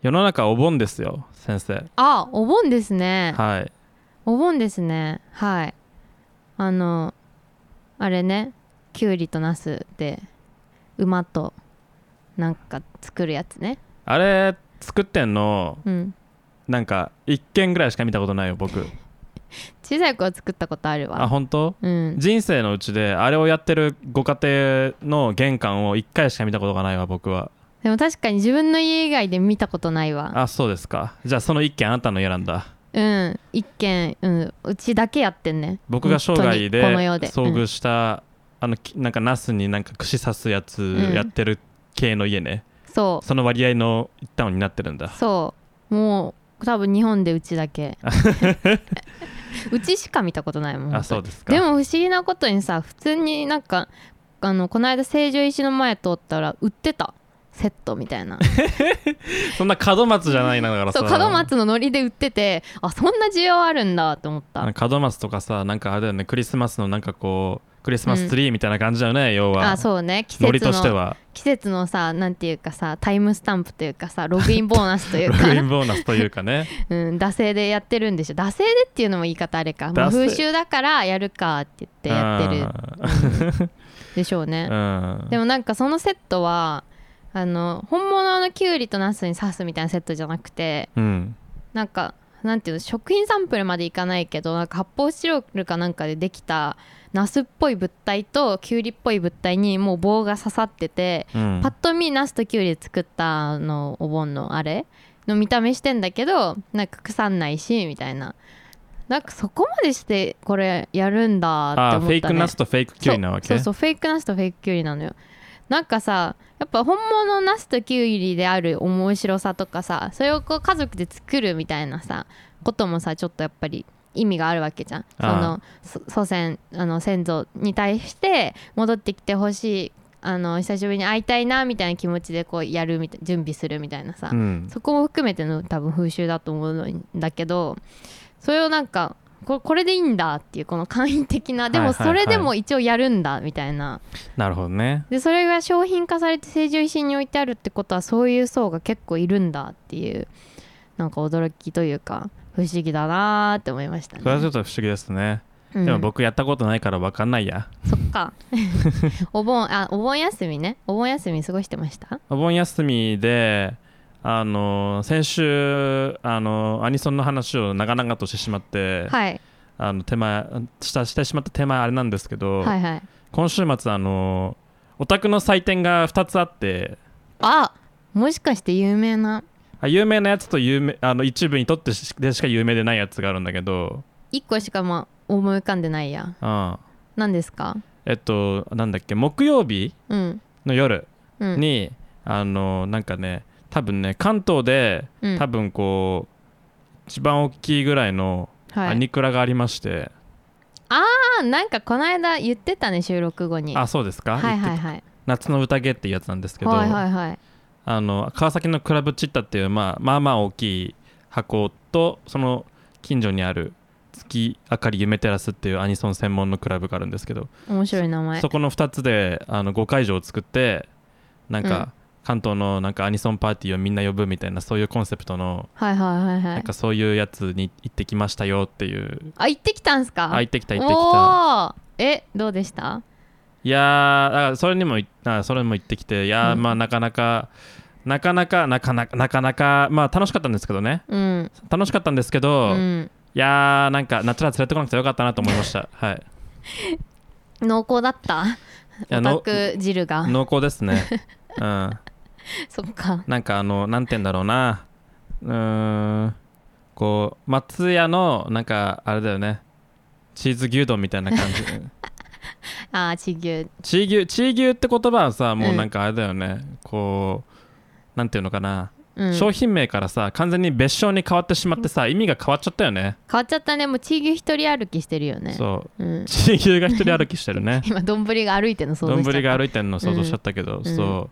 世の中お盆ですよ先生あお盆ですねはいお盆ですねはいあのあれねきゅうりとなすで馬となんか作るやつねあれ作ってんのうんなんか1件ぐらいしか見たことないよ僕小さい子は作ったことあるあわ本当うん人生のうちであれをやってるご家庭の玄関を1回しか見たことがないわ僕はでも確かに自分の家以外で見たことないわあそうですかじゃあその1件あなたの家なんだうん一軒、うん、うちだけやってんね僕が生涯で本当にこの世で遭遇した、あのきなんかナスになんか串刺すやつうんやってる系の家ね、うんそその割合の一端になってるんだうそうもう多分日本でうち だけ うちしか見たことないもんあそうでですかでも不思議なことにさ普通になんかあのこの間成城石の前通ったら売ってたセットみたいなそんな門松じゃないなだからさそう門松のノリで売っててあそんな需要あるんだと思っあたの門松とかさなんかあれだよねクリスマスのなんかこうクリスマスツリーみたいな感じだよね、要はあそうね季ノリ節としてのは季節のさなんていうかさタイムスタンプというかさログインボーナスという ロかグインボーナスというかねうん、惰性でやってるんでしょ惰性でっていうのも言い方あれか、まあ、惰性風習だからやるかって言ってやってるでしょうね、うんうんでもなんかそのセットはあの本物のキュウリとナスに刺すみたいなセットじゃなくてうんなんかなんていうの食品サンプルまでいかないけどなんか発泡スチロールかなんかでできたナスっぽい物体とキュウリっぽい物体にもう棒が刺さっててうんパッと見ナスとキュウリで作ったあのお盆のあれの見た目してんだけどなんか腐んないしみたいななんかそこまでしてこれやるんだってあ思フった、ェイクね、ナスとフェイクキュウリなわけそうそうそうフェイクナスとフェイクキュウリなのよなんかさやっぱ本物のナスとキュウリである面白さとかさそれをこう家族で作るみたいなさこともさちょっとやっぱり意味があるわけじゃんそあのそ祖先あの先祖に対して戻ってきてほしいあの久しぶりに会いたいなみたいな気持ちでこうやるみたい準備するみたいなさ、うんそこも含めての多分風習だと思うんだけどそれをなんかここれでいいんだっていうこの簡易的なではもいはいはいそれでも一応やるんだみたいななるほどねでそれが商品化されて成城石井に置いてあるってことはそういう層が結構いるんだっていうなんか驚きというか不思議だなーって思いましたね。それはちょっと不思議ですね、うんでも僕やったことないから分かんないやそっか お盆あお盆休みねお盆休み過ごしてましたお盆休みであの先週あのアニソンの話を長々としてしまって、はいあの手前したしてしまった手前あれなんですけど、はいはい今週末あのオタクの祭典が2つあってあもしかして有名なあ有名なやつと有名あの一部にとってしでしか有名でないやつがあるんだけど、 1個しかまあ思い浮かんでないやうん、何ですかえっとなんだっけ木曜日うんの夜うんに、あのなんかね多分ね関東でうん多分こう一番大きいぐらいのはアい、ニクラがありまして、あなんかこの間言ってたね収録後にあそうですか、は言いはっいてはい夏の宴っていうやつなんですけど、はいはいはいあの川崎のクラブチッタっていう、まあ、まあまあ大きい箱とその近所にある月明かり夢テラスっていうアニソン専門のクラブがあるんですけど、面白い名前そこの2つであの5会場を作ってなんうんか関東のなんかアニソンパーティーをみんな呼ぶみたいなそういうコンセプトのはいはいはいはなんいかそういうやつに行ってきましたよっていう、あ行ってきたんすかあ行ってきた行ってきたおーえどうでしたいやーだからそれにもいあそれにも行ってきていやーうんまあなかなかなかなかなかなかなかなかまあ楽しかったんですけどねうん楽しかったんですけうど、んいやーなんか夏ら連れてこなくてよかったなと思いま したはい濃厚だったやオタク汁が濃厚ですねうんそっかなんかあのなんて言うんだろうなうーんこう松屋のなんかあれだよねチーズ牛丼みたいな感 じあー地牛チー牛チー牛って言葉はさもううんなんかあれだよね、こうなんていうのかな、うん商品名からさ完全に別称に変わってしまってさ意味が変わっちゃったよね変わっちゃったねもう地牛一人歩きしてるよね、そうん、チー牛が一人歩きしてるね 今丼が歩いてるの想像しちゃった丼が歩いてるの想像しちゃったけど、んそ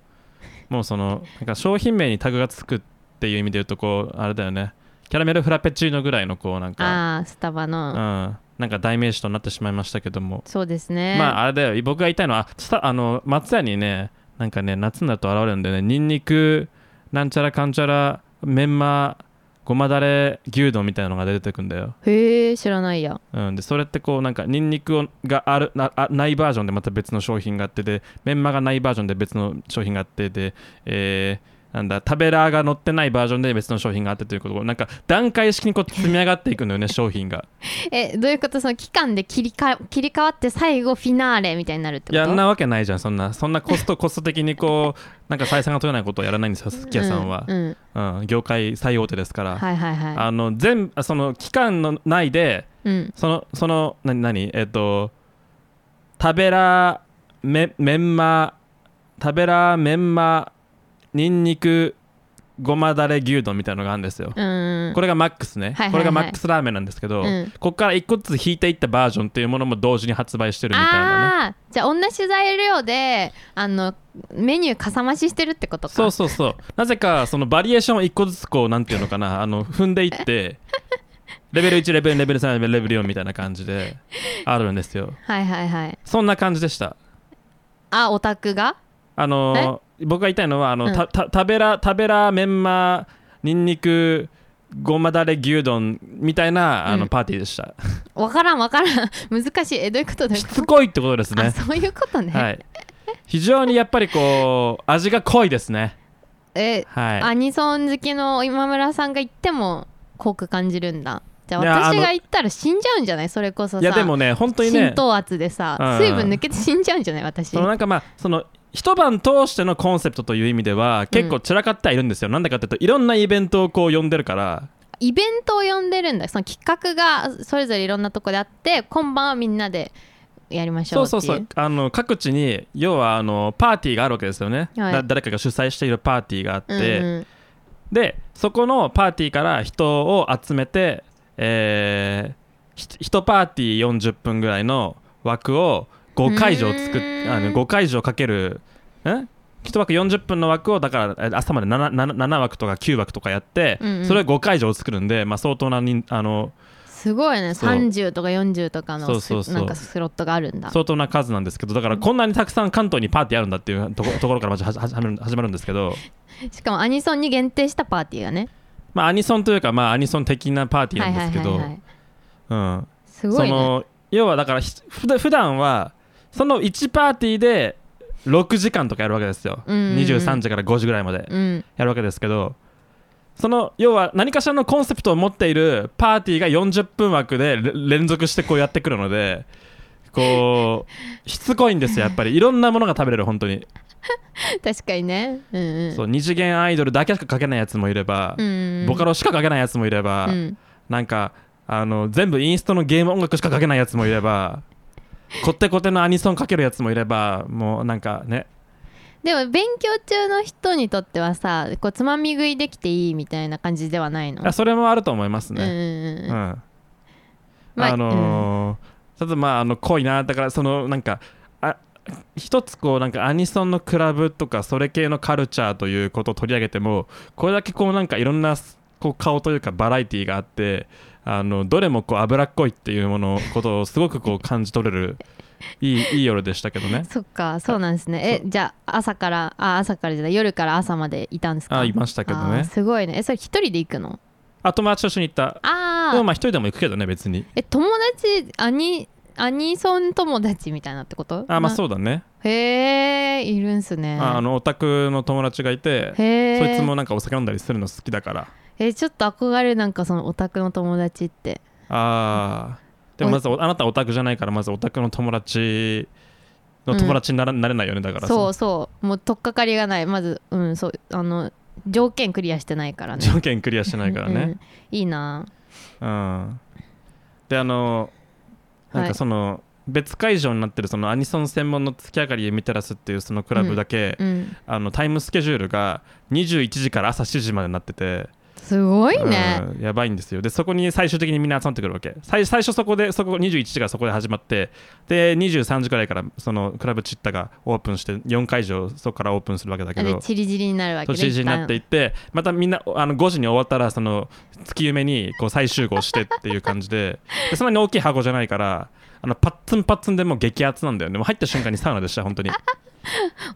うもうそのなんか商品名にタグがつくっていう意味で言うとこうあれだよねキャラメルフラペチーノぐらいのこうなんか、ああスタバうの、ん、なんか代名詞となってしまいましたけども、そうですねまああれだよ僕が言いたいのはスタあの松屋にねなんかね夏になると現れるんでねニンニクなんちゃらかんちゃらメンマごまだれ牛丼みたいなのが出てくんだよ、へえ知らないやうん、でそれってこうなんかニンニクをがあるなあないバージョンでまた別の商品があってでメンマがないバージョンで別の商品があってで、えーなんだ食べラーが乗ってないバージョンで別の商品があってということこうなんか段階式にこう積み上がっていくのよ ね商品がえどういうことその期間で切りか切り替わって最後フィナーレみたいになるってこといやんなわけないじゃんそんなそんなコストコスト的にこうなんか採算が取れないことをやらないんですよすき家さんはう、んうん業界最大手ですから、うんはいはいはあの全部あその期間の内でいうんそのその何何えっと食べらメメンマ食べらメンマニンニクごまだれ牛丼みたいなのがあるんですよ、うんこれがマックスね、はいはいはいこれがマックスラーメンなんですけど、うんここから一個ずつ引いていったバージョンっていうものも同時に発売してるみたいなねああーじゃあ同じ材料であのメニューかさ増ししてるってことかそうそうそうなぜかそのバリエーションを一個ずつこうなんていうのかなあの踏んでいってレベル1レベル2レベル3レベル4みたいな感じであるんですよはいはいはいそんな感じでしたあオタクがあのー僕が言いたいのはあの、うんたた食べら食べらメンマニンニクごまだれ牛丼みたいなあの、うんパーティーで したわからんわからん 難しいえどういうことだしつこいってことですあねそういうことね、はい非常にやっぱりこ う味が濃いですねえはアいニソン好きの今村さんが言っても濃く感じるんだじゃあいや私あのが言ったら死んじゃうんじゃないそれこそさいやでもね本当にね浸透圧でうんうんさ水分抜けて死んじゃうんじゃない私そのなんかまあその一晩通してのコンセプトという意味では結構散らかってはいるんですよ、なんでかっていうといろんなイベントをこう呼んでるからイベントを呼んでるんだその企画がそれぞれいろんなとこであって今晩はみんなでやりましょそううってそいううそうあの各地に要はあのパーティーがあるわけですよね、はいだ誰かが主催しているパーティーがあって、うんうんでそこのパーティーから人を集めて、えー、ひ1パーティー40分ぐらいの枠を5会場作うっーんあの5会場かけるん1枠40分の枠をだからえ朝まで 7, 7, 7枠とか9枠とかやって、うんうんそれを5会場を作るんで、まあ、相当な人あのすごいねそう30とか40とかのそうそうそうなんかスロットがあるんだ相当な数なんですけどだからこんなにたくさん関東にパーティーあるんだっていうとこところからまずはじはじ始まる始まるんですけど、しかもアニソンに限定したパーティーがねまあ、アニソンというか、まあ、アニソン的なパーティーはないんではいすけはいど。はいうんすごいそねの要はだからひふだ普段はその1パーティーで6時間とかやるわけですよ、うんうんうん23時から5時ぐらいまでうんやるわけですけどその要は何かしらのコンセプトを持っているパーティーが40分枠でれ連続してこうやってくるのでこう しつこいんですよやっぱりいろんなものが食べれる本当に、確かにねうんうんそう二次元アイドルだけしか書けないやつもいれば、うんボカロしか書けないやつもいれば、うんなんかあの全部インストのゲーム音楽しか書けないやつもいれ ばこってこてのアニソン書けるやつもいればもうなんかねでも勉強中の人にとってはさこうつまみ食いできていいみたいな感じではないのあそれもあると思いますうんうね。んうんうんまあのーただまああの濃いなだからそのなんかあ一つこうなんかアニソンのクラブとかそれ系のカルチャーということを取り上げてもこれだけこうなんかいろんなこう顔というかバラエティーがあってあのどれもこう脂っこいっていうものことをすごくこう感じ取れるいいいい夜でしたけどね。そっかそうなんですねえじゃあ朝からあ朝からじゃない夜から朝までいたんですかあいましたけどあーねすごいねえそれ一人で行くのあ友達と一緒に行ったあでもあまあ一人でも行くけどね別にえ友達アニアニソン友達みたいなってことあまあうそうだね、へえいるんすねああのオタクの友達がいてへえそいつもなんかお酒飲んだりするの好きだからえちょっと憧れるなんかそのオタクの友達ってあーでもまずおあなたオタクじゃないからまずオタクの友達の友達になら、なれないよねだからそうそうもう取っかかりがないまずうんそうあの条件クリアしてないからね条件クリアしてないからね、うん、いいなうんであのなんはいかその、別会場になってるそのアニソン専門の月明かりみたらすっていうそのクラブだけ、うんあのタイムスケジュールが21時から朝7時までになっててすごいね、うんやばいんですよでそこに最終的にみんな集まってくるわけ最最初そこでそこ21時からそこで始まってで23時くらいからそのクラブチッタがオープンして4会場そこからオープンするわけだけあでどチリジリになるわけ途ね中時になっていってまたみんなあの5時に終わったらその月夢にこう再集合してっていう感じででそんなに大きい箱じゃないからあのパッツンパッツンでもう激アツなんだよねもう入った瞬間にサウナでした本当に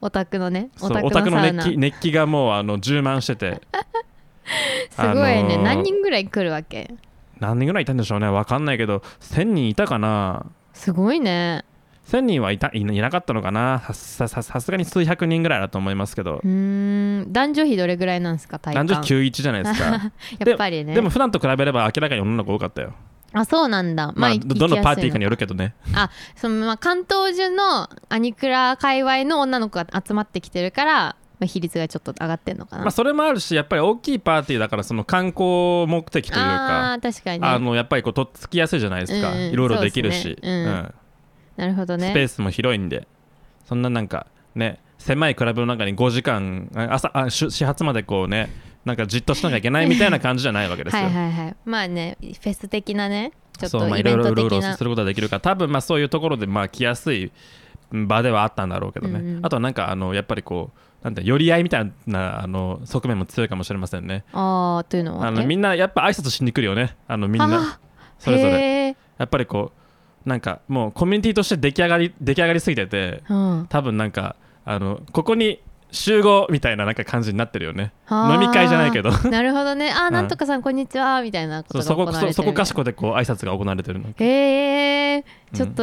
オタクのねそうオタクのサウ熱ナ気熱気がもうあの充満してて すごいね、あのー何人ぐらい来るわけ何人ぐらいいたんでしょうね分かんないけど1000人いたかなすごいね1000人はいたいいなかったのかなささささすがに数百人ぐらいだと思いますけどうーん男女比どれぐらいなんですか体男感女91じゃないです かやっぱりねでも普段と比べれば明らかに女の子多かったよあそうなんだまあ行きどのパーティーかにやよるけどねすいのあそのまあ関東中のアニクラ界隈の女の子が集まってきてるから、まあ、比率がちょっと上がってんのかな、まあそれもあるしやっぱり大きいパーティーだからその観光目的というかあー確かにねあのやっぱりこうとっつきやすいじゃないですか、うんうんいろいろできるしそうですねうんなるほどうんねスペースも広いんでそんななんかね狭いクラブの中に5時間あ朝あし始発までこうねなんかじっとしなきゃいけないみたいな感じじゃないわけですはよ。いはいはいまあねフェス的なねちょっそうまとあイいろベいンろトうろう的ろなすることができるから多分まあそういうところでまあ来やすい場ではあったんだろうけどね、うんうんあとはなんかあのやっぱりこうなんて寄り合いみたいなあの側面も強いかもしれませんねああというのはあのみんなやっぱ挨拶しに来るよねあのみんなあーそれぞれへーやっぱりこうなんかもうコミュニティとして出来上がり出来上がりすぎててうん多分なんかあのここに集合みたいななんか感じになってるよねあー飲み会じゃないけどそなるほどねあーうんなんとかさんこんにちはみたいなことうがそ行こわれてそるそこかしこでこう挨拶が行われてるのへえうんちょっと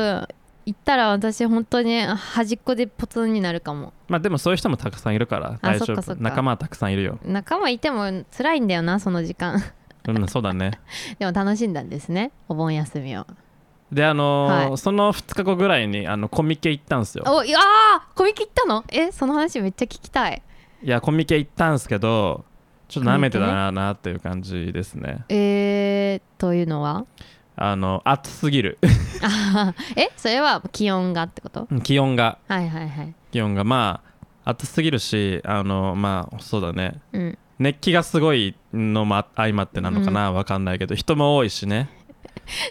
行ったら私本当に端っこでポツンになるかもまあでもそういう人もたくさんいるからあ大丈そっかそ夫っか仲間はたくさんいるよ仲間いても辛いんだよなその時間 うんそうだねでも楽しんだんですねお盆休みをであのーはいその2日後ぐらいにあのコミケ行ったんですよおいやあーコミケ行ったのえその話めっちゃ聞きたいいやコミケ行ったんですけどちょっと舐めてたななっていう感じですねえー、というのはあの暑すぎる あーえそれは気温がってこと気温がはいはいはい気温がまあ暑すぎるしあのまあそうだねうん熱気がすごいのも相まってなのかな、わかんないけど人も多いしね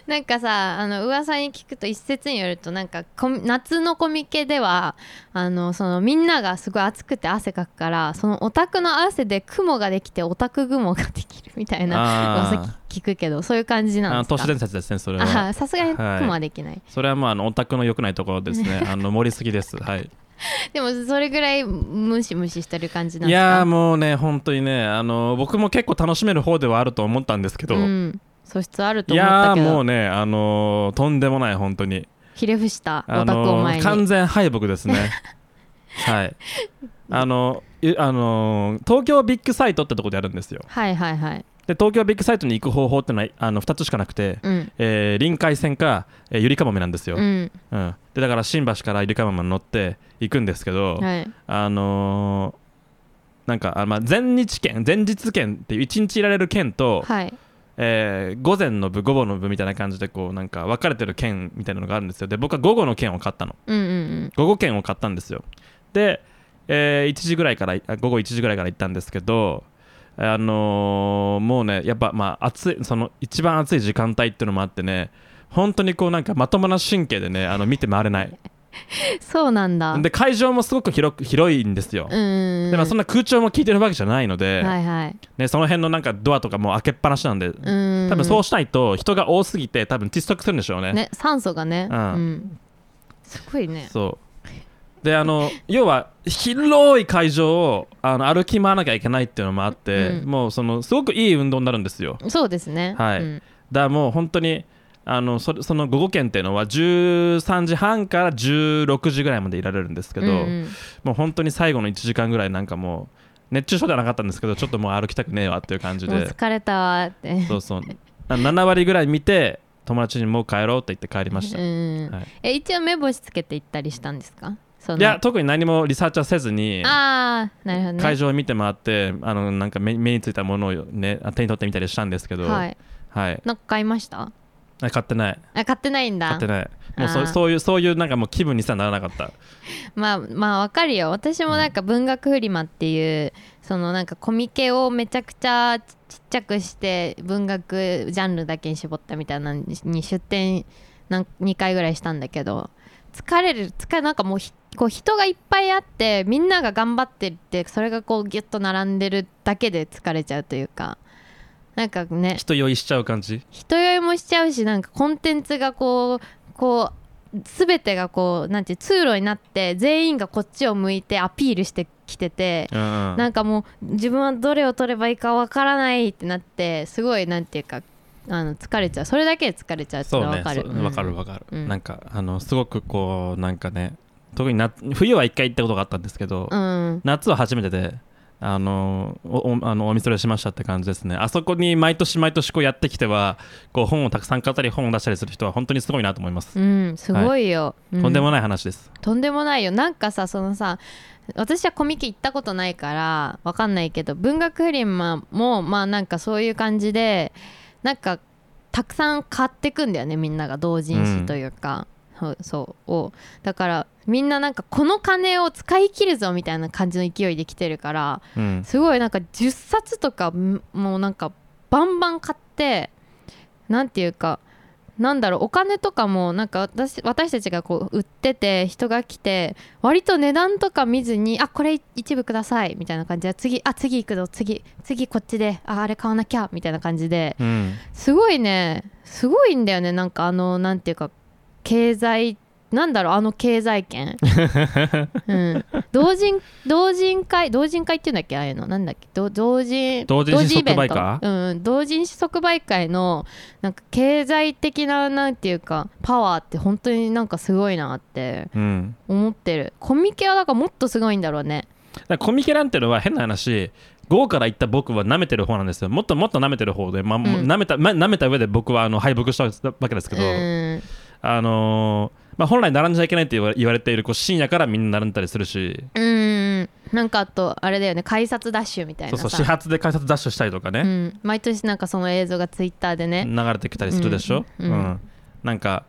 なんかさあの噂に聞くと一説によるとなんかコミ夏のコミケではあのそのみんながすごい暑くて汗かくからそのオタクの汗で雲ができてオタク雲ができるみたいな噂あき聞くけどそういう感じーあなんのですか都市伝説ですねそれあはーさすがに雲はできない、それはもうあのオタクの良くないところです ねあの盛りすぎですはいでもそれぐらいムシムシしてる感じなんいですかやーもうね本当にねあの僕も結構楽しめる方ではあると思ったんですけど、ん、素質あるとい思ったやーけどもうねあのーとんでもない本当にひれ伏したあオタクをの前ーに、完全敗北です ねはいあのいあのー東京ビッグサイトってとこでやるんですよはいはいはいで東京ビッグサイトに行く方法ってのはあの2つしかなくて、うんえー臨海線か、えーゆりかもめなんですよ、ううんんでだから新橋からゆりかもめに乗って行くんですけど、はいあのーなんかあ、まあ、前日券前日券っていう1日いられる券と、はいえー午前の部午後の部みたいな感じでこうなんか分かれてる券みたいなのがあるんですよで僕は午後の券を買ったのうんうん午後券を買ったんですよで、えー1時ぐらいからあ午後1時ぐらいから行ったんですけどあのーもうねやっぱまあ暑いその一番暑い時間帯っていうのもあってね本当にこうなんかまともな神経でねあの見て回れないうんそうなんだで会場もすごく広く広いんですよ、うんうんうんでまあそんな空調も効いてるわけじゃないので、はいはいね、その辺のなんかドアとかもう開けっぱなしなんで、うん多分そうしないと人が多すぎて多分窒息するんでしょうねね酸素がねううんんすごいねそうであの要は広い会場をあの歩き回らなきゃいけないっていうのもあって、うんもうそのすごくいい運動になるんですよだかそうですねはいうんらもう本当にあのそれその午後券っていうのは13時半から16時ぐらいまでいられるんですけど、うんうんもう本当に最後の1時間ぐらいなんかもう熱中症ではなかったんですけどちょっともう歩きたくねえわっていう感じもうで疲れたわってそうそうな7割ぐらい見て友達にもう帰ろうって言って帰りました、うんうんはいえ一応目星つけて行ったりしたんですかそのいや特に何もリサーチはせずにああなるほどね会場を見て回ってあのなんか目目についたものを、ね、手に取ってみたりしたんですけど、ははいいなんか買いましたあ買ってないあ買ってないん買だってないもうあそーそういうそういうなんかもう気分にさならなかったまあまあわかるよ私もなんか文学フリマっていうそのなんかコミケをめちゃくちゃちちっちゃくして文学ジャンルだけに絞ったみたいなのにに出店なん2回ぐらいしたんだけど疲れる疲れなんかもうひこう人がいっぱいあってみんなが頑張ってるってそれがこうギュッと並んでるだけで疲れちゃうというかなんかね人酔いしちゃう感じ人酔いもしちゃうしなんかコンテンツがこうこう全てがこうなんていう通路になって全員がこっちを向いてアピールしてきてて、うんうんなんかもう自分はどれを取ればいいかわからないってなってすごいなんていうかあの疲れちゃうそれだけで疲れちゃうってそいううのはねわかるそうわかるわかる、うんなんかあのすごくこうなんかね特に夏冬は一回行ったことがあったんですけど、うん夏は初めてであのおおあのお見それしましたって感じですねあそこに毎年毎年こうやってきてはこう本をたくさん買ったり本を出したりする人は本当にすごいなと思います、うん、すごいよ、とんでもないない話ですとんでもないよなんかさそのさ私はコミケ行ったことないからわかんないけど文学フリマもまあなんかそういう感じでなんかたくさん買ってくんだよねみんなが同人誌というか、そうそうをだからみんななんかこの金を使い切るぞみたいな感じの勢いで来てるからうんすごいなんか10冊とかんもうなんかバンバン買ってなんていうかなんだろうお金とかもなんか私私たちがこう売ってて人が来て割と値段とか見ずにあこれ一部くださいみたいな感じで次あ次行くぞ次次こっちでああれ買わなきゃみたいな感じでうんすごいねすごいんだよねなんかあのなんていうか経済なんだろうあの経 済圏、うん、同人同人会同人会っていうんだっけああいうのなんだっけ同同人同人誌即売会同人イベントうんうん、同人誌即売会のなんか経済的ななんていうかパワーって本当になんかすごいなってうん思ってるコミケはだからもっとすごいんだろうねだからコミケなんてのは変な話5から言った僕は舐めてる方なんですよもっともっと舐めてる方で、まあもううん舐めたま舐めた上で僕はあの敗北したわけですけど、うんあのーまあ、本来並んじゃいけないって言わ言われているこう深夜からみんな並んだりするしうんなんかあとあれだよね改札ダッシュみたいそなうさそう始発で改札ダッシュしたりとかうね、ん、毎年なんかその映像がツイッターでね、流れてきたりするでしょ、ううんんうんなんか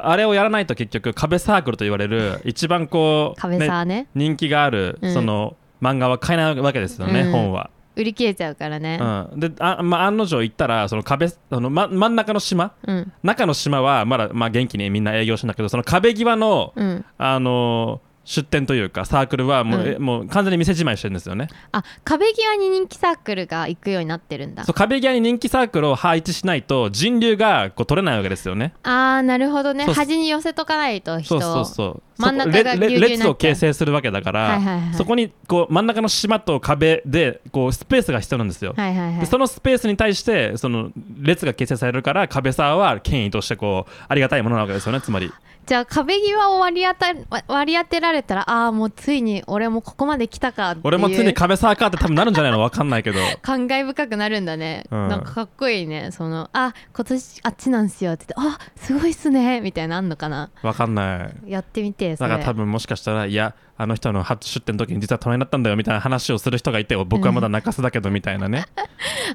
あれをやらないと結局壁サークルと言われる一番こう、壁さね、ーね人気がある、うんその漫画は買えないわけですよね、うん本は。売り切れちゃうからねうん、であ、まあ、案の定行ったらその壁あの、ま、真ん中の島うん中の島はまだ、まあ、元気にみんな営業してんだけどその壁際の、うんあのー出店というかサークルはもう,うんえ、もう完全に店じまいしてるんですよねあ壁際に人気サークルが行くようになってるんだそう壁際に人気サークルを配置しないと人流がこう取れないわけですよねあーなるほどねそう端に寄せとかないと人そをうそうそう真ん中がそこれぎゅうぎゅうになれ列っちゃうを形成するわけだから、はいはいはいそこにこう真ん中の島と壁でこうスペースが必要なんですよ、はいはいはでいそのスペースに対してその列が形成されるから壁沢は権威としてこうありがたいものなわけですよねつまりじゃあ壁際を割り当た割り当てられたらああもうついに俺もここまで来たかっていう俺もついに壁沢かって多分なるんじゃないの分かんないけど感慨深くなるんだね、うんなんかかっこいいねそのあ今年あっちなんすよって言ってあすごいっすねみたいなのあんのかな分かんないやってみてそだれから多分もしかしたらいやあの人の初出店の時に実は隣だったんだよみたいな話をする人がいて僕はまだ泣かすだけどみたいなね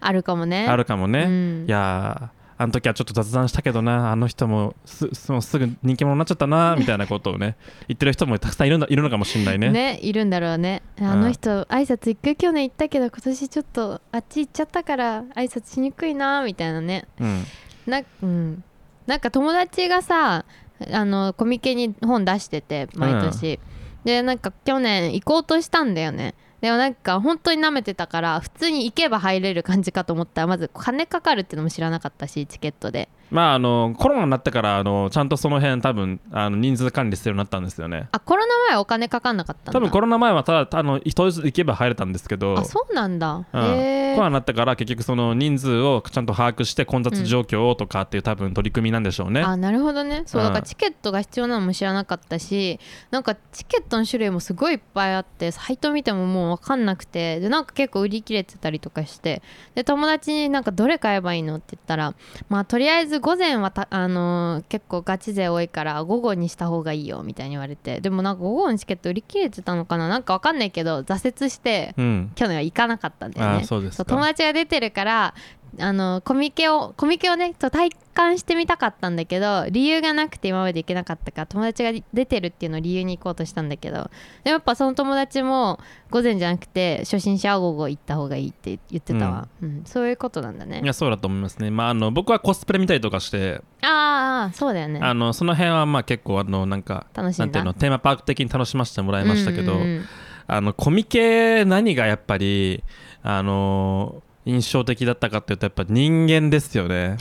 あるかもねあるかもね、うんいやーあの時はちょっと雑談したけどなあの人もすもうすぐ人気者になっちゃったなみたいなことをね言ってる人もたくさんいるんだいるのかもしれないねねいるんだろうねあの人、挨拶一回去年行ったけど今年ちょっとあっち行っちゃったから挨拶しにくいなみたいなねうんな,、うん、なんか友達がさあのコミケに本出してて毎年、でなんか去年行こうとしたんだよねでもなんか本当に舐めてたから普通に行けば入れる感じかと思ったらまず金かかるっていうのも知らなかったしチケットでまああのコロナになってからあのちゃんとその辺多分あの人数管理するようになったんですよねあコロナ前はお金かかんなかったんだ多分コロナ前はただあの当日行けば入れたんですけどあそうなんだ、うんへコロナになってから結局その人数をちゃんと把握して混雑状況をとかっていう多分取り組みなんでしょうね、あなるほどねそううだんからチケットが必要なのも知らなかったしなんかチケットの種類もすごいいっぱいあってサイト見てももう分かんなくてでなんか結構売り切れてたりとかしてで友達になんかどれ買えばいいのって言ったらまあとりあえず午前はた、あのー結構ガチ勢多いから午後にした方がいいよみたいに言われてでもなんか午後のチケット売り切れてたのかななんか分かんないけど挫折してうん去年は行かなかったんだよあねーそうですそうか友達が出てるからあのコミケをコミケをねそう体感してみたかったんだけど理由がなくて今まで行けなかったから友達が出てるっていうのを理由に行こうとしたんだけどでもやっぱその友達も午前じゃなくて初心者は午後行った方がいいって言ってたわ、うんそういうことなんだねいやそうだと思いますね、まあ、あの僕はコスプレ見たりとかして、あーあーそうだよねあのその辺はまあ結構あのなんか楽しんだなんていうのテーマパーク的に楽しませてもらいましたけど、うんうんうんあのコミケ何がやっぱりあの印象的だったかっていうとやっぱ人間ですよね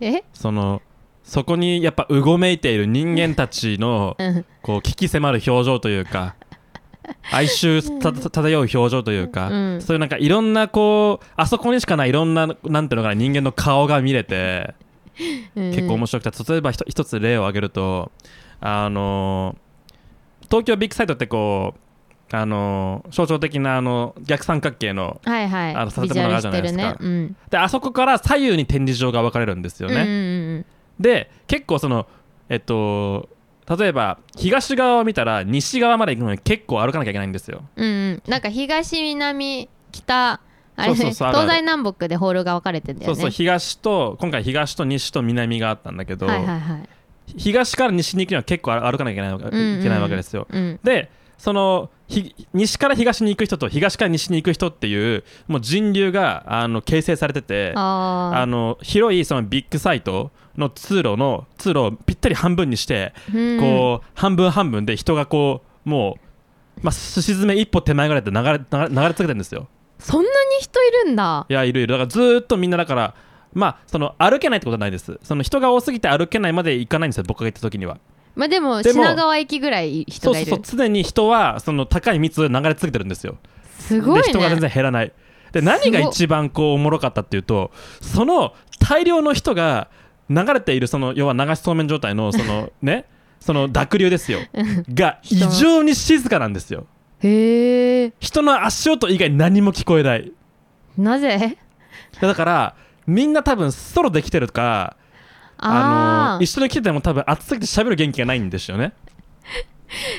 えそのそこにやっぱうごめいている人間たちのうんこう危機迫る表情というか哀愁た漂う表情というか、うんそういうなんかいろんなこうあそこにしかないいろんななんていうのかな人間の顔が見れてうん結構面白くて例えばひと一つ例を挙げるとあの東京ビッグサイトってこうあの象徴的なあの逆三角形のはいはいあのさせビてジもュらアうルじゃしないてでするかねうんであそこから左右に展示場が分かれるんですよね。ねで結構そのえっと例えば東側を見たら西側まで行くのに結構歩かなきゃいけないんですようんうんなんか東南北あれそうそう東そうあるある西南北でホールが分かれてんだよそねうそう東と今回東と西と南があったんだけど、はいはいはい東から西に行くには結構歩かなきゃいけない,、うんうんいけないわけですようんでそのひ西から東に行く人と東から西に行く人っていうもう人流があの形成されててああの広いそのビッグサイトの通路の通路をぴったり半分にしてあうんこう半分半分で人がこうもう、まあ、すし詰め一歩手前ぐらいで流れ流れ流れ続けてるんですよそんなに人いるんだいやいるいるだからずーっとみんなだからまあその歩けないってことはないですその人が多すぎて歩けないまで行かないんですよ僕が行った時にはまあでもでも品川駅ぐらい人そうがそういそるう常に人はその高い密度で流れ続けてるんですよすごいで人が全ね然減らないで何がすごっ一番こうおもろかったっていうとその大量の人が流れているその要は流しそうめん状態のそ のねその濁流ですよが異常に静かなんですよへえ人の足音以外何も聞こえないなぜだからみんな多分ソロできてるとかああのあ一緒に来てても多分暑すぎて喋る元気がないんですよね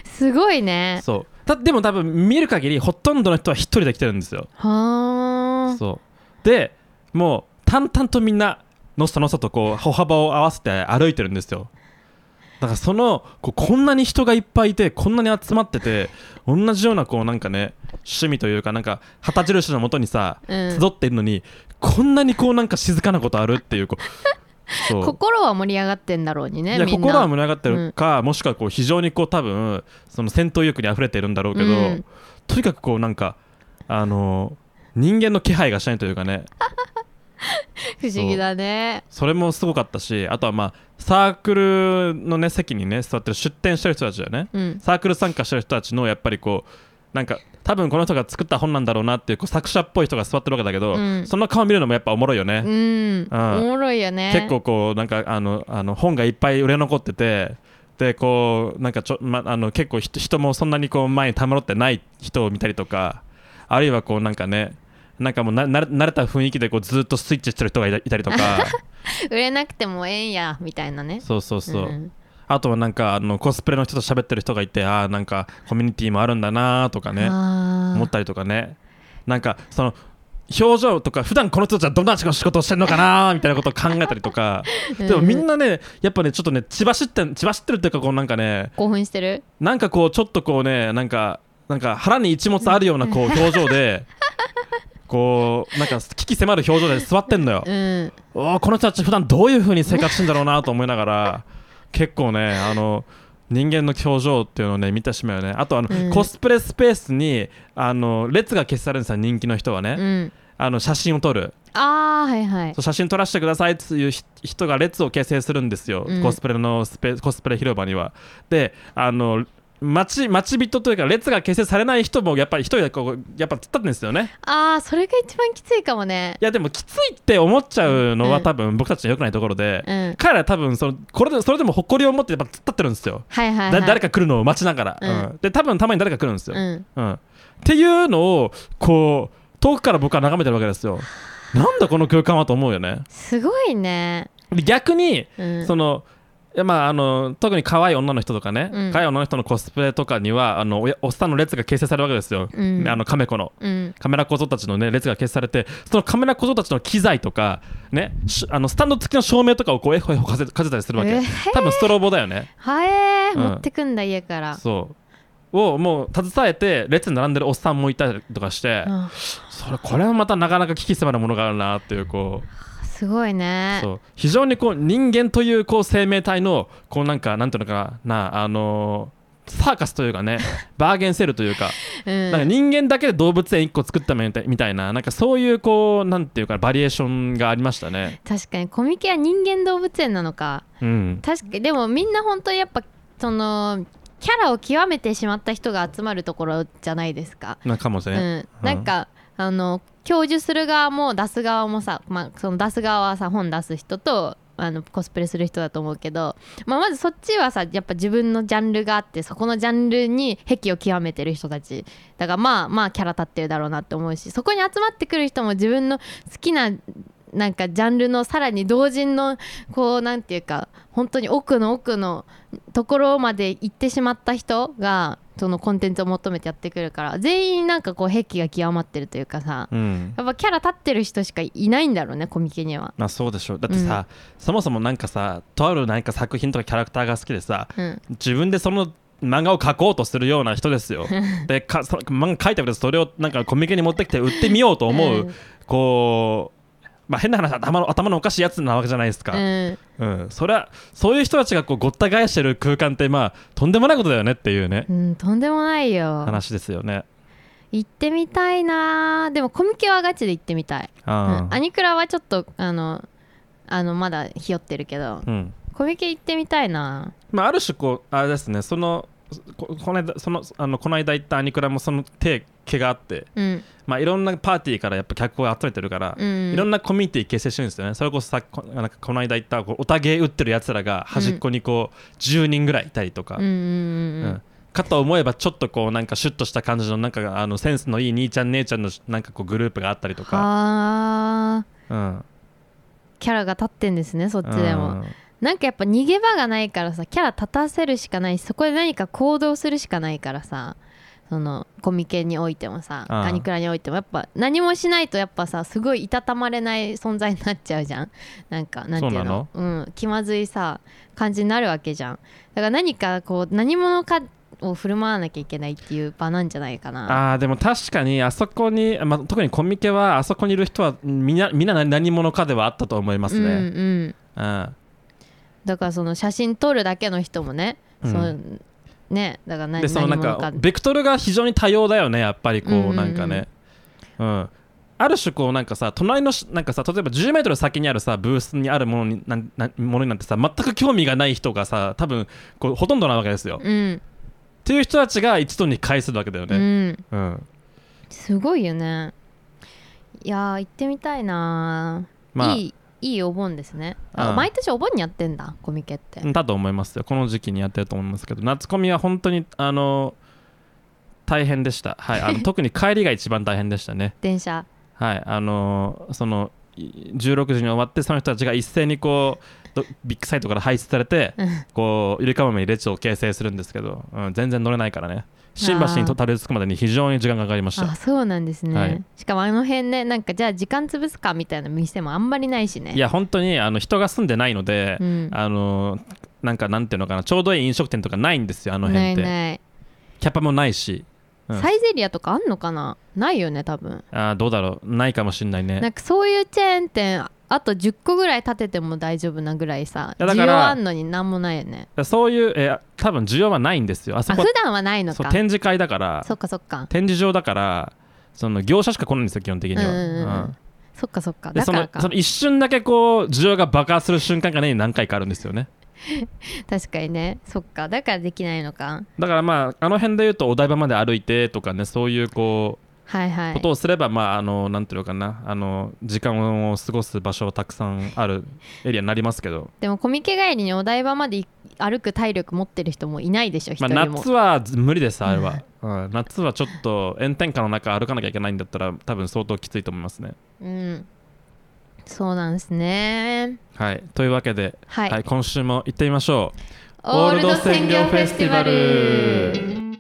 すごいねそうたでも多分見る限りほとんどの人は一人で来てるんですよはあそうでもう淡々とみんなのっさのっさとこう歩幅を合わせて歩いてるんですよだからそのこうこんなに人がいっぱいいてこんなに集まってて同じようなこうなんかね趣味というかなんか旗印のもとにさうん集っているのに、こんなにこうなんか静かなことあるっていうこ うそう心は盛り上がってんだろうにいねやみん心はな盛り上がってるか、もしくはこう非常にこう多分その戦闘欲に溢れてるんだろうけど、うんとにかくこうなんかあの人間の気配がしないというかね 不思議だねそれもすごかったしあとはまあサークルのね席にね座ってる出店してる人たちだよねうんサークル参加してる人たちのやっぱりこうなんか多分この人が作った本なんだろうなっていうこう作者っぽい人が座ってるわけだけど、うんその顔見るのもやっぱおもろいよね、うんおあもろいよね結構こうなんかあのあの本がいっぱい売れ残っててでこうなんかちょ、ま、あの結構人人もそんなにこう前にたまろってない人を見たりとかあるいはこうなんかねなんかもうな慣れ慣れた雰囲気でこうずっとスイッチしてる人がいたいた りとか売れなくてもええんやみたいなねそうそうそう、んあとはなんかあのコスプレの人と喋ってる人がいてああんかコミュニティもあるんだなーとかねあー思ったりとかねなんかその表情とか普段この人たちはどんな仕事をしてるのかなーみたいなことを考えたりとか うんでもみんなねやっぱねちょっとね血走ってん血走ってるっていうかこうなんかね興奮してるなんかこうちょっとこうねなんかなんか腹に一物あるようなこう表情 でこうなんか危機迫る表情で座ってんのよう。んおーこの人たち普段どういう風に生活してんだろうなと思いながら結構ねあの人間の表情っていうのをね見てしまうよねあとあの、うんコスプレスペースにあの列が消されるんですよ人気の人はね、うんあの写真を撮るああはいはいそう写真撮らせてくださいっていうひ人が列を形成するんですよ、うんコスプレのスペースコスプレ広場にはであの待ち待ち人というか列が形成されない人もやっぱり一人でこうやっぱ突っ立ってるんですよねああそれが一番きついかもねいやでもきついって思っちゃうのうはん多分僕たちの良くないところで、うん彼ら多分そのこれでそれでも誇りを持ってやっぱ突っ立ってるんですよ、はいはいはだい誰か来るのを待ちながら、うんうんで多分たまに誰か来るんですよ、うんうんっていうのをこう遠くから僕は眺めてるわけですよなんだこの空間はと思うよねすごいねで逆にうんそのいやまあ、あの特に可愛い女の人とかね、うん可愛い女の人のコスプレとかにはあのおやおっさんの列が形成されるわけですよ、うんあのカメ子の。うんカメラ小僧たちの、ね、列が消されてそのカメラ小僧たちの機材とか、ね、しあのスタンド付きの照明とかをこうエホエホかせかせたりするわけ、えー多分ストロボだよねはえーうん持ってくんだ家からそうをもう携えて列に並んでるおっさんもいたりとかして、うんそれこれはまたなかなか危機迫るものがあるなっていうこうすごいねそう非常にこう人間というこう生命体のこうなんかなんていうのかなあのーサーカスという かねバーゲンセルというかうんなんか人間だけで動物園1個作ったみたいみたいななんかそういうこうなんていうかバリエーションがありましたね。確かにコミケは人間動物園なのかうん、確かでもみんな本当にやっぱそのキャラを極めてしまった人が集まるところじゃないですか、なんかもしれない。うん、なんか、あの教授する側も出す側もさ、まあ、その出す側はさ本出す人とあのコスプレする人だと思うけど、まあ、まずそっちはさやっぱ自分のジャンルがあってそこのジャンルに癖を極めてる人たちだからまあまあキャラ立ってるだろうなって思うしそこに集まってくる人も自分の好きななんかジャンルのさらに同人のこうなんていうか本当に奥の奥のところまで行ってしまった人がそのコンテンツを求めてやってくるから全員なんかこう癖が極まってるというかさうんやっぱキャラ立ってる人しかいないんだろうねコミケには。まあそうでしょうだってさ、そもそもなんかさとあるなんか作品とかキャラクターが好きでさうん、自分でその漫画を描こうとするような人です よでかその漫画描いたけどそれをなんかコミケに持ってきて売ってみようと思う、うんこう、まあ、変な話頭の頭のおかしいやつなわけじゃないですか、うんうん、それはそういう人たちがこうごった返してる空間ってまあとんでもないことだよねっていうね、うん、とんでもないよ話ですよね。行ってみたいなでもコミケはガチで行ってみたい、あうんーアニクラはちょっとあのあのまだひよってるけどうんコミケ行ってみたいなまあ、ある種こうあれですねそのここの間そのあのこの間行ったアニクラもその手毛があって、うんまあ、いろんなパーティーからやっぱ客を集めてるから、うんいろんなコミュニティ結成してるんですよねそれこそさこなんかこの間行ったこうおたげ打ってるやつらが端っこにこう、10人ぐらいいたりとか、うんうんうんううんんかと思えばちょっとこうなんかシュッとした感じのなんかあのセンスのいい兄ちゃん姉ちゃんのなんかこうグループがあったりとか、はうあん、キャラが立ってんですねそっちでうも、んなんかやっぱ逃げ場がないからさキャラ立たせるしかないしそこで何か行動するしかないからさそのコミケにおいてもさああガニクラにおいてもやっぱ何もしないとやっぱさすごいいたたまれない存在になっちゃうじゃんなんかなんていうのうん、気まずいさ感じになるわけじゃんだから何かこう何者かを振る舞わなきゃいけないっていう場なんじゃないかなあーでも確かにあそこに、まあ、特にコミケはあそこにいる人はみんなみんな何何者かではあったと思いますうんね。うんうんだからその写真撮るだけの人もね、うんそのねだから何でそのなん何者かベクトルが非常に多様だよねやっぱりこう,、うんうんうんなんかね。うんある種こうなんかさ隣のしなんかさ例えば1 0ル先にあるさブースにあるものになんなんものになってさ全く興味がない人がさ多分こうほとんどなわけですよ。うんっていう人たちが一度に会するわけだようね。んうんすごいよねいやー行ってみたいなー、まあいいいいお盆ですねあ、うん毎年お盆にやってんだコミケってだと思いますよこの時期にやってると思いますけど夏コミは本当にあの大変でした、はい、 あの特に帰りが一番大変でしたね、電車はい、あのそのい16時に終わってその人たちが一斉にこうどビッグサイトから排出されてうんこうゆりかもめに列を形成するんですけど、うん、全然乗れないからね新橋にとたどり着くまでに非常に時間がかかりました あそうなんですね、はいしかもあの辺ねなんかじゃあ時間潰すかみたいな店もあんまりないしねいや本当にあの人が住んでないので、うんあのなんかなんていうのかなちょうどいい飲食店とかないんですよあのな辺っいてない、キャパもないし、うんサイゼリアとかあんのかなないよね多分あーどうだろうないかもしんないねなんかそういうチェーン店あと10個ぐらい建てても大丈夫なぐらいさいやだ需から要あんのになんもないよねそういう、えー多分需要はないんですよあそあこ普段はないのそうか展示会だからそっかそっか展示場だからその業者しか来ないんですよ基本的には、うんうんうんうんそっかそっかでだそからのかその一瞬だけこう需要が爆発する瞬間がね何回かあるんですよね確かにねそっかだからできないのかだからまああの辺で言うとお台場まで歩いてとかねそういうこうはいはこといをすれば、まああのなんていうのかなあの時間を過ごす場所はたくさんあるエリアになりますけど、でもコミケ帰りにお台場までい歩く体力持ってる人もいないでしょ一まあ、人も、夏は無理ですあれは、うん、夏はちょっと炎天下の中歩かなきゃいけないんだったら多分相当きついと思いますねうんそうなんですねはいというわけで、はい今週も行ってみましょうオールド専業フェスティバル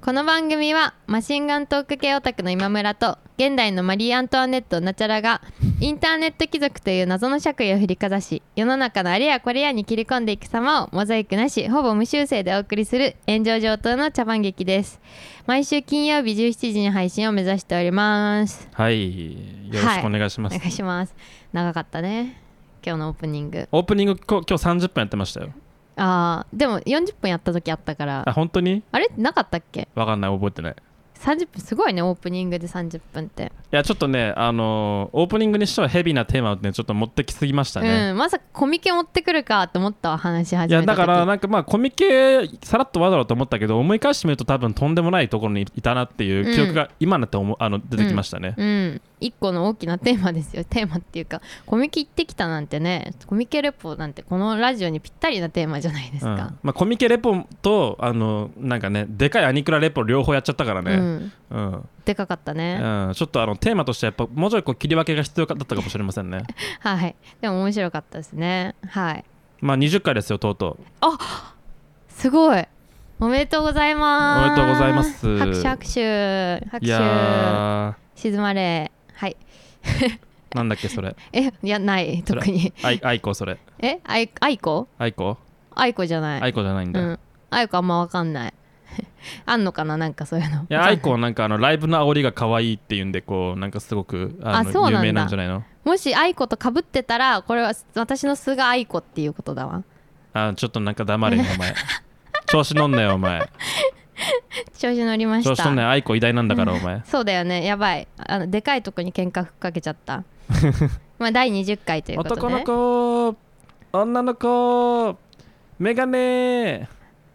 この番組はマシンガントーク系オタクの今村と現代のマリー・アントワネット・ナチャ ラがインターネット貴族という謎の爵位を振りかざし世の中のあれやこれやに切り込んでいく様をモザイクなしほぼ無修正でお送りする炎上上等の茶番劇です毎週金曜日17時に配信を目指しておりますはいよろしくお願いしまおす、願いします長かったね今日のオープニングオープニングこ今日30分やってましたよあーでも40分やった時あったからあ本当にあれなかったっけわかんない覚えてないい30分すごいねオープニングで30分って、やちょっとねあのーオープニングにしてはヘビーなテーマをねちょっと持ってきすぎましたね、うんまさかコミケ持ってくるかと思ったわ話しい始やめただ時からなんかまあコミケさらっとわざわざと思ったけど思い返してみると多分とんでもないところにいたなっていう記憶が今になって思うあの出てきましたね、うん一個の大きなテーマですよ テーマっていうかコミケ行ってきたなんてねコミケレポなんてこのラジオにぴったりなテーマじゃないですうんか、まあ、コミケレポとあのなんかねでかいアニクラレポ両方やっちゃったからうね、ん、うんでかかったね、うん、ちょっとあのテーマとしてやっぱもうちょいこう切り分けが必要だったかもしれませんねはいでも面白かったですねはいまあ20回ですよとうとうすごいおめでとうございまおめすでとうございます拍手拍手拍い手や静まれはいーなんだっけそれえいやないそれ特にあいあいこそれえあいあいこあいこあいこじゃないあいこじゃないんだ、ういんあいこあんまわかんない あんのかななんかそういうのやあいこはなんかあのライブの煽りが可愛いっていうんでこうなんかすごくあのあそうなんだ有名なんじゃないのもし愛子とかぶってたらこれは私の素が愛子っていうことだわあちょっとなんか黙れ よお前調子乗んなよお前調子乗りま調し子乗んなたよあいこ偉大なんだからお前そうだよねやばいあのでかいとこに喧嘩ふっかけちゃった まあ第20回ということで男の子女の子メガネ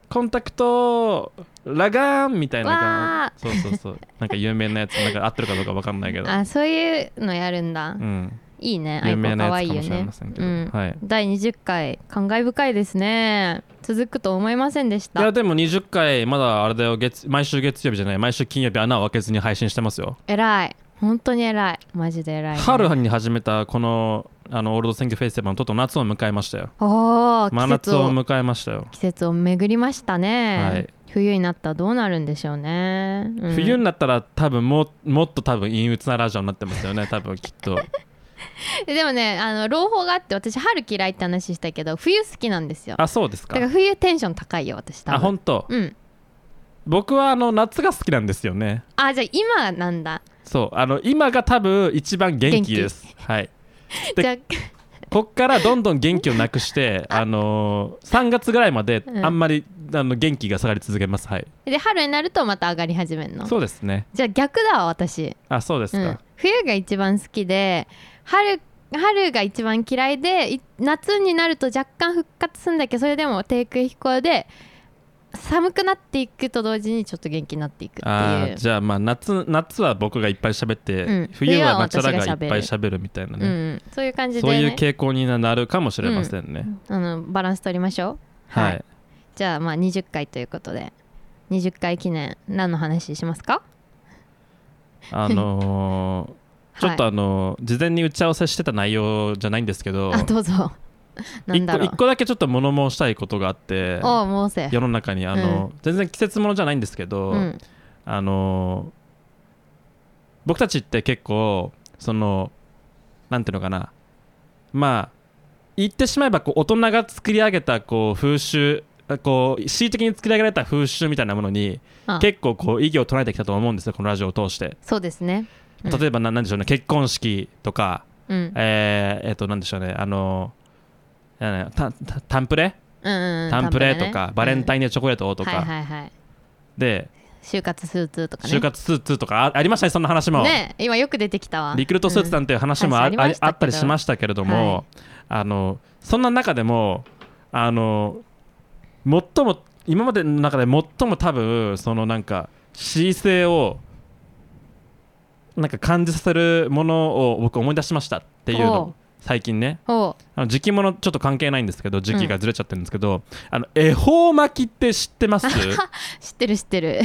コンタクトラガンみたいなわ感じそうそうそうなんか有名なやつなんか合ってるかどうか分かんないけど、あそういうのやるんだ、うん、いいね愛有子名なかわやいついかよもしれませねんけうど、んはい、第20回感慨深いですね続くと思いませんでしいやたでも20回まだあれだよ月毎週月曜日じゃない毎週金曜日穴を開けずに配信してますよ、偉い本当に偉いマジで偉いね、春に始めたこのあのオールド選挙フェスティバルのとうとう夏を迎えましたよおー真季夏節をを迎えましたよ、季節を巡りましたね、はい冬になったらどうなるんでしょうね、うん冬になったら多分もうもっと多分陰鬱なラジオになってますよ ね多分きっとでもねあの朗報があって私春嫌いって話したけど冬好きなんですよだあそうですかから冬テンション高いよ私多分あ本当、うん僕はあの夏が好きなんですよねあじゃあ今なんだそうあの今が多分一番元気ですはいでじゃあこっからどんどん元気をなくして あのー、3月ぐらいまでうんあんまり、あの元気が下がり続けますはいで春になるとまた上がり始めるのそうですねじゃあ逆だわ私、あそうですうか、ん、冬が一番好きで春春が一番嫌いでい夏になると若干復活するんだけどそれでも低空飛行で寒くなっていくと同時にちょっと元気になっていくってあいーうじゃあまあ夏夏は僕がいっぱい喋って、うん冬はナチ冬ャはラ私ががい喋っるぱい喋るみたいなうね、ん、そういう感じで、そうね、いう傾向になるかもしれませんね、あのバランス取りましょうはい、じゃあまあ20回ということで20回記念何の話しますかあのーちょっとはあのー事前に打ち合わせしてた内容じゃないんですけどい、あどうぞなん一だ個ろう一個だけちょっと物申したいことがあっておうもうせ世の中にあの、全然季節ものじゃないんですけど、うんあの僕たちって結構そのなんていうのかなまあ言ってしまえばこう大人が作り上げたこう風習あこう恣意的に作り上げられた風習みたいなものにあ結構こう意義を唱えてきたと思うんですよこのラジオを通してそうですねうん例えばななんでしょうね結婚式とかうんえー、えっとなんでしょうねあのなんだタタタンプレうんうんタンプレとか、バレンタインインデーチョコレートをとか、はいはいはいで就活スーツとかね就活スーツとかあありましたねそんな話も、ね今よく出てきたわリクルートスーツなうんんていう話もあ,、うんあ話ありましたけどあったりしましたけれども、はあのそんな中でもあの最も今までの中で最も多分そのなんか恣意性をなんか感じさせるものを僕思い出しましたっていうのおをう最近ねおうあの時期ものちょっと関係ないんですけど時期がずれちゃってるんですけど、あの恵方巻きって知って ます知ってる知ってる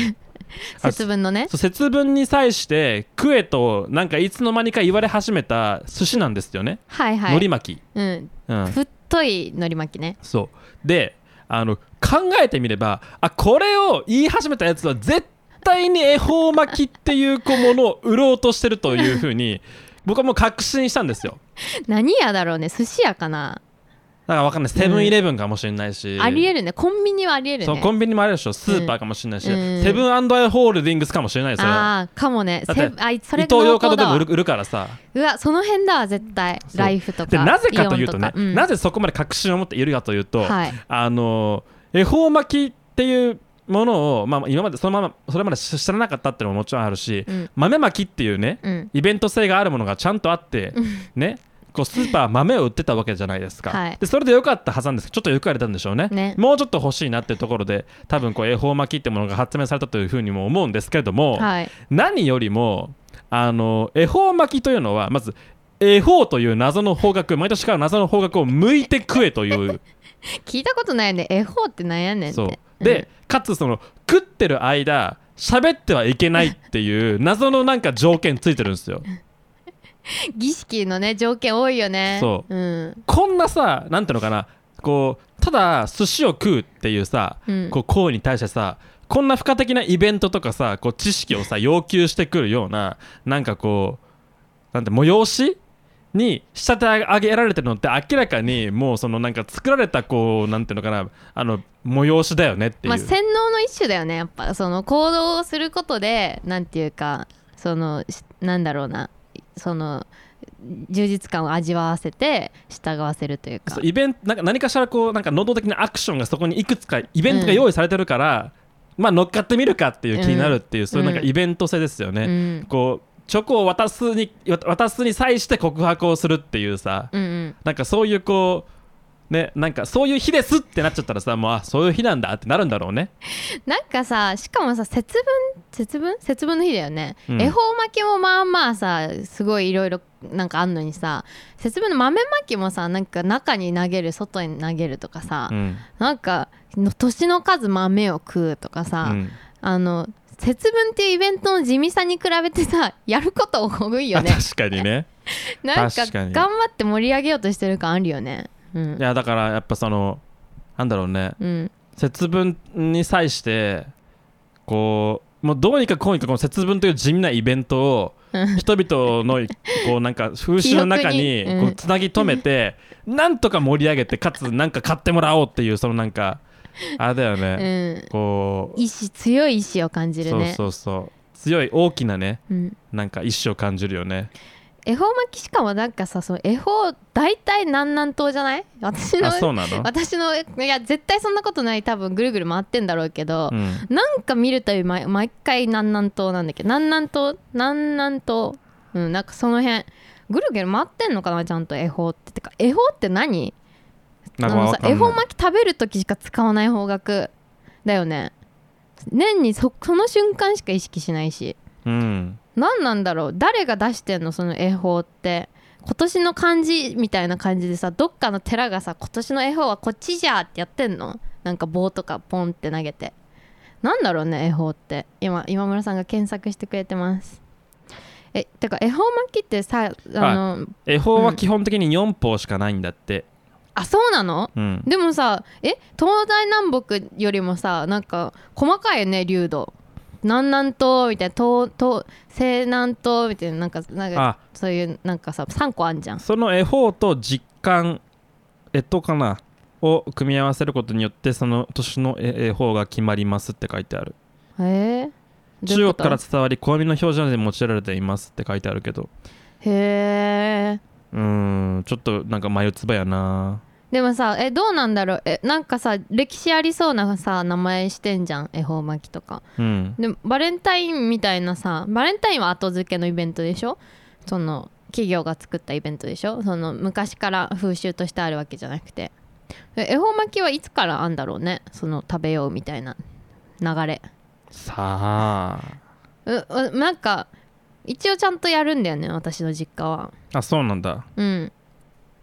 あ節分のねそう節分に際して食えとなんかいつの間にか言われ始めた寿司なんですよね、はいは海苔い巻き、うんうん、太いのり巻きねそうであの考えてみればあこれを言い始めたやつは絶対に恵方巻きっていうこうものを売ろうとしてると いうふうに僕はもう確信したんですよ何屋だろうね寿司屋かなから分かんないセブンイレブンかもしれないし、ありえるねコンビニはありえるそうねコンビニもあるでしょスーパーかもしれないし、うんセブンアイ・ホールディングスかもしれないですよああかもねだってセブあいそ伊れ藤洋華堂でも売濃厚だわる売るからさうわその辺だわ絶対そうライフとかでなぜかというとねイオンかうんなぜそこまで確信を持って言えるかというと、はいあの恵方巻きっていうものを、まあ、今までそのままそれまで知知らなかったっていうのももちろんあるし、うん豆巻きっていうねうんイベント性があるものがちゃんとあって、うんねこうスーパーは豆を売ってたわけじゃないですか、 はいでそれで良かったはずなんですけどちょっとよくわれたんでしょうねねもうちょっと欲しいなっていうところで多分こう恵方巻きってものが発明されたというふうにも思うんですけれども、はい何よりもあの恵方巻きというのはまず恵方という謎の方角毎年から謎の方角を向いて食えという聞いたことないよね恵方ってなんやねんってそうで、かつその食ってる間喋ってはいけないっていう謎のなんか条件ついてるんですようん儀式のね条件多いよね、そううんこんなさなんていうのかなこうただ寿司を食うっていうさ、うんこう行為に対してさこんな付加的なイベントとかさこう知識をさ要求してくるようななんかこうなんて催しに仕立て上げられてるのって明らかにもうそのなんか作られたこうなんていうのかなあの催しだよねっていう、まあ、洗脳の一種だよねやっぱその行動をすることでなんていうかそのしなんだろうなその充実感を味わわせて従わせるというかそうイベントなんか何かしらこうなんか能動的なアクションがそこにいくつかイベントが用意されてるから、まあ乗っかってみるかっていう気になるっていう、そういうなんかうんイベント性ですよね、うんこうチョコを渡すに渡すに際して告白をするっていうさ、うんうんなんかそういうこうねなんかそういう日ですってなっちゃったらさもうあそういう日なんだってなるんだろうねなんかさしかもさ節分節分節分の日だよね、うん恵方巻きもまあまあさすごいいろいろなんかあんのにさ節分の豆巻きもさなんか中に投げる外に投げるとかさ、うん、なんかの年の数豆を食うとかさ、うんあの節分っていうイベントの地味さに比べてさ やること多いよあね確かにねなんか確かに頑張って盛り上げようとしてる感あるよねうんいやだからやっぱそのなんだろうねうん節分に際してこうもうどうにかこうにかこの節分という地味なイベントをうん人々 のこうなんか風習の中に記憶にこううんつなぎ止め てなんとか盛り上げてかつなんか買ってもらおうっていうそのなんかあれだようね、んこう意志強い意志を感じるそうねそうそう強い大きなねうんなんか意志を感じるよね。恵方巻きしかもなんかさその恵方大体南南東じゃ ない私あ、そのうなの。私のいや絶対そんなことない多分ぐるぐる回ってんだろうけど、うん。なんか見るたび毎毎回南南東なんだけど南南東南南東うんなんかその辺ぐるぐる回ってんのかなちゃんと恵方っててか恵方って何なんあかのわさかんない恵方巻き食べる時しか使わない方角だよね年にそその瞬間しか意識しないしうん。何なんだろう誰が出してんのその恵方って今年の漢字みたいな感じでさどっかの寺がさ今年の恵方はこっちじゃってやってんのなんか棒とかポンって投げてなんだろうね恵方って今今村さんが検索してくれてますえてか恵方巻きってさあの、恵方は基本的に四方しかないんだって。あそうなのうん。でもさえ東西南北よりもさなんか細かいよね流度南南東みたいな東東西南東みたいななんかなんかあ、そういうなんかさ3個あんじゃんその恵方と実感。えっとかな。を組み合わせることによって、その年の恵方が決まりますって書いてある。へえ中国から伝わり、暦の表示などに用いられていますって書いてあるけど。へえうーん、ちょっとなんか眉唾やな。でもさえどうなんだろうえなんかさ歴史ありそうなさ名前してんじゃん恵方巻きとかうん。でバレンタインみたいなさバレンタインは後付けのイベントでしょその企業が作ったイベントでしょその昔から風習としてあるわけじゃなくてえ恵方巻きはいつからあんだろうねその食べようみたいな流れさあ。ううなんか一応ちゃんとやるんだよね私の実家はあ、そうなんだ。うん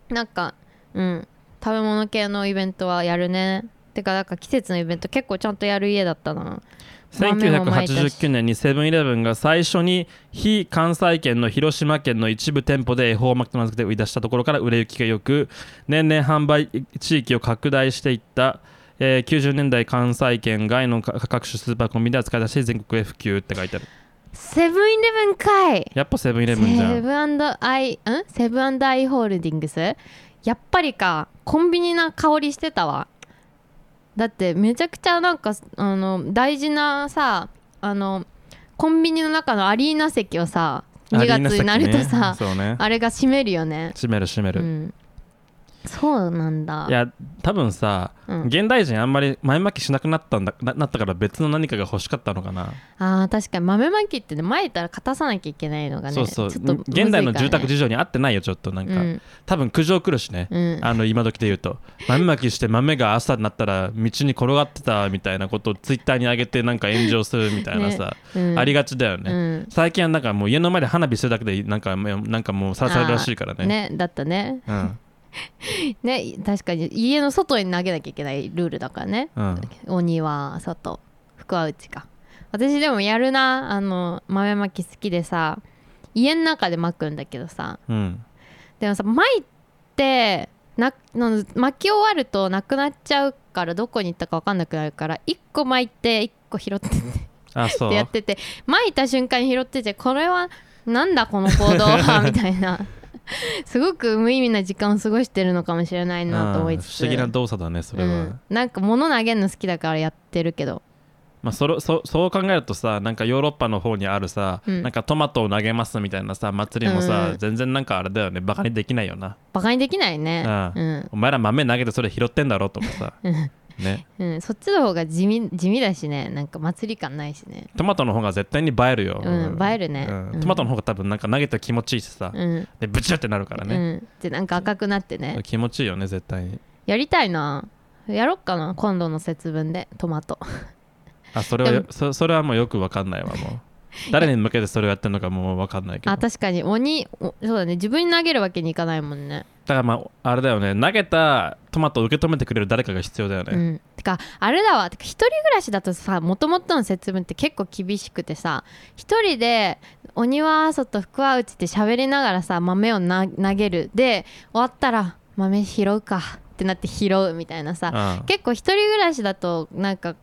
なんかうん食べ物系のイベントはやるねてかなんか季節のイベント結構ちゃんとやる家だったな豆も巻いたし1989年にセブンイレブンが最初に非関西圏の広島県の一部店舗で恵方巻きと名付けて売り出したところから売れ行きが良く年々販売地域を拡大していった、えー90年代関西圏外の各各種スーパーコンビニで扱い出し全国へ普及って書いてあるセブンイレブンかいやっぱセブンイレセブンじゃんブンアイんセブンアイ・ホールディングスやっぱりかコンビニな香りしてたわだってめちゃくちゃなんかあの大事なさあのコンビニの中のアリーナ席をさ2月になるとさ、そうねあれが閉めるよね閉める閉めうる、んそうなんだいや多分さ、うん現代人あんまり前巻きしなくなったんだななったから別の何かが欲しかったのかなあー確かに豆まきってね巻いたら片さなきゃいけないのがねそうそう、ちょっとむずいからね現代の住宅事情に合ってないよちょっとなんか、うん多分苦情来るしね、うんあの今時で言うと豆まきして豆が朝になったら道に転がってたみたいなことをツイッターに上げてなんか炎上するみたいなさ、うんありがちだよね、うん最近はなんかもう家の前で花火するだけでなんかもうなんかもうさらされるらしいからねねだったねうんね確かに家の外に投げなきゃいけないルールだからねうん鬼は外福は内か私でもやるなあの豆まき好きでさ家の中で巻くんだけどさうんでもさ巻いてなの巻き終わるとなくなっちゃうからどこに行ったか分かんなくなるから1個巻いて1個拾ってってあそっうてやってて巻いた瞬間に拾っててこれはなんだこの行動はみたい なすごく無意味な時間を過ごしてるのかもしれないなと思いつつうん不思議な動作だねそれは、うん、なんか物投げるの好きだからやってるけどまあ、それそそう考えるとさなんかヨーロッパの方にあるさ、うんなんかトマトを投げますみたいなさ祭りもさ、うん全然なんかあれだよねバカにできないよなバカにできないねああうんお前ら豆投げてそれ拾ってんだろうとかさねうん、そっちの方が地味地味だしねなんか祭り感ないしねトマトの方が絶対に映えるよ、うん映えるねうんうんトマトの方が多分なんか投げて気持ちいいしさ、うん、でブチュってなるからね、うん、でなんか赤くなってね気持ちいいよね絶対にやりたいなやろっかな今度の節分でトマトあそれはでよもそそれはもうよくわかんないわもう誰に向けてそれをやってるのかもうわかんないけどあ確かに鬼おそうだね自分に投げるわけにいかないもんねだからまああれだよね投げたトマトを受け止めてくれる誰かが必要だよね、うん、てかあれだわてか一人暮らしだとさもともとの節分って結構厳しくてさ一人で「お庭外福は内」って喋りながらさ豆をな投げるで終わったら「豆拾うか」ってなって拾うみたいなさうん結構一人暮らしだとなんか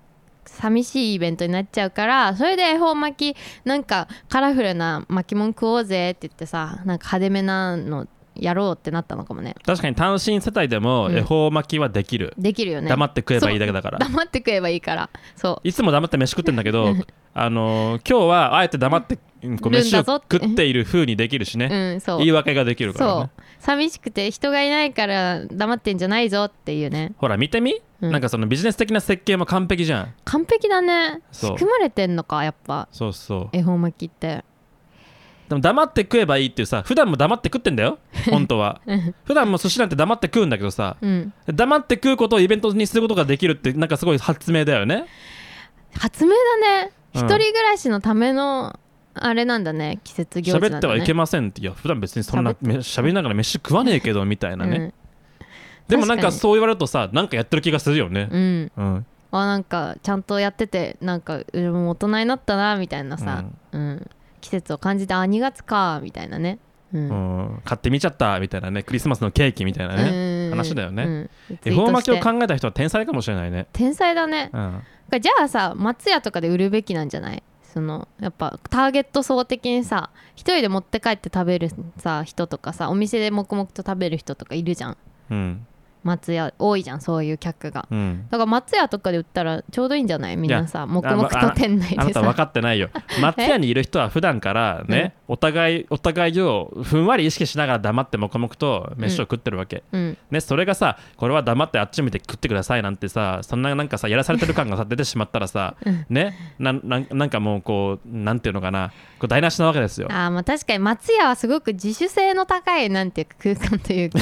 寂しいイベントになっちゃうからそれで恵方巻きなんかカラフルな巻き物食おうぜって言ってさなんか派手めなのやろうってなったのかもね確かに単身世帯でもうん恵方巻きはできる、できるよね黙って食えばいいだけだから黙って食えばいいからそういつも黙って飯食ってんだけどあのー今日はあえて黙ってうんこうるんだ飯をぞっ食てっている風にできるしね、うん、そう言い訳ができるから、そねう、寂しくて人がいないから黙ってんじゃないぞっていうねほら見てみ、うんなんかそのビジネス的な設計も完璧じゃん完璧だねそう仕組まれてんのかやっぱそうそう恵方巻きってでも黙って食えばいいっていうさ普段も黙って食ってんだよ本当は普段も寿司なんて黙って食うんだけどさうん黙って食うことをイベントにすることができるってなんかすごい発明だよね発明だね、うん一人暮らしのためのあれなんだね季節行事なんだ、ね、喋ってはいけませんっていや普段別にそんな喋っめ喋りながら飯食わねえけどみたいなね、うんでもなんか確かにそう言われるとさなんかやってる気がするよね、うん、うんあなんかちゃんとやっててなんかうんもう大人になったなみたいなさ、うん季節を感じてあ2月かみたいなね、うんうん買ってみちゃったみたいなねクリスマスのケーキみたいなねうん話だよねうんツイ恵ートして方巻きを考えた人は天才かもしれないね、天才だねうん、だからじゃあさ松屋とかで売るべきなんじゃないそのやっぱターゲット層的にさ一人で持って帰って食べるさ人とかさお店で黙々と食べる人とかいるじゃんうん松屋多いじゃんそういう客がうん だから松屋とかで売ったらちょうどいいんじゃないみんなさ黙々と店内あなでた分さかってない よ松屋にいる人は普段からねお互いお互いをふんわり意識しながら黙って黙々と飯を食ってるわけ、うんね、それがさこれは黙ってあっち見て食ってくださいなんてさそんななんかさやらされてる感がさ出てしまったらさ、ね、なんなんなんかもうこうなんていうのかなこう台無しなわけですよあーまあ確かに松屋はすごく自主性の高いなんていうか空間というか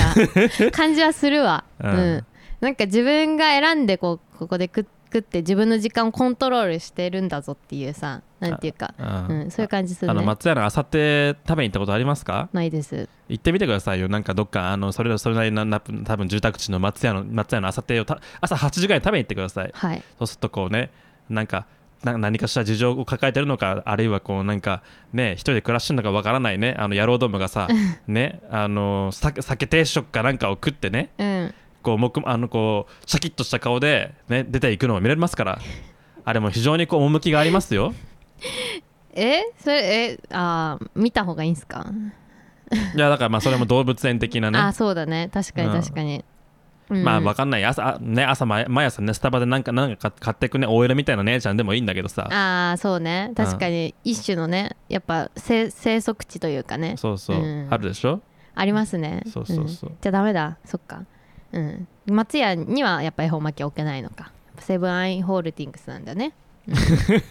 感じはするわ、ううんんなんか自分が選んでこうここで食食って自分の時間をコントロールしてるんだぞっていうさなんていうか、あうん、そういう感じすあるのね松屋の朝って食べに行ったことありますかないです行ってみてくださいよなんかどっかあのそれそれなりなな多分住宅地の松屋の松屋の朝亭をた朝8時ぐらいに食べに行ってくださいはいそうするとこうねなんかな何かしら事情を抱えてるのかあるいはこうなんかね一人で暮らしてるのかわからないねあの野郎どもが さねあのさ酒定食かなんかを食ってねうんこうもくあのこうシャキッとした顔で、ね、出ていくのを見られますからあれも非常にこう趣がありますよえそれえあー見た方がいいんすかいやだからまあそれも動物園的なねあそうだね確かに確かに、うんまあわかんない朝あね朝毎毎朝ねスタバでなんかなんか買買ってくね OL みたいな姉ちゃんでもいいんだけどさあーそうね確かに一種のねやっぱ生生息地というかねそうそう、うんあるでしょありますねそうそうそううんじゃあダメだそっかうん松屋にはやっぱ恵方巻きは置けないのかやっぱセブンアイ・ホールディングスなんだね うん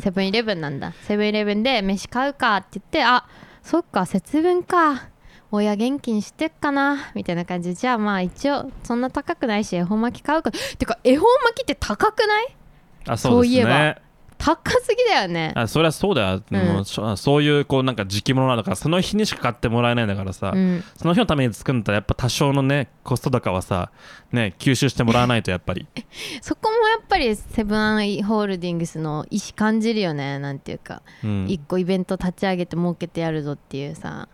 セブンイレブンなんだセブンイレブンで飯買うかって言ってあそっか節分か親元気にしてっかなみたいな感じでじゃあまあ一応そんな高くないし恵方巻き買うかてか恵方巻きって高くないあそうですねそういえ高すぎだよねあそれはそうだよ、うんもうしょそういうこうなんか時期物なんだからその日にしか買ってもらえないんだからさ、うんその日のために作るんだったらやっぱ多少のねコスト高はさね吸収してもらわないとやっぱ りそこもやっぱりセブンアイ・ホールディングスの意思感じるよねなんていうかうん一個イベント立ち上げて儲けてやるぞっていうさ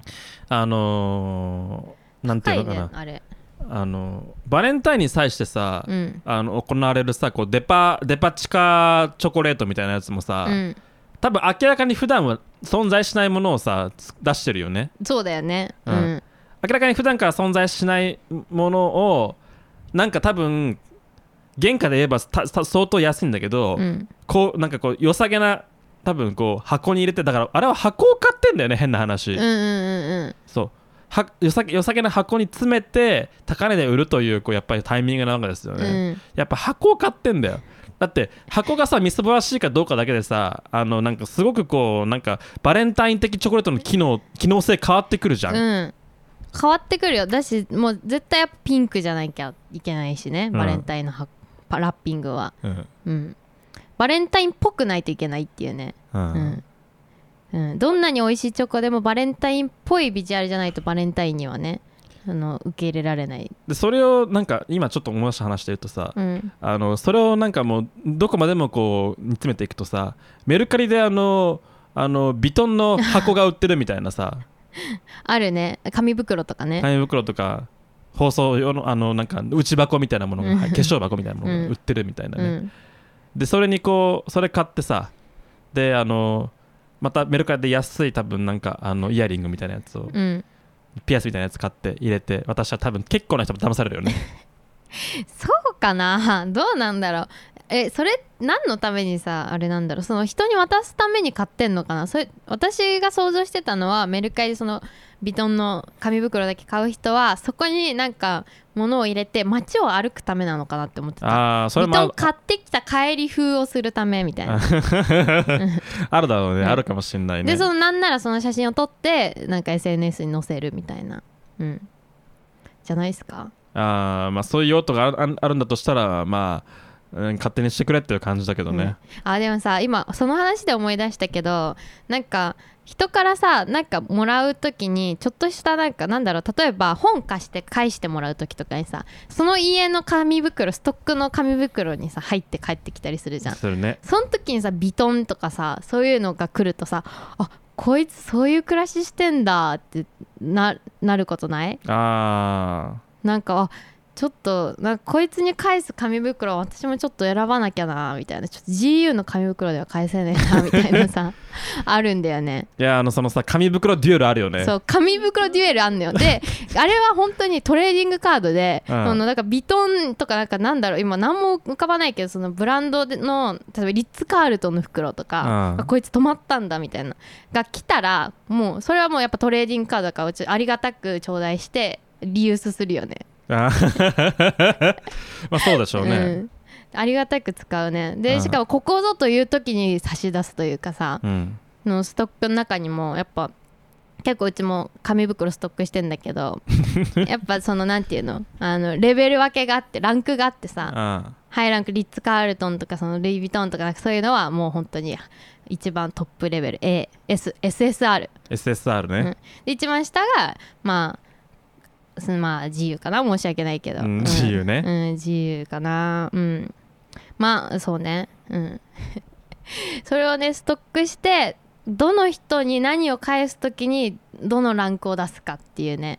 あのー、なんて高いういのかな、ねあれあのバレンタインに際してさ、うんあの行われるさこうデパデパ地下チョコレートみたいなやつもさ、うん多分明らかに普段は存在しないものをさつ出してるよねそうだよねううんん明らかに普段から存在しないものをなんか多分原価で言えばたた相当安いんだけど、うんこうなんかこう良さげな多分こう箱に入れてだからあれは箱を買ってんだよね変な話、うんうんうんうんそうは良さげ良さげな箱に詰めて高値で売るというこうやっぱりタイミングなわけですよね、うんやっぱ箱を買ってんだよだって箱がさみすぼらしいかどうかだけでさあのなんかすごくこうなんかバレンタイン的チョコレートの機能機能性変わってくるじゃん、うん変わってくるよだしもう絶対やっぱピンクじゃなきゃいけないしねうんバレンタインのはパラッピングはうんうんバレンタインっぽくないといけないっていうねうんうんうん、どんなに美味しいチョコでもバレンタインっぽいビジュアルじゃないとバレンタインにはねあの受け入れられない、でそれをなんか今ちょっと思い出した話で言うとさ、うん、あのそれをなんかもうどこまでもこう煮詰めていくとさメルカリであのあのビトンの箱が売ってるみたいな さあるね紙袋とかね、紙袋とか包装用のあのなんか内箱みたいなものが化粧箱みたいなものが売ってるみたいなうね、んでそれにこうそれ買ってさであのまたメルカリで安い多分なんかあのイヤリングみたいなやつをうん、ピアスみたいなやつ買って入れて私は多分結構な人も騙されるよね そうかなどうなんだろうえそれ何のためにさあれなんだろうその人に渡すために買ってんのかなそれ私が想像してたのはメルカリでそのビトンの紙袋だけ買う人はそこになんか物を入れて街を歩くためなのかなって思ってたああそれビもトあンる買ってきた帰り風をするためみたいな あるだろうね、うんあるかもしれないねでそのなんならその写真を撮ってなんか SNS に載せるみたいな、うん、じゃないですかあーまあそういう用途があるあんあるんだとしたらまあ、うん勝手にしてくれっていう感じだけどね、あでもさ今その話で思い出したけどなんか人からさなんかもらう時にちょっとしたなんかなんだろう例えば本貸して返してもらう時とかにさその家の紙袋ストックの紙袋にさ入って帰ってきたりするじゃんするねその時にさビトンとかさそういうのが来るとさあこいつそういう暮らししてんだってななることないあなんかあちょっとなんかこいつに返す紙袋は私もちょっと選ばなきゃなみたいなちょっと GU の紙袋では返せねえなみたいなさ あるんだよねーいやあのそのさ紙袋デュエルあるよね そう紙袋デュエルあんのよであれは本当にトレーディングカードで、うんそのなんかビトンとかなんかなんだろう今何も浮かばないけどそのブランドでの例えばリッツ・カールトンの袋とか、うんあこいつ止まったんだみたいなが来たらもうそれはもうやっぱトレーディングカードだからうちありがたく頂戴してリユースするよねあーまあそうでしょうね、うん、ありがたく使うねで、うんしかもここぞという時に差し出すというかさ、うんのストックの中にもやっぱ結構うちも紙袋ストックしてんだけ どやっぱそのなんていうのあのレベル分けがあってランクがあってさあハイランクリッツ・カールトンとかそのルイ・ヴィトンとかなんかそういうのはもう本当に一番トップレベル ASSR あ SSR ね、で一番下がまあすまあ自由かな申し訳ないけど、うん自由ねうん、自由かなうんまあそうねうん それをねストックしてどの人に何を返す時にどのランクを出すかっていうね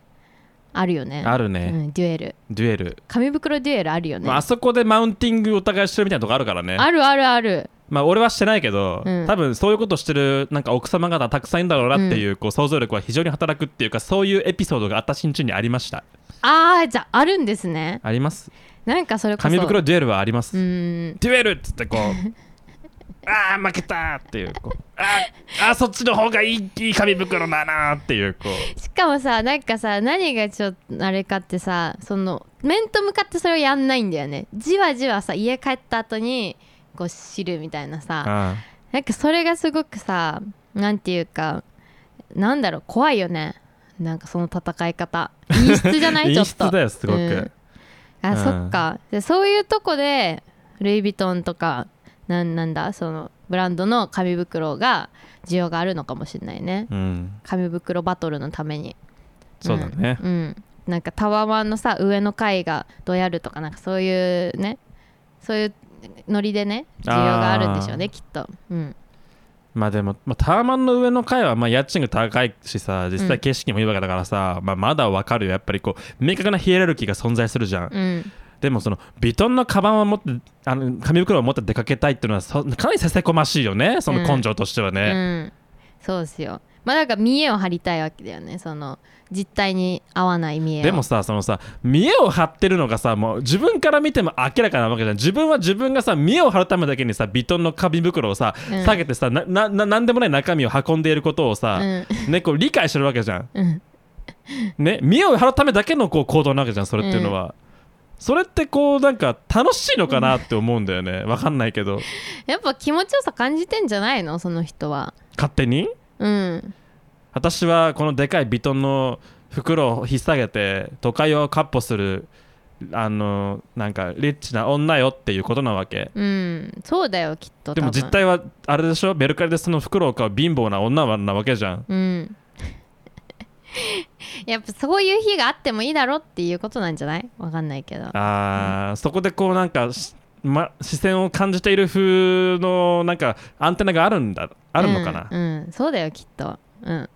あるよねあるうね、ん、デュエルデュエル、紙袋デュエルあるよね、まああそこでマウンティングお互いしてるみたいなとこあるからねあるあるあるまあ俺はしてないけど、うん多分そういうことしてるなんか奥様方たくさんいるんだろうなっていう,、こう想像力は非常に働くっていうかそういうエピソードが私んちにありましたああじゃああるんですねありますなんかそれこそ紙袋デュエルはあります、うーんデュエルっつって こうああ負けたーっていうこうあーあーそっちの方がいいいい紙袋だなーっていうこうしかもさなんかさ何がちょっとあれかってさその面と向かってそれをやんないんだよねじわじわさ家帰った後にこう知るみたいなさあなんかそれがすごくさなんていうかなんだろう怖いよねなんかその戦い方陰湿じゃ ないち陰ょっと湿だよすごく、うんあ、うんそっかでそういうとこでルイ・ヴィトンとかなんなんだそのブランドの紙袋が需要があるのかもしれないねうん、紙袋バトルのためにそうだね、うん、うんなんかタワマンのさ上の階がどうやるとかなんかそういうねそういうノリでね需要があるんでしょうねあーきっとうんまあでも、まあ、タワマンの上の階はまあ家賃が高いしさ実際景色もいいわけだからさ、まあ、まだわかるよやっぱりこう明確なヒエラルキーが存在するじゃん、うんでもそのヴィトンのカバンを持ってあの紙袋を持って出かけたいっていうのはそかなりせせこましいよねその根性としてはね、うん、そうですよまあだから見栄を張りたいわけだよねその実態に合わない見栄をでもさそのさ見栄を張ってるのがさもう自分から見ても明らかなわけじゃん自分は自分がさ見栄を張るためだけにさヴィトンの紙袋をさうん下げてさ、ななななんでもない中身を運んでいることをうさ、んねこう理解してるわけじゃん、うんね、見栄を張るためだけのこう行動なわけじゃんそれっていうのは、それってこうなんか楽しいのかなって思うんだよねわかんないけどやっぱ気持ちよさ感じてんじゃないのその人は勝手にうん私はこのでかいビトンの袋を引っ提げて都会をかっ歩するあのなんかリッチな女よっていうことなわけうんそうだよきっとでも多分実態はあれでしょメルカリでその袋を買う貧乏な女なわけじゃんうん やっぱそういう日があってもいいだろっていうことなんじゃないわかんないけどあーそこでこうなんかし、ま、視線を感じている風のなんかアンテナがあるんだあるのかな、うん、うんそうだよきっとうん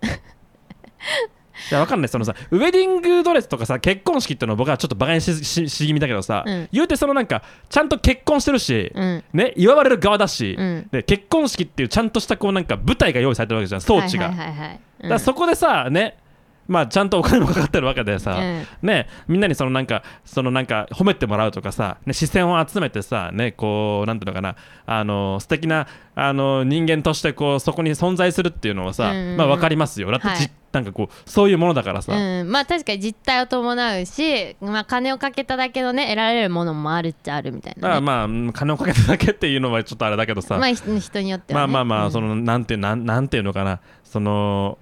いやわかんないそのさウェディングドレスとかさ結婚式ってのを僕はちょっとバカにししし気味だけどさ、うん言うてそのなんかちゃんと結婚してるし、うんね祝われる側だし、うんで結婚式っていうちゃんとしたこうなんか舞台が用意されてるわけじゃん装置が、はいはいはいはい、だからそこでさねまあちゃんとお金もかかってるわけでさ、うんねみんなにそのなんかそのなんか褒めてもらうとかさ、ね、視線を集めてさねこうなんていうのかなあの素敵なあの人間としてこうそこに存在するっていうのはさ、うんうんうんまあわかりますよだってじ、はいなんかこうそういうものだからさ、うん、まあ確かに実態を伴うし、まあ、金をかけただけのね得られるものもあるっちゃあるみたいだかな、らね、まあうん金をかけただけっていうのはちょっとあれだけどさ、まあひ人によってまは、あね、まあまうあんそのなんていうなんなんていうのかなその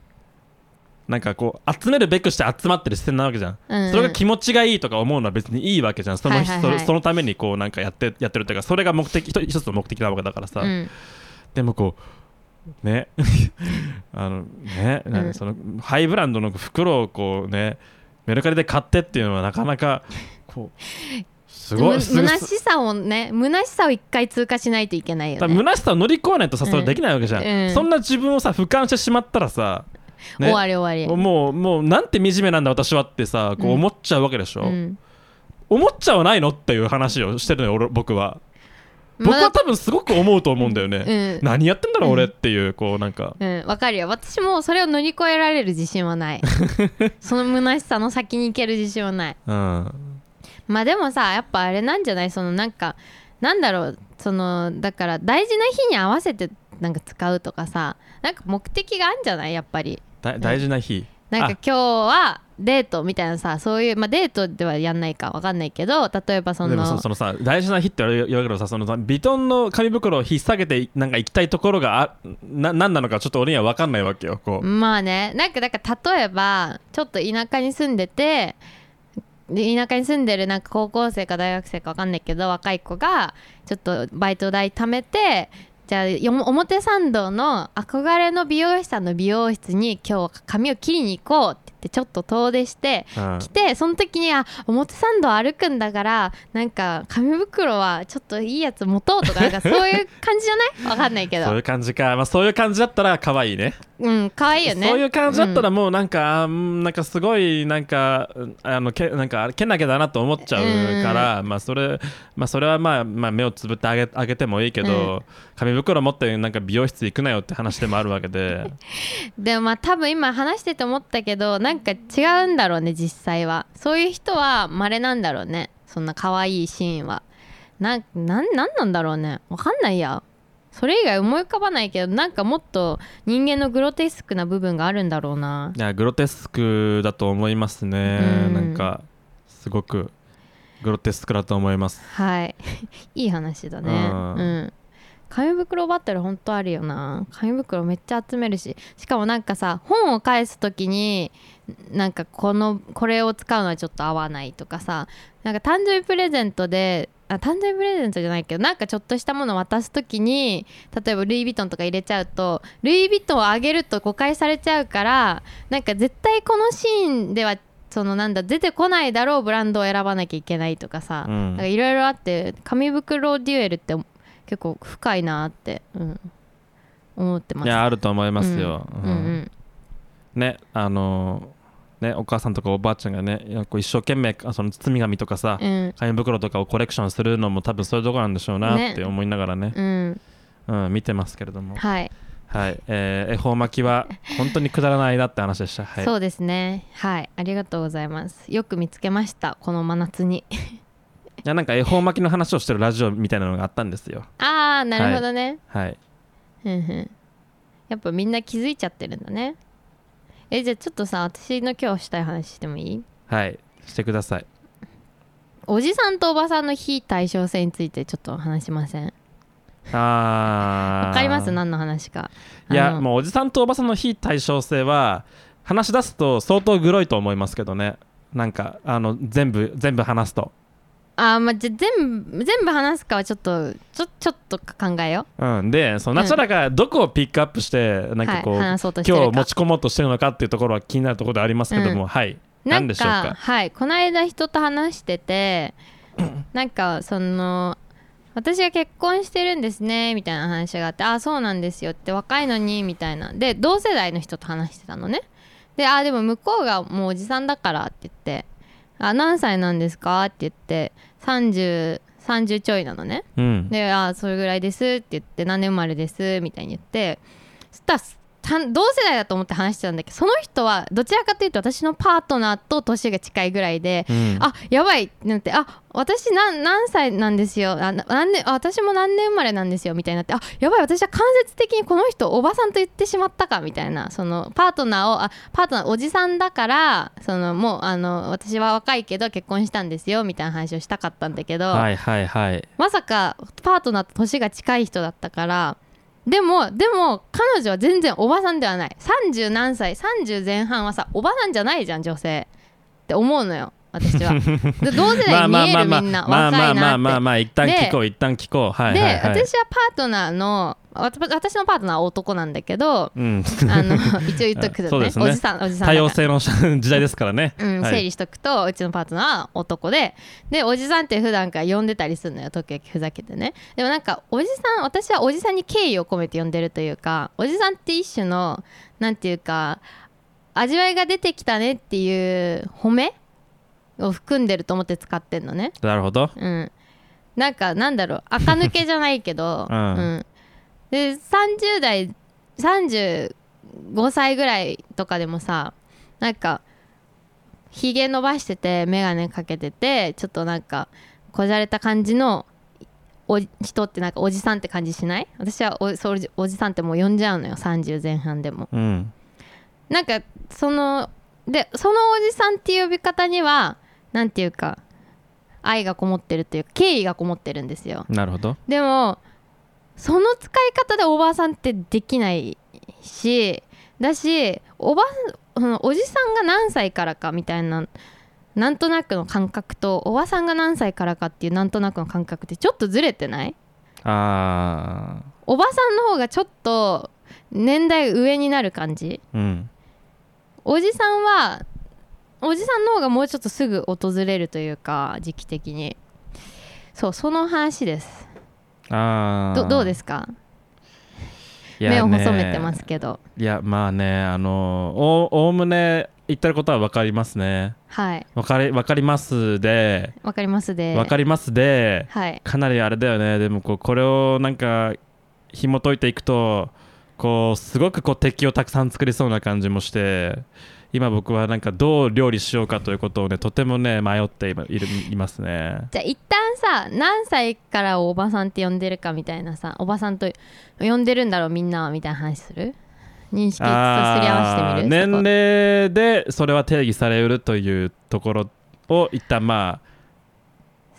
なんかこう集めるべくして集まってる視線なわけじゃん、うんうんそれが気持ちがいいとか思うのは別にいいわけじゃんその,、はいはいはいそそのためにこうなんかやってやってるというかそれが目的一一つの目的なわけだからさ、うんでもこうね あのね、なんうんそのハイブランドの袋をこうねメルカリで買ってっていうのはなかなかこうすごいむすごい虚しさをね虚しさを一回通過しないといけないよだね虚しさを乗り越えないとさそれできないわけじゃん、うんうんそんな自分をさ俯瞰してしまったらさ、ね終わり終わりもうもうなんて惨めなんだ私はってさこううん思っちゃうわけでしょ、うん思っちゃわないのっていう話をしてるのよ俺僕は僕まあは多分すごく思うと思うんだよね、うん何やってんだろううん俺っていうこうなんかうん、わかるよ私もそれを乗り越えられる自信 はないその虚しさの先に行ける自信はないうんまあでもさやっぱあれなんじゃないそのなんかなんだろうそのだから大事な日に合わせてなんか使うとかさなんか目的があるんじゃないやっぱりだ大事な日、なんかあ今日はデートみたいなさそういうまあデートではやんないかわかんないけど例えばそでものそそのさ大事な日って言われるけどさそのさビトンの紙袋を引っ提げてなんか行きたいところがあな何なのかちょっと俺には分かんないわけよこう、まあねなんかだから例えばちょっと田舎に住んでてで田舎に住んでるなんか高校生か大学生かわかんないけど若い子がちょっとバイト代貯めてじゃあよ表参道の憧れの美容師さんの美容室に今日は髪を切りに行こうってってちょっと遠出してうん来てその時にあ表参道歩くんだからなんか紙袋はちょっといいやつ持とうとかなんかそういう感じじゃないわかんない けそういどう感じか、まあ、そういう感じだったら可愛いねうん可愛いよねそういう感じだったららもうなんか、うんなんかすごいなんかうんあのけなんかけなげだなと思っちゃうから、まあそれまあそれはまあまあ目をつぶってあげあげてもいいけど、紙袋持ってなんか美容室行くなよって話でもあるわけ ででもまあ多分今話してて思ったけどなんか違うんだろうね実際はそういう人は稀なんだろうねそんな可愛いシーンはなんなんなんなんだろうねわかんないやそれ以外思い浮かばないけどなんかもっと人間のグロテスクな部分があるんだろうないやグロテスクだと思いますね、うんなんかすごくグロテスクだと思いますはい いい話だねうんうん紙袋バトル本当あるよな紙袋めっちゃ集めるししかもなんかさ本を返す時になんかこのこれを使うのはちょっと合わないとかさなんか誕生日プレゼントであ誕生日プレゼントじゃないけどなんかちょっとしたもの渡す時に例えばルイ・ヴィトンとか入れちゃうとルイ・ヴィトンをあげると誤解されちゃうからなんか絶対このシーンではそのなんだ出てこないだろうブランドを選ばなきゃいけないとかさ、うんなんかいろいろあって紙袋デュエルって結構深いなって、うん、思ってまいす。やあると思いますよ、うんううんんうんねあのねお母さんとかおばあちゃんがねいやこう一生懸命あその包み紙とかさ、うん紙袋とかをコレクションするのも多分そういうところなんでしょうなねって思いながらねうん、うん、見てますけれども、はい、はいえー恵方巻きは本当にくだらないなって話でした、はい、そうですねはいありがとうございますよく見つけましたこの真夏に いやなんか恵方巻きの話をしてるラジオみたいなのがあったんですよ、ああなるほどね、はい、うんうんやっぱみんな気づいちゃってるんだねえじゃあちょっとさ私の今日したい話してもいいはい、してくださいおじさんとおばさんの非対称性についてちょっと話しませんあーわかります何の話かいあやのもうおじさんとおばさんの非対称性は話し出すと相当グロいと思いますけどねなんかあの全部全部話すとあーまあじゃあ全部全部話すかはちょっとちょちょっと考えようん、でそのナチュラがどこをピックアップして、なんかこう、はい話そうとしてるか今日持ち込もうとしてるのかっていうところは気になるところでありますけども、うはいな何んでしょうかかはいこの間人と話し ててなんかその私が結婚してるんですねみたいな話があってああそうなんですよって若いのにみたいなで同世代の人と話してたのねでああでも向こうがもうおじさんだからって言ってあ何歳なんですかって言って30 30ちょいなのねうんで「あーそれぐらいです」って言って「何年生まれです」みたいに言ってそしたらすたん同世代だと思って話してたんだけどその人はどちらかというと私のパートナーと年が近いぐらいでう。んあやばいってなってあ私何何歳なんですよあな何年あ私も何年生まれなんですよみたいになってあやばい私は間接的にこの人おばさんと言ってしまったかみたいなそのパートナーをあパートナーおじさんだからそのもうあの私は若いけど結婚したんですよみたいな話をしたかったんだけど、はいはいはいまさかパートナーと年が近い人だったからでもでも彼女は全然おばさんではない30何歳30前半はさおばなんじゃないじゃん女性って思うのよ私は で同世代に見えるみんなまあま若あいまあまなあってまあ一旦聞こう一旦聞こうはいではいはい私はパートナーのわ私のパートナーは男なんだけどうん、あの一応言っとくけそどうねですねおじさんおじ多さんだから様性の時代ですからね、うん、は整い、理しとくと、うちのパートナーは男ででおじさんって普段から呼んでたりするのよ時々ふざけてねでもなんかおじさん私はおじさんに敬意を込めて呼んでるというかおじさんって一種のなんていうか味わいが出てきたねっていう褒めを含んでると思って使ってんのねなるほどうん、なんかなんだろう垢抜けじゃないけど、うんうんで30代35歳ぐらいとかでもさなんかひげ伸ばしてて眼鏡かけててちょっとなんかこじゃれた感じのお人ってなんかおじさんって感じしない私はおそうおじおじさんってもう呼んじゃうのよ30前半でも。うんなんかそのでそのおじさんっていう呼び方にはなんていうか愛がこもってるというか敬意がこもってるんですよなるほどでもその使い方でおばあさんってできないしだしおばそのおじさんが何歳からかみたいななんとなくの感覚とおばさんが何歳からかっていうなんとなくの感覚ってちょっとずれてないあおばさんの方がちょっと年代上になる感じーうんおじさんはおじさんの方がもうちょっとすぐ訪れるというか時期的にそうその話ですあどどうですすかいや目をね細めてますけどいやまあねあのおおおむね言ってることは分かりますねはい分かり分かりますでわかりますで分かりますではいかなりあれだよねでもこうこれをなんか紐解いていくとこうすごくこう敵をたくさん作りそうな感じもして今僕はなんかどう料理しようかということをねとてもね迷っていまいるいますねじゃあ一旦さ何歳からおばさんって呼んでるかみたいなさおばさんと呼んでるんだろうみんなはみたいな話する認識とすり合わせてみるあーそこ年齢でそれは定義されうるというところを一旦ま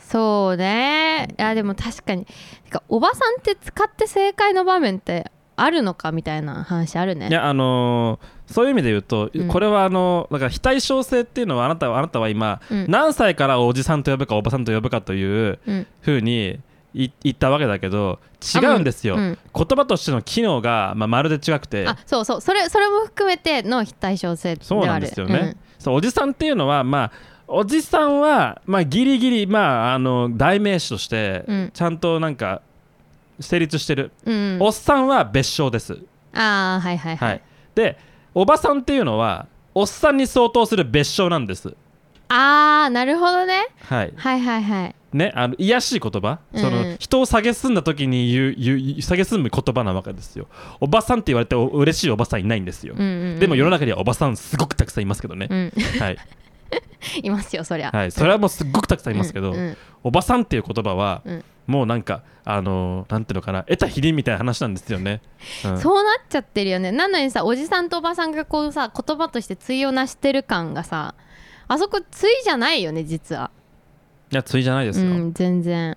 そうねいやでも確かにてかおばさんって使って正解の場面ってあるのかみたいな話あるあねいやあのーそういう意味で言うと、うんこれはあのだから非対称性っていうのはあなたはあなたは今、うん何歳からおじさんと呼ぶかおばさんと呼ぶかといううんふうにい言ったわけだけど違うんですよ、うん言葉としての機能が、まあ、まるで違くてあそうそうそれそれも含めての非対称性でそうなあんるですよね、そうおじさんっていうのはまあおじさんは、まあ、ギリギリ、まあ、あの代名詞としてうんちゃんとなんか成立してる、うん、うんおっさんは別称です、ああはいはいはい、はい、でおばさんっていうのはおっさんに相当する別称なんですああなるほどねはいはいはいはいねあの癒やしい言葉、そうんの人を蔑んだ時に言う言う言う蔑む言葉なわけですよおばさんって言われてお嬉しいおばさんいないんですよ、うんうんうんでも世の中にはおばさんすごくたくさんいますけどねう、ん はい、いますよそりゃはい、それはもうすっごくたくさんいますけど、うんうんおばさんっていう言葉は、うんもうなんかあのーなんていうのかな得たひりみたいな話なんですよね、うんそうなっちゃってるよねなのにさおじさんとおばさんがこうさ言葉として対をなしてる感がさあそこ対じゃないよね実はいやついじゃないですよ、うん全然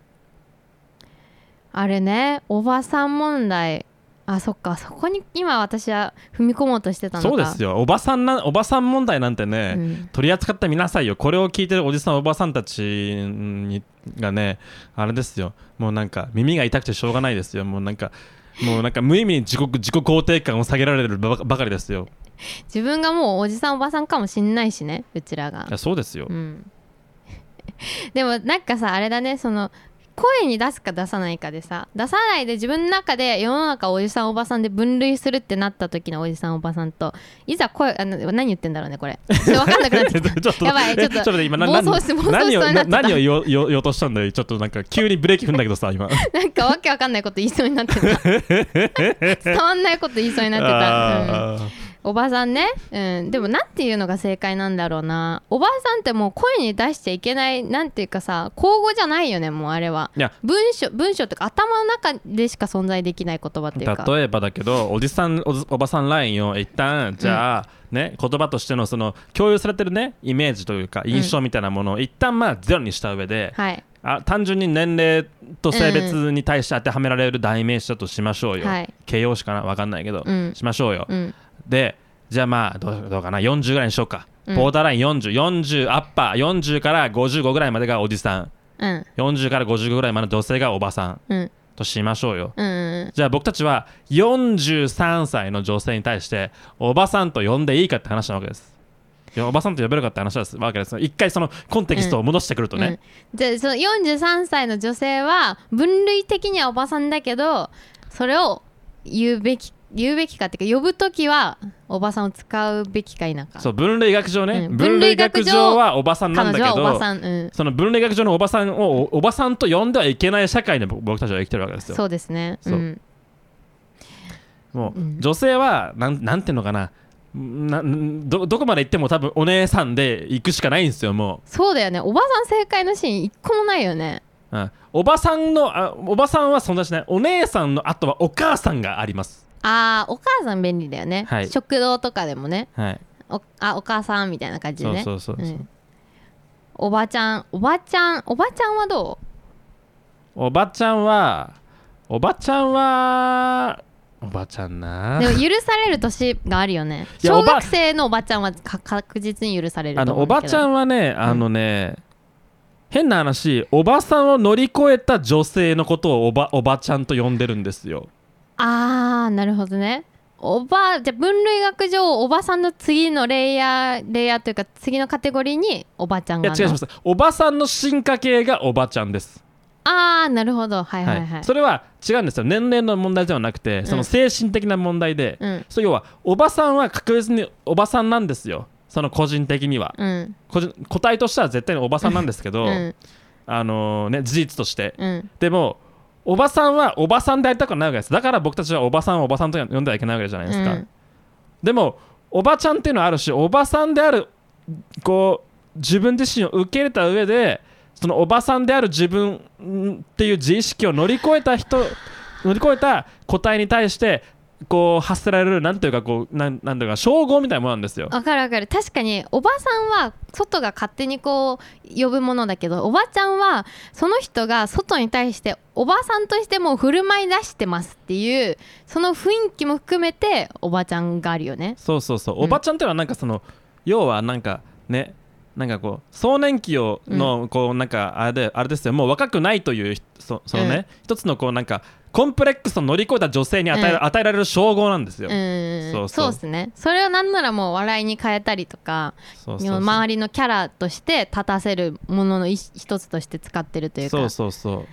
あれねおばさん問題あそっかそこに今私は踏み込もうとしてたのかそうですよおばさんなおばさん問題なんてね、うん取り扱ってみなさいよこれを聞いてるおじさんおばさんたちにがねあれですよもうなんか耳が痛くてしょうがないですよもうなんかもうなんか無意味に自己自己肯定感を下げられるばばかりですよ自分がもうおじさんおばさんかもしんないしねうちらがいやそうですよ、うん でもなんかさあれだねその声に出すか出さないかでさ出さないで自分の中で世の中をおじさんおばさんで分類するってなった時のおじさんおばさんといざ声あの何言ってんだろうねこれちょっと分かんなくなってきた ちょっとやばいちょっとえ待て今な暴走何し暴走し何そうをにななってた何を言おう言おう言おうとしたんだよちょっとなんか急にブレーキ踏んだけどさ今なんかわけわかんないこと言いそうになってた伝わんないこと言いそうになってた、うんあーおばさんね、うん、でもなんていうのが正解なんだろうなおばさんってもう声に出しちゃいけないなんていうかさ口語じゃないよねもうあれはいや文章文章とか頭の中でしか存在できない言葉っていうか例えばだけどおじさんおじおばさんラインを一旦じゃあ、ね言葉としてのその共有されてるねイメージというか印象みたいなものを一旦まあゼロにした上で、はいあ単純に年齢と性別に対して当てはめられる代名詞だとしましょうよ、はい形容詞かなわかんないけど、うんしましょうよ、うんでじゃあまあどうどうかな40ぐらいにしようか、うんボーダーライン4040アッパー40から55ぐらいまでがおじさんうん40から55ぐらいまでの女性がおばさんうんとしましょうよ、うんうんじゃあ僕たちは43歳の女性に対しておばさんと呼んでいいかって話なわけです。いやおばさんと呼べるかって話ですわけです。一回そのコンテキストを戻してくるとね。うん、じゃあその43歳の女性は分類的にはおばさんだけどそれを言うべき言うべきかっていうか呼ぶ時はおばさんを使うべきか否かそう分類学上ね、うん分類学上はおばさんな彼んだけ女はおばど、さん、うん、その分類学上のおばさんをおおばさんと呼んではいけない社会で僕僕たちは生きてるわけですよ。そうですねそうんもううん女性はなんなんていうのかななんど、どこまで行っても多分お姉さんで行くしかないんですよ、もう。そうだよねおばさん正解のシーン一個もないよねうんおばさんのあおばさんは存在しないお姉さんの後はお母さんがありますあーお母さん便利だよね、はい食堂とかでもねはいおあお母さんみたいな感じでねそうそうそうそううんおばちゃんおばちゃんおばちゃんはどおばちゃんはおばちゃんはおばちゃんうなでも許される年があるよね いや小おば学生のおばちゃんはか確実に許されるあとの思うおんだばけちどゃんはねあのね、変な話おばさんを乗り越えた女性のことをおばおばちゃんと呼んでるんですよあーなるほどねおばじゃあ分類学上おばさんの次のレイヤーレイヤーというか次のカテゴリーにおばちゃんいがや違いますおばさんの進化系がおばちゃんですああなるほどはいはいはい、それは違うんですよ年齢の問題ではなくてその精神的な問題で、うんそう要はおばさんは確実におばさんなんですよその個人的にはうん個人個体としては絶対におばさんなんですけど、うんあのね事実として、うんでもおばさんはおばさんでありたくないわけですだから僕たちはおばさんをおばさんと呼んではいけないわけじゃないですか、うんでもおばちゃんっていうのはあるしおばさんであるこう自分自身を受け入れた上でそのおばさんである自分んっていう自意識を乗り越えた人乗り越えた個体に対してこう発せられるなんていうかこうなんなんていうか称号みたいなものなんですよ。わかるわかる確かにおばさんは外が勝手にこう呼ぶものだけどおばちゃんはその人が外に対しておばさんとしてもう振る舞い出してますっていうその雰囲気も含めておばちゃんがあるよねそうそうそう、うんおばちゃんっていうのはなんかその要はなんかねなんかこう壮年期をのこうなんかあれであれですよもう若くないというひそそのね、一つのこうなんかコンプレックスを乗り越えた女性に与え,、うん与えられる称号なんですよ、うんそうそうそうですねそれをなんならもう笑いに変えたりとかそうそうそう周りのキャラとして立たせるものの一一つとして使ってるというかそうそうそう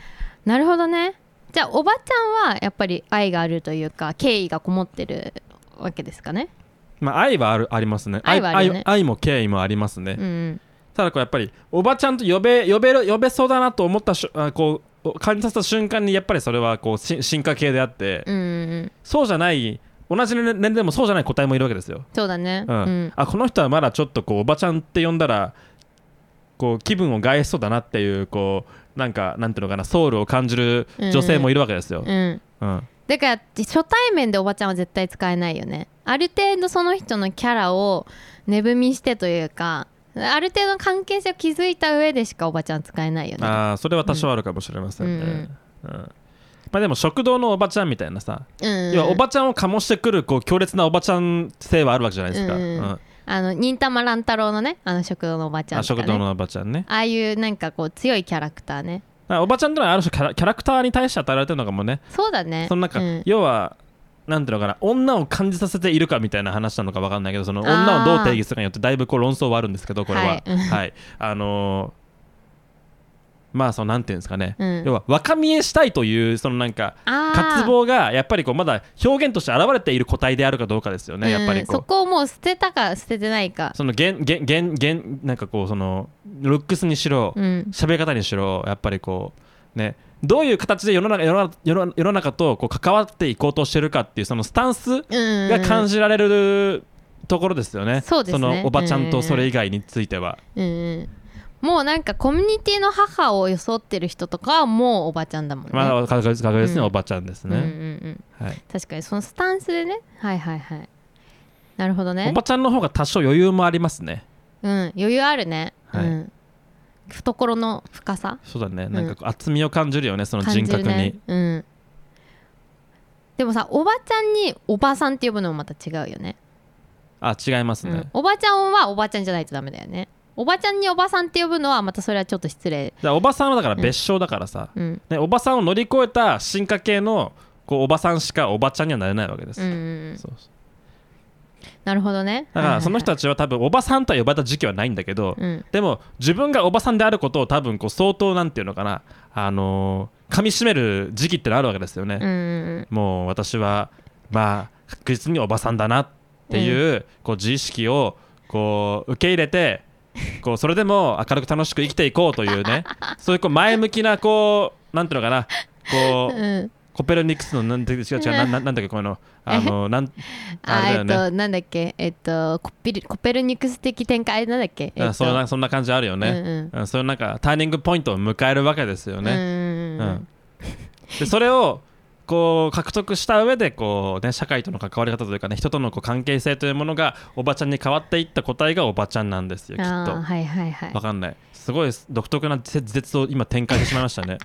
なるほどねじゃあおばちゃんはやっぱり愛があるというか敬意がこもってるわけですかねまあ愛はあるありますね愛はあるよね愛愛も敬意もありますね、うんただこうやっぱりおばちゃんと呼べ呼べる呼べそうだなと思ったしあこう感じさせた瞬間にやっぱりそれはこうし進化系であって、うんうんそうじゃない同じ年齢でもそうじゃない個体もいるわけですよそうだねうんあこの人はまだちょっとこうおばちゃんって呼んだらこう気分を害しそうだなっていうこうなんかなんていうのかなソウルを感じる女性もいるわけですよ、うんうんだから初対面でおばちゃんは絶対使えないよねある程度その人のキャラを値踏みしてというかある程度の関係性を築いた上でしかおばちゃん使えないよねあーそれは多少あるかもしれませんね、うんまあ、でも食堂のおばちゃんみたいなさ、うん要はおばちゃんを醸してくるこう強烈なおばちゃん性はあるわけじゃないですか、うんうんうんあの忍たま乱太郎のねあの食堂のおばちゃんあとか、ね、食堂のおばちゃんねああいうなんかこう強いキャラクターねだからおばちゃんってのはある種キャラキャラクターに対して与えられてるのかもねそうだねそのなんか、うん要はなんていうのかな女を感じさせているかみたいな話なのかわかんないけどそのあー女をどう定義するかによってだいぶこう論争はあるんですけどこれはははいい、うんあのーまあそのなんていうんですかね、うん要は若見えしたいというそのなんかあー渇望がやっぱりこうまだ表現として現れている個体であるかどうかですよね、やっぱりうんそこうこをもう捨てたか捨ててないかそのげんげんげんげんなんかこうそのルックスにしろ、うん喋り方にしろやっぱりこうねどういう形で世の中世の中世の世の中とこう関わっていこうとしてるかっていうそのスタンスうんが感じられるところですよね、そうですねのおばちゃんとそれ以外については、うんうんもうなんかコミュニティの母を装ってる人とかはもうおばちゃんだもんね、まあ確実確実にうんおばちゃんですうんうんうね、んはい確かにそのスタンスでねはいはいはいなるほどねおばちゃんの方が多少余裕もありますねうん余裕あるね、はいうん懐の深さそうだねなんかこう厚みを感じるよねその感人じ格るに、ね、うん、でもさおばちゃんにおばさんって呼ぶのもまた違うよね、あ違いますうね、ん、おばちゃんはおばちゃんじゃないとダメだよねおばちゃんにおばさんって呼ぶのはまたそれはちょっと失礼だからおばさんはだから別称だからさ、うんね、おばさんを乗り越えた進化系のこうおばさんしかおばちゃんにはなれないわけです、うんうんうんそうそうなるほどねだからその人はたちは多分おばさんとは呼ばれた時期はないんだけど、いはいはいうんでも自分がおばさんであることを多分こう相当なんていうのかなあのー噛みしめる時期ってのあるわけですようね、んうんうんもう私はまあ確実におばさんだなっていう,、こう自意識をこう受け入れてこうそれでも明るく楽しく生きていこうという ねそういうこう前向きなこうなんていうのかなこううんコペルニクスのなんて違う違うなななんだっけこのあのなんああれだえよっねとなんだっけえっとコピルコペルニクス的展開なんだっけえっうんとそんなそんな感じあるよね、うんうんうん、そういうなんかターニングポイントを迎えるわけですよね。うんうんううんんでそれをこう獲得した上でこう、ね、社会との関わり方というかね人とのこう関係性というものがおばちゃんに変わっていった個体がおばちゃんなんですよきっと。あーわはいはいはいかんないすごい独特な説説を今展開してしまいましたね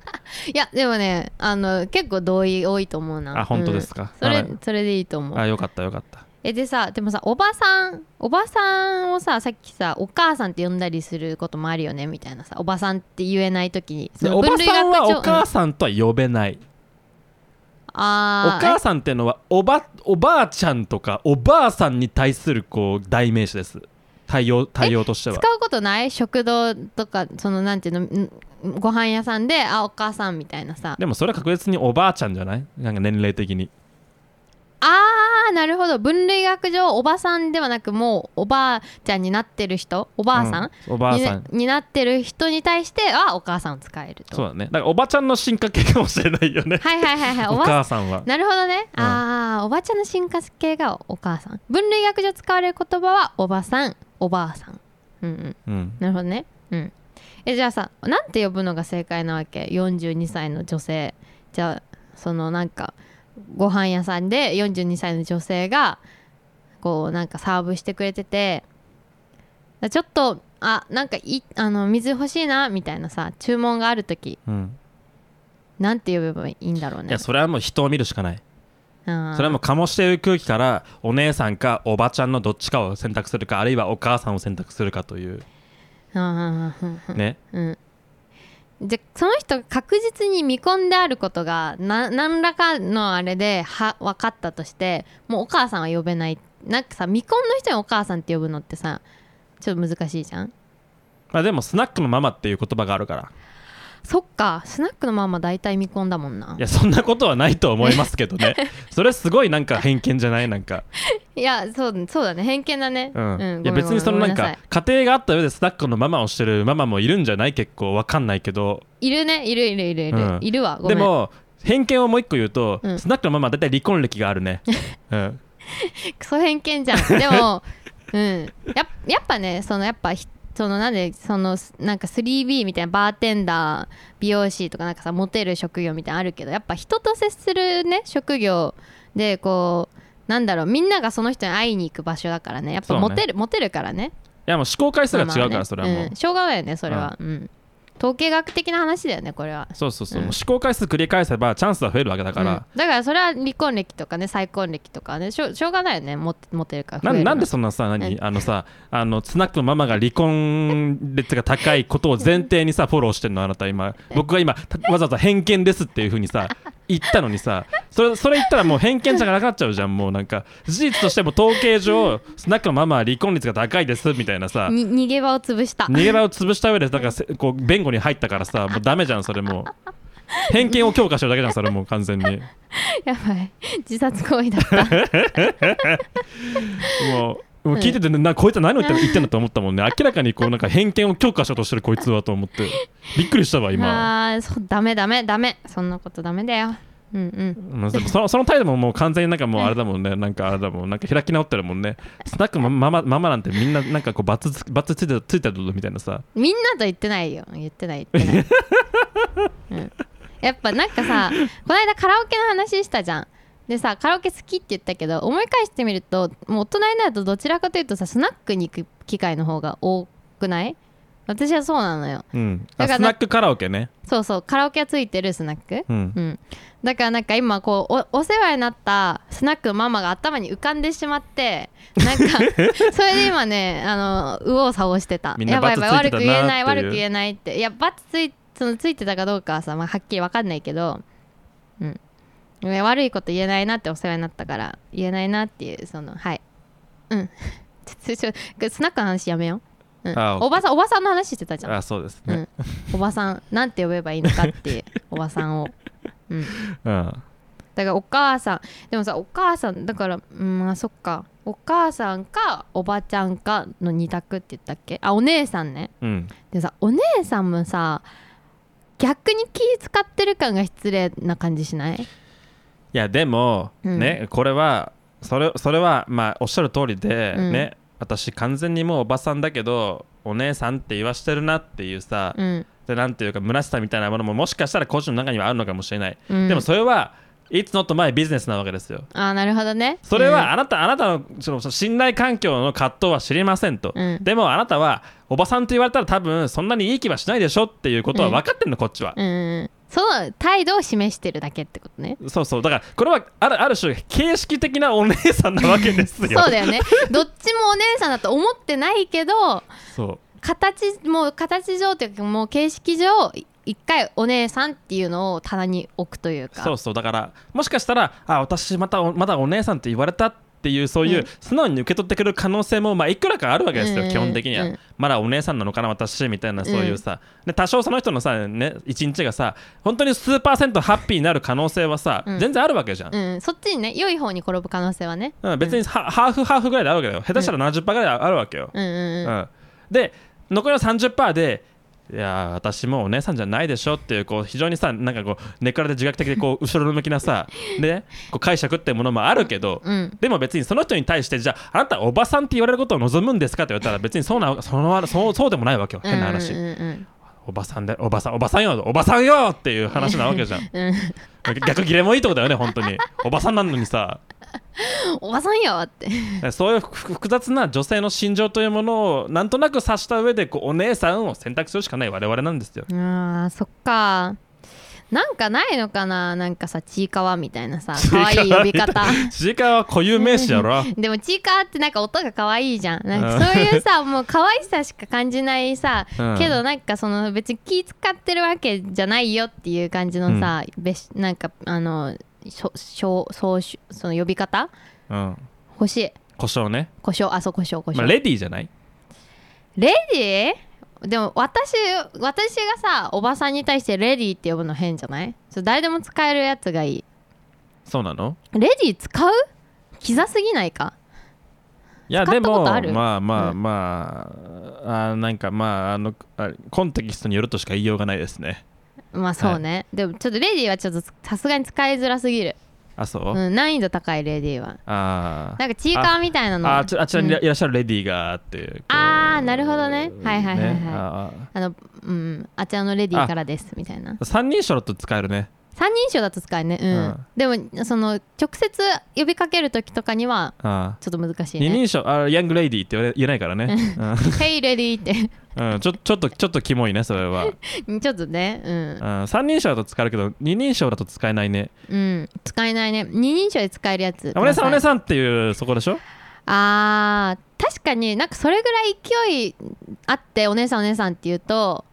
いやでもねあの結構同意多いと思うなあ本当ですかうんそれあらそれでいいと思うあよかったよかったえでさでもさおばさんおばさんをささっきさお母さんって呼んだりすることもあるよねみたいなさおばさんって言えない時にそでのおばさんはお母上さんとは呼べない、うんおあー母さんってのはおばおばあちゃんとかおばあさんに対するこう代名詞です対応対応としては使うことない食堂とかそのなんていうのんご飯屋さんであお母さんみたいなさでもそれは確実におばあちゃんじゃないなんか年齢的にあーなるほど分類学上おばさんではなくもうおばあちゃんになってる人おばあさん、うんおばあさんにになってる人に対してはお母さんを使えるとそうだねだからおばちゃんの進化系かもしれないよねはいはいはいはいお おば母さんはなるほどね、うんああおばちゃんの進化系がお母さん分類学上使われる言葉はおばさんおばあさんうんうんうんなるほどねうんえじゃあさなんて呼ぶのが正解なわけ42歳の女性じゃあそのなんかご飯屋さんで42歳の女性がこうなんかサーブしてくれててちょっとあなんかいあの水欲しいなみたいなさ注文がある時うんなんて呼べばいいんだろういねやそれはもう人を見るしかないあーそれはもう醸している空気からお姉さんかおばちゃんのどっちかを選択するかあるいはお母さんを選択するかというああ、ねうん。じゃその人が確実に見込んであることがな何らかのあれでは分かったとしてもうお母さんは呼べないなんかさ未婚の人にお母さんって呼ぶのってさちょっと難しいじゃんまあでもスナックのママっていう言葉があるからそっかスナックのママ大体未婚だもんないやそんなことはないと思いますけどね それすごいなんか偏見じゃないなんかいやそうそうだね偏見だねうんごめんいや別にそのなんごめかさ家庭があった上でスナックのママをしてるママもいるんじゃない結構わかんないけどいいるねいるいるいるいる、うんいるわごめでんも偏見をもう一個言うと、うんスナックのママは大体離婚歴がある ね、うん、クソ偏見じ ゃんでもうんややっぱねそのやっぱひそのなんでそのすなんか 3B みたいなバーテンダー美容師とかなんかさモテる職業みたいなのあるけどやっぱ人と接するね職業でこうなんだろうみんながその人に会いに行く場所だからねやっそぱうねモテる、モテるからねいやもう思考回数が違うからねそれはもう、んしょうがないよねそれはうん、統計学的な話だよねこれはそうそうそう、うんもう思考回数繰り返せばチャンスは増えるわけだから、うんだからそれは離婚歴とかね再婚歴とかねしょうしょうがないよねモテモテるから増えなんるのなんでそんなさ何あのさあのスナックのママが離婚率が高いことを前提に さフォローしてんのあなた今僕が今たわざわざ偏見ですっていうふうにさ言ったのにさそれそれ言ったらもう偏見じゃなくなっちゃうじゃんもうなんか事実としても統計上スナックのママは離婚率が高いですみたいなさに逃げ場を潰した逃げ場を潰した上でだからせこう弁護に入ったからさもうダメじゃんそれもう偏見を強化してるだけじゃんそれもう完全に やばい自殺行為だったもうもう聞いてて、なこいつは何を言って言ってんだと思ったもんね明らかにこうなんか偏見を強化しようとしてるこいつはと思ってびっくりしたわ今あーそうダメダメダメそんなことダメだようんうんうんでもそのその態度ももう完全になんかもうあれだもんねなんかあれだもんなんか開き直ってるもんねスナックのママママなんてみんななんかこうバツつバツついてついてるみたいなさみんなと言ってないよ言ってない言ってない、うん、やっぱなんかさこの間カラオケの話したじゃんでさカラオケ好きって言ったけど思い返してみるともう大人になるとどちらかというとさスナックに行く機会の方が多くない私はそうなのようんだあからスナックカラオケねそうそうカラオケがついてるスナックうんうん、だからなんか今こうおお世話になったスナックのママが頭に浮かんでしまってなんか それで今ねあの右往左往してたみんなやばいやばい悪バツつくいて言たなーっていうえない悪く言えないっていやバツついそのついてたかどうかはさ、まあ、はっきり分かんないけど、うん、いや悪いこと言えないなってお世話になったから言えないなっていうそのはいうん ちょちょスナックの話やめよう、うんあ、おばさんおばさんの話してたじゃんあそうですうねん、おばさんなんて呼べばいいのかっ ていうおばさんを、うん、だうんからお母さんでもさお母さんだからうんまあそっかお母さんかおばちゃんかの二択って言ったっけあお姉さんねうんでさお姉さんもさ逆に気使ってる感が失礼な感じしないいやでも、うんねこれはそれそれはまあおっしゃる通りで、うんね私完全にもうおばさんだけどお姉さんって言わしてるなっていうさ、うん、でなんていうか虚しさみたいなものももしかしたら個人の中にはあるのかもしれない、うん、でもそれは It's not my business なわけですよあーなるほどねそれはあなた、あなたのそのその信頼環境の葛藤は知りませんと、うんでもあなたはおばさんと言われたら多分そんなにいい気はしないでしょっていうことはうん分かってんのこっちは、うん、うん、その態度を示してるだけってことねそうそうだからこれはあるある種形式的なお姉さんなわけです そうよだよねどっちもお姉さんだと思ってないけどそう形もう形上というかもう形式上一回お姉さんっていうのを棚に置くというかそうそうだからもしかしたらあ私またおまだお姉さんって言われたっていうそういう、うん素直に受け取ってくれる可能性も、まあ、いくらかあるわけですよ、うん基本的には、うんまだお姉さんなのかな私みたいなそういうさ、で多少その人のさね一日がさ本当に数パーセントハッピーになる可能性はさ、うん全然あるわけじゃん、うん、そっちにね良い方に転ぶ可能性はねうん別にハ,、ハーフハーフぐらいであるわけだよ下手したら70%ぐらいあるわけよ、うんうんうんうんで残りの30%でいやー私もうお姉さんじゃないでしょっていうこう非常にさなんかこう根っからで自覚的で こう後ろ向きなさでこう解釈っていうものもあるけど、うんでも別にその人に対してじゃああなたおばさんって言われることを望むんですかって言われたら別にそうなそのそうそうでもないわけよ変な話、うんうんおばさんでおばさんおばさんよおばさんよっていう話なわけじゃ んうんうん逆ギレもいいとこだよね本当におばさんなのにさおばさんよってそういう複複雑な女性の心情というものをなんとなく察した上でこうお姉さんを選択するしかない我々なんですよ。 あーそっかなんかないのかななんかさちいかわみたいなさちいか可わ愛い呼び方ちいかわは固有名詞やろ。 でもちいかわってなんか音が可愛いじゃんなんうんかそういうさもう可愛さしか感じないさ、うんけどなんかその別に気使ってるわけじゃないよっていう感じのさ、べしなんかあのしょしょそうしその呼び方うん。欲しい故障ね。胡椒あそう胡椒胡椒、まあ、レディーじゃないレディーでも私私がさおばさんに対してレディーって呼ぶの変じゃないそれ誰でも使えるやつがいいそうなのレディー使うキザすぎないかいや、使でったことも、あるまあまあうんまあ、あーなんかまあ、あの、あコンテキストによるとしか言いようがないですね。まあそうね、でもちょっとレディーはちょっとさすがに使いづらすぎる、あ、そう、うん、難易度高いレディーはあーなんかチーカーみたいなのあーちあちらにいらうんいらっしゃるレディーがっていう。こうあーなるほどねはいはいはいはいねあーあのうんあちらのレディーからですみたいなあー三人称だと使えるね。三人称だと使えるねうん、でもその直接呼びかける時とかにはあーちょっと難しい二ね人称あヤングレディーって言われ言えないからね、 「ヘイレディー」って うんうん、ちょちょっとちょっとキモいねそれは、うんちょっとね、うん、三人称だと使えるけど二人称だと使えないねうん、うん、使えないね。二人称で使えるやつ。お姉さんお姉ん。さんっていうそこでしょあー、確かになんかそれぐらい勢いあって、お姉さんお姉さんって言うと、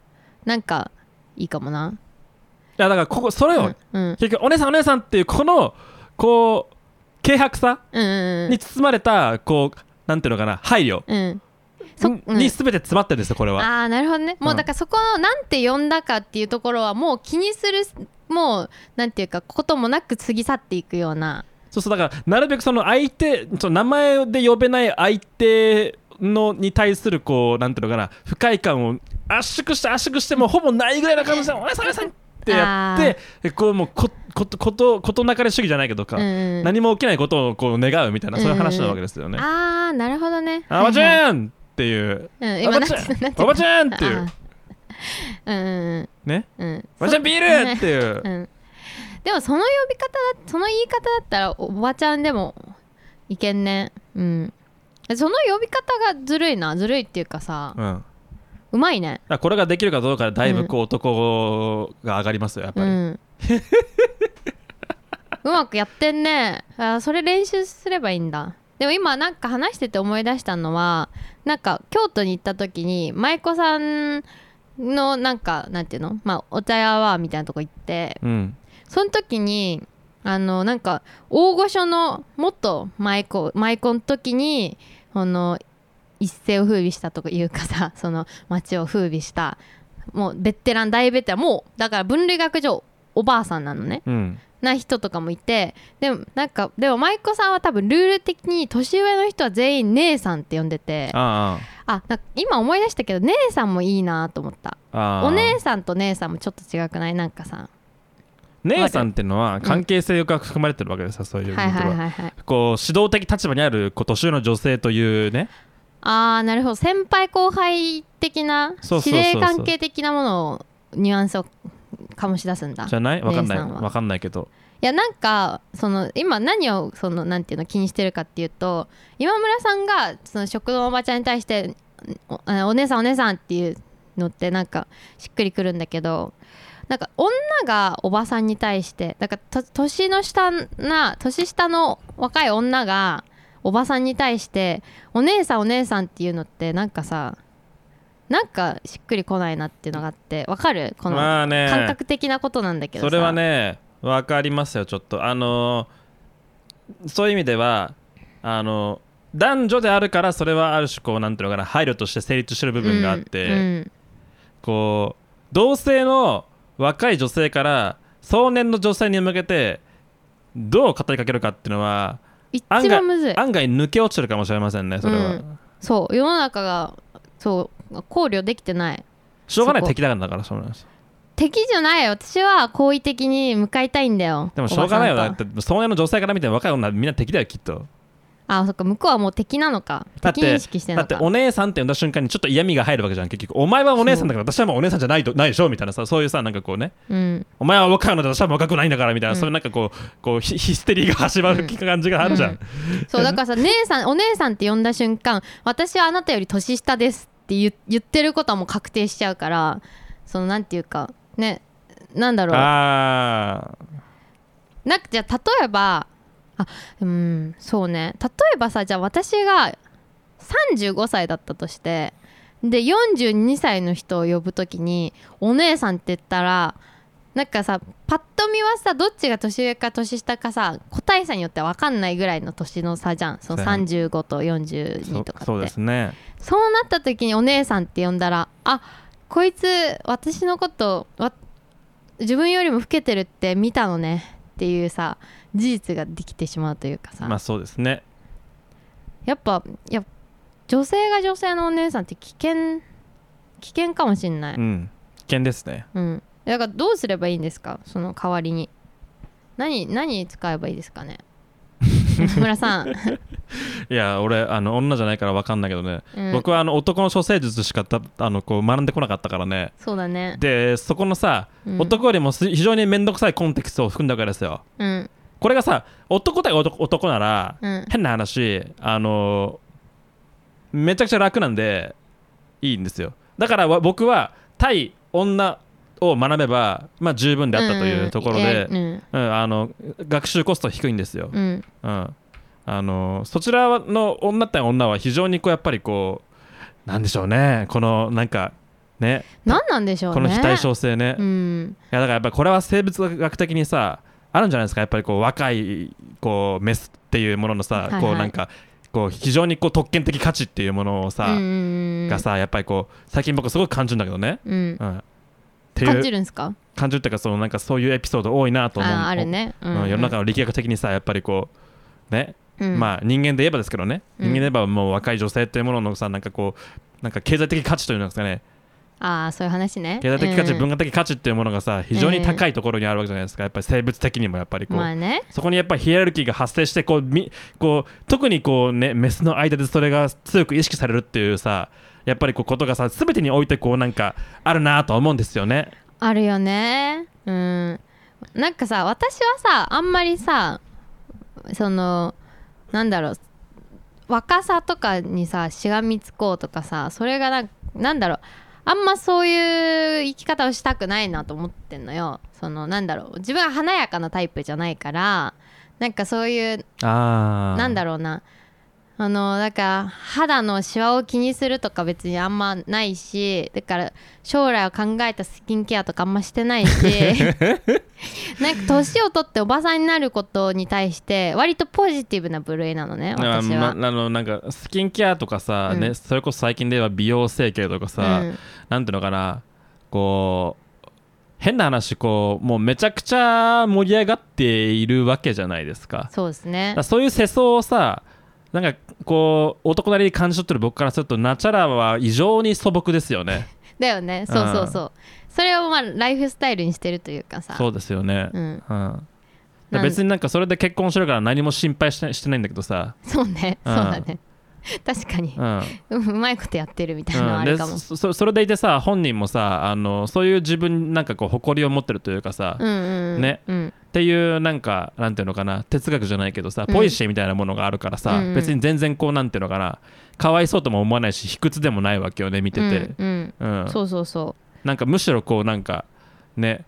なんかいいかもな。いやだからここそれうを、ん、うん、結局お姉さんお姉さんっていうこのこう軽薄さうん、うんに包まれたこうなんていうのかな配慮うん、うん。そうんに全て詰まってるんですよこれは、あーなるほどねもうだからそこのなんて呼んだかっていうところはもう気にするもうなんていうかこともなく過ぎ去っていくようなそうそうだからなるべくその相手その名前で呼べない相手のに対するこうなんていうのかな不快感を圧縮して圧縮してもうほぼないぐらいの感じで「お姉さんお姉さん」ってやってこうもうこことことことなかれ主義じゃないけどか、うんうん何も起きないことをこう願うみたいなそういう話なわけですよね。あーなるほどねあおばちはいはいゃんっていううんお今ばなんちてゃんなんておばちゃんっていあううんうんねうんうんおばちゃんビールっていう う、ん、でもその呼び方だその言い方だったらおばちゃんでもいけんねうんその呼び方がずるいなずるいっていうかさうん、だかうまいねらこれができるかどうかでだいぶこう男が上がりますよやっぱうり、ん うまくやってんねあそれ練習すればいいんだでも今なんか話してて思い出したのはなんか京都に行った時に舞妓さんのなんかなんていうのまあお茶屋はみたいなとこ行ってうんその時にあのなんか大御所の元舞妓舞妓の時にこの一世を風靡したというかさ その町を風靡したもうベテラン大ベテランもうだから分類学上おばあさんなのねうんな人とかもいてでもなんかでも舞妓さんは多分ルール的に年上の人は全員姉さんって呼んでてああなんか今思い出したけど姉さんもいいなと思ったあああお姉さんと姉さんもちょっと違くないなんかさ姉さんっていうのは関係性が含まれてるわけですよ、そういう意味ではは,、いはいはいはいこう指導的立場にあるこう年上の女性というねあーなるほど先輩後輩的なそうそうそうそう師弟関係的なものをニュアンスを醸し出すんだいじゃないわかんない姉さんはわかんないけどやなんかその今何をそのなんていうの気にしてるかっていうと今村さんがその食堂のおばちゃんに対しておあお姉さんお姉さんっていうのってなんかしっくりくるんだけどなんか女がおばさんに対してなんかと年の下な年下の若い女がおばさんに対してお姉さんお姉さんっていうのってなんかさなんかしっくりこないなっていうのがあってわかるこのまあね感覚的なことなんだけどさそれはね分かりますよちょっとあのーそういう意味ではあの男女であるからそれはある種こうなんていうのかな配慮として成立してる部分があって、うんこう同性の若い女性から壮年の女性に向けてどう語りかけるかっていうのは一案外番むずい案外抜け落ちてるかもしれませんねそれは、うんそう世の中がそう考慮できてないしょうがないそこ敵だからだからそうなんです敵じゃないよ私は好意的に向かいたいんだよでもしょうがないよおばださんっとて壮年の女性から見て若い女はみんな敵だよきっとあそっか向こうはもう敵なのかだって敵認識してんだのってかお姉さんって呼んだ瞬間にちょっと嫌味が入るわけじゃん結局お前はお姉さんだから私はもうお姉さんじゃないとないでしょみたいなさそういうさなんかこうねうんお前は若いのだ私は若くないんだからみたいな、うんそういうなんかこうこうヒヒステリーが始まる感じがあるじゃん、うんそうだからさ姉さん お姉さんって呼んだ瞬間私はあなたより年下ですって言言ってることはもう確定しちゃうからそのなんていうかねなんだろうああなんかじゃあ例えばあうんそうね例えばさじゃあ私が35歳だったとしてで42歳の人を呼ぶときにお姉さんって言ったらなんかさパッと見はさどっちが年上か年下かさ個体差によって分かんないぐらいの年の差じゃんそのそうやね35と42とかってそうですねそうなった時にお姉さんって呼んだらあこいつ私のことわ自分よりも老けてるって見たのねっていうさ事実ができてしまうというかさ、まあそうですねやっぱいや女性が女性のお姉さんって危険危険かもしんない、ううんん危険ですねだからどうすればいいんですかその代わりに何何に使えばいいで すかね村さん、いや俺あの女じゃないから分かんないけどね、うん僕はあの男の処世術しかたあのこう学んでこなかったからねそうだねでそこのさ、うん男よりもす非常に面倒くさいコンテクストを含んだわけですようんこれがさ男対男男なら、うん変な話あのめちゃくちゃ楽なんでいいんですよだからわ僕は対女を学べば、まあ、十分であったというところで、うんうんうんあの学習コスト低いんですよ、うんうん、あのそちらの女対女は非常にこうやっぱりこうなんでしょうねこのなんかね何なんでしょうねこの非対称性ねうんいやだからやっぱりこれは生物学的にさあるんじゃないですかやっぱりこう若いこうメスっていうもののさ、はいはいこうなんかこう非常にこう特権的価値っていうものをさ、がが、さやっぱりこう最近僕すごく感じるんだけどね、うん、うん、っていう感じるんですか感じるっていうかそのなんかそういうエピソード多いなと思うあある、ね、ううん世の中の力学的にさやっぱりこうね、うんまあ人間で言えばですけどね、うん人間で言えばもう若い女性っていうもののさなんかこうなんか経済的価値というんですかねああそういう話ね経済的価値、うん文化的価値っていうものがさ非常に高いところにあるわけじゃないですかやっぱり生物的にもやっぱりこう、まあねそこにやっぱりヒエラルキーが発生してこうみこう特にこうねメスの間でそれが強く意識されるっていうさやっぱりこうことがさ全てにおいてこうなんかあるなと思うんですよね。あるよねうんなんかさ私はさあんまりさそのなんだろう若さとかにさしがみつこうとかさそれがなんなんだろうあんまそういう生き方をしたくないなと思ってんのよそのなんだろう自分は華やかなタイプじゃないからなんかそういうあなんだろろうなあのだから肌のシワを気にするとか別にあんまないしだから将来を考えたスキンケアとかあんましてないし なんか年を取っておばさんになることに対して割とポジティブな部類なのねあ私まあは。のなんかスキンケアとかさ、うんね、それこそ最近で言えば美容整形とかさ、うんなんていうのかなこう変な話こうもうめちゃくちゃ盛り上がっているわけじゃないですか。そうですだねからそういう世相をさなんかこう男なりに感じ取ってる僕からするとナチャラは異常に素朴ですよ ねだよねそうそうそうそれをまあライフスタイルにしてるというかさそうですよねう、ん、うんなん別になんかそれで結婚してるから何も心配してしてないんだけどさ、そうね、うんそうだね確かに う、んうまいことやってるみたいなのはうあん、るでかも、そそそれでいてさ本人もさあのそういう自分になんかこう誇りを持ってるというかさ、うんうんうんねうん、っていうなんかなんていうのかな哲学じゃないけどさうんポイシーみたいなものがあるからさ、うんうん別に全然こうなんていうのかなかわいそうとも思わないし卑屈でもないわけよね見てて、うんうんうんそうそうそなんかむしろこうなんかね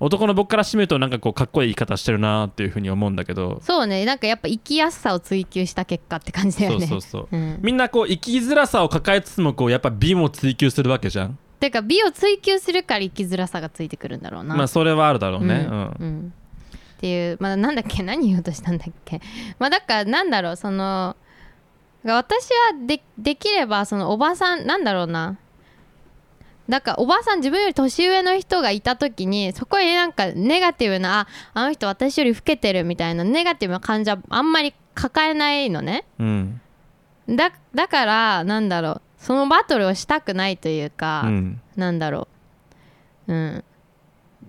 男の僕から締めるとなんかこうかっこいい言い方してるなっていうふうに思うんだけどそうねなんかやっぱ生きやすさを追求した結果って感じだそようねそうそううん、みんなこう生きづらさを抱えつつもこうやっぱ美も追求するわけじゃんてか美を追求するから生きづらさがついてくるんだろうな、まあそれはあるだろうね、うんうんっていうまあなんだっけ何言おうとしたんだっけ まあだからなんだろうその私はでできればそのおばさんなんだろうなだからおばさん自分より年上の人がいた時にそこになんかネガティブなああの人私より老けてるみたいなネガティブな感情はあんまり抱えないのねうんだだからなんだろうそのバトルをしたくないというか、うんなんだろううん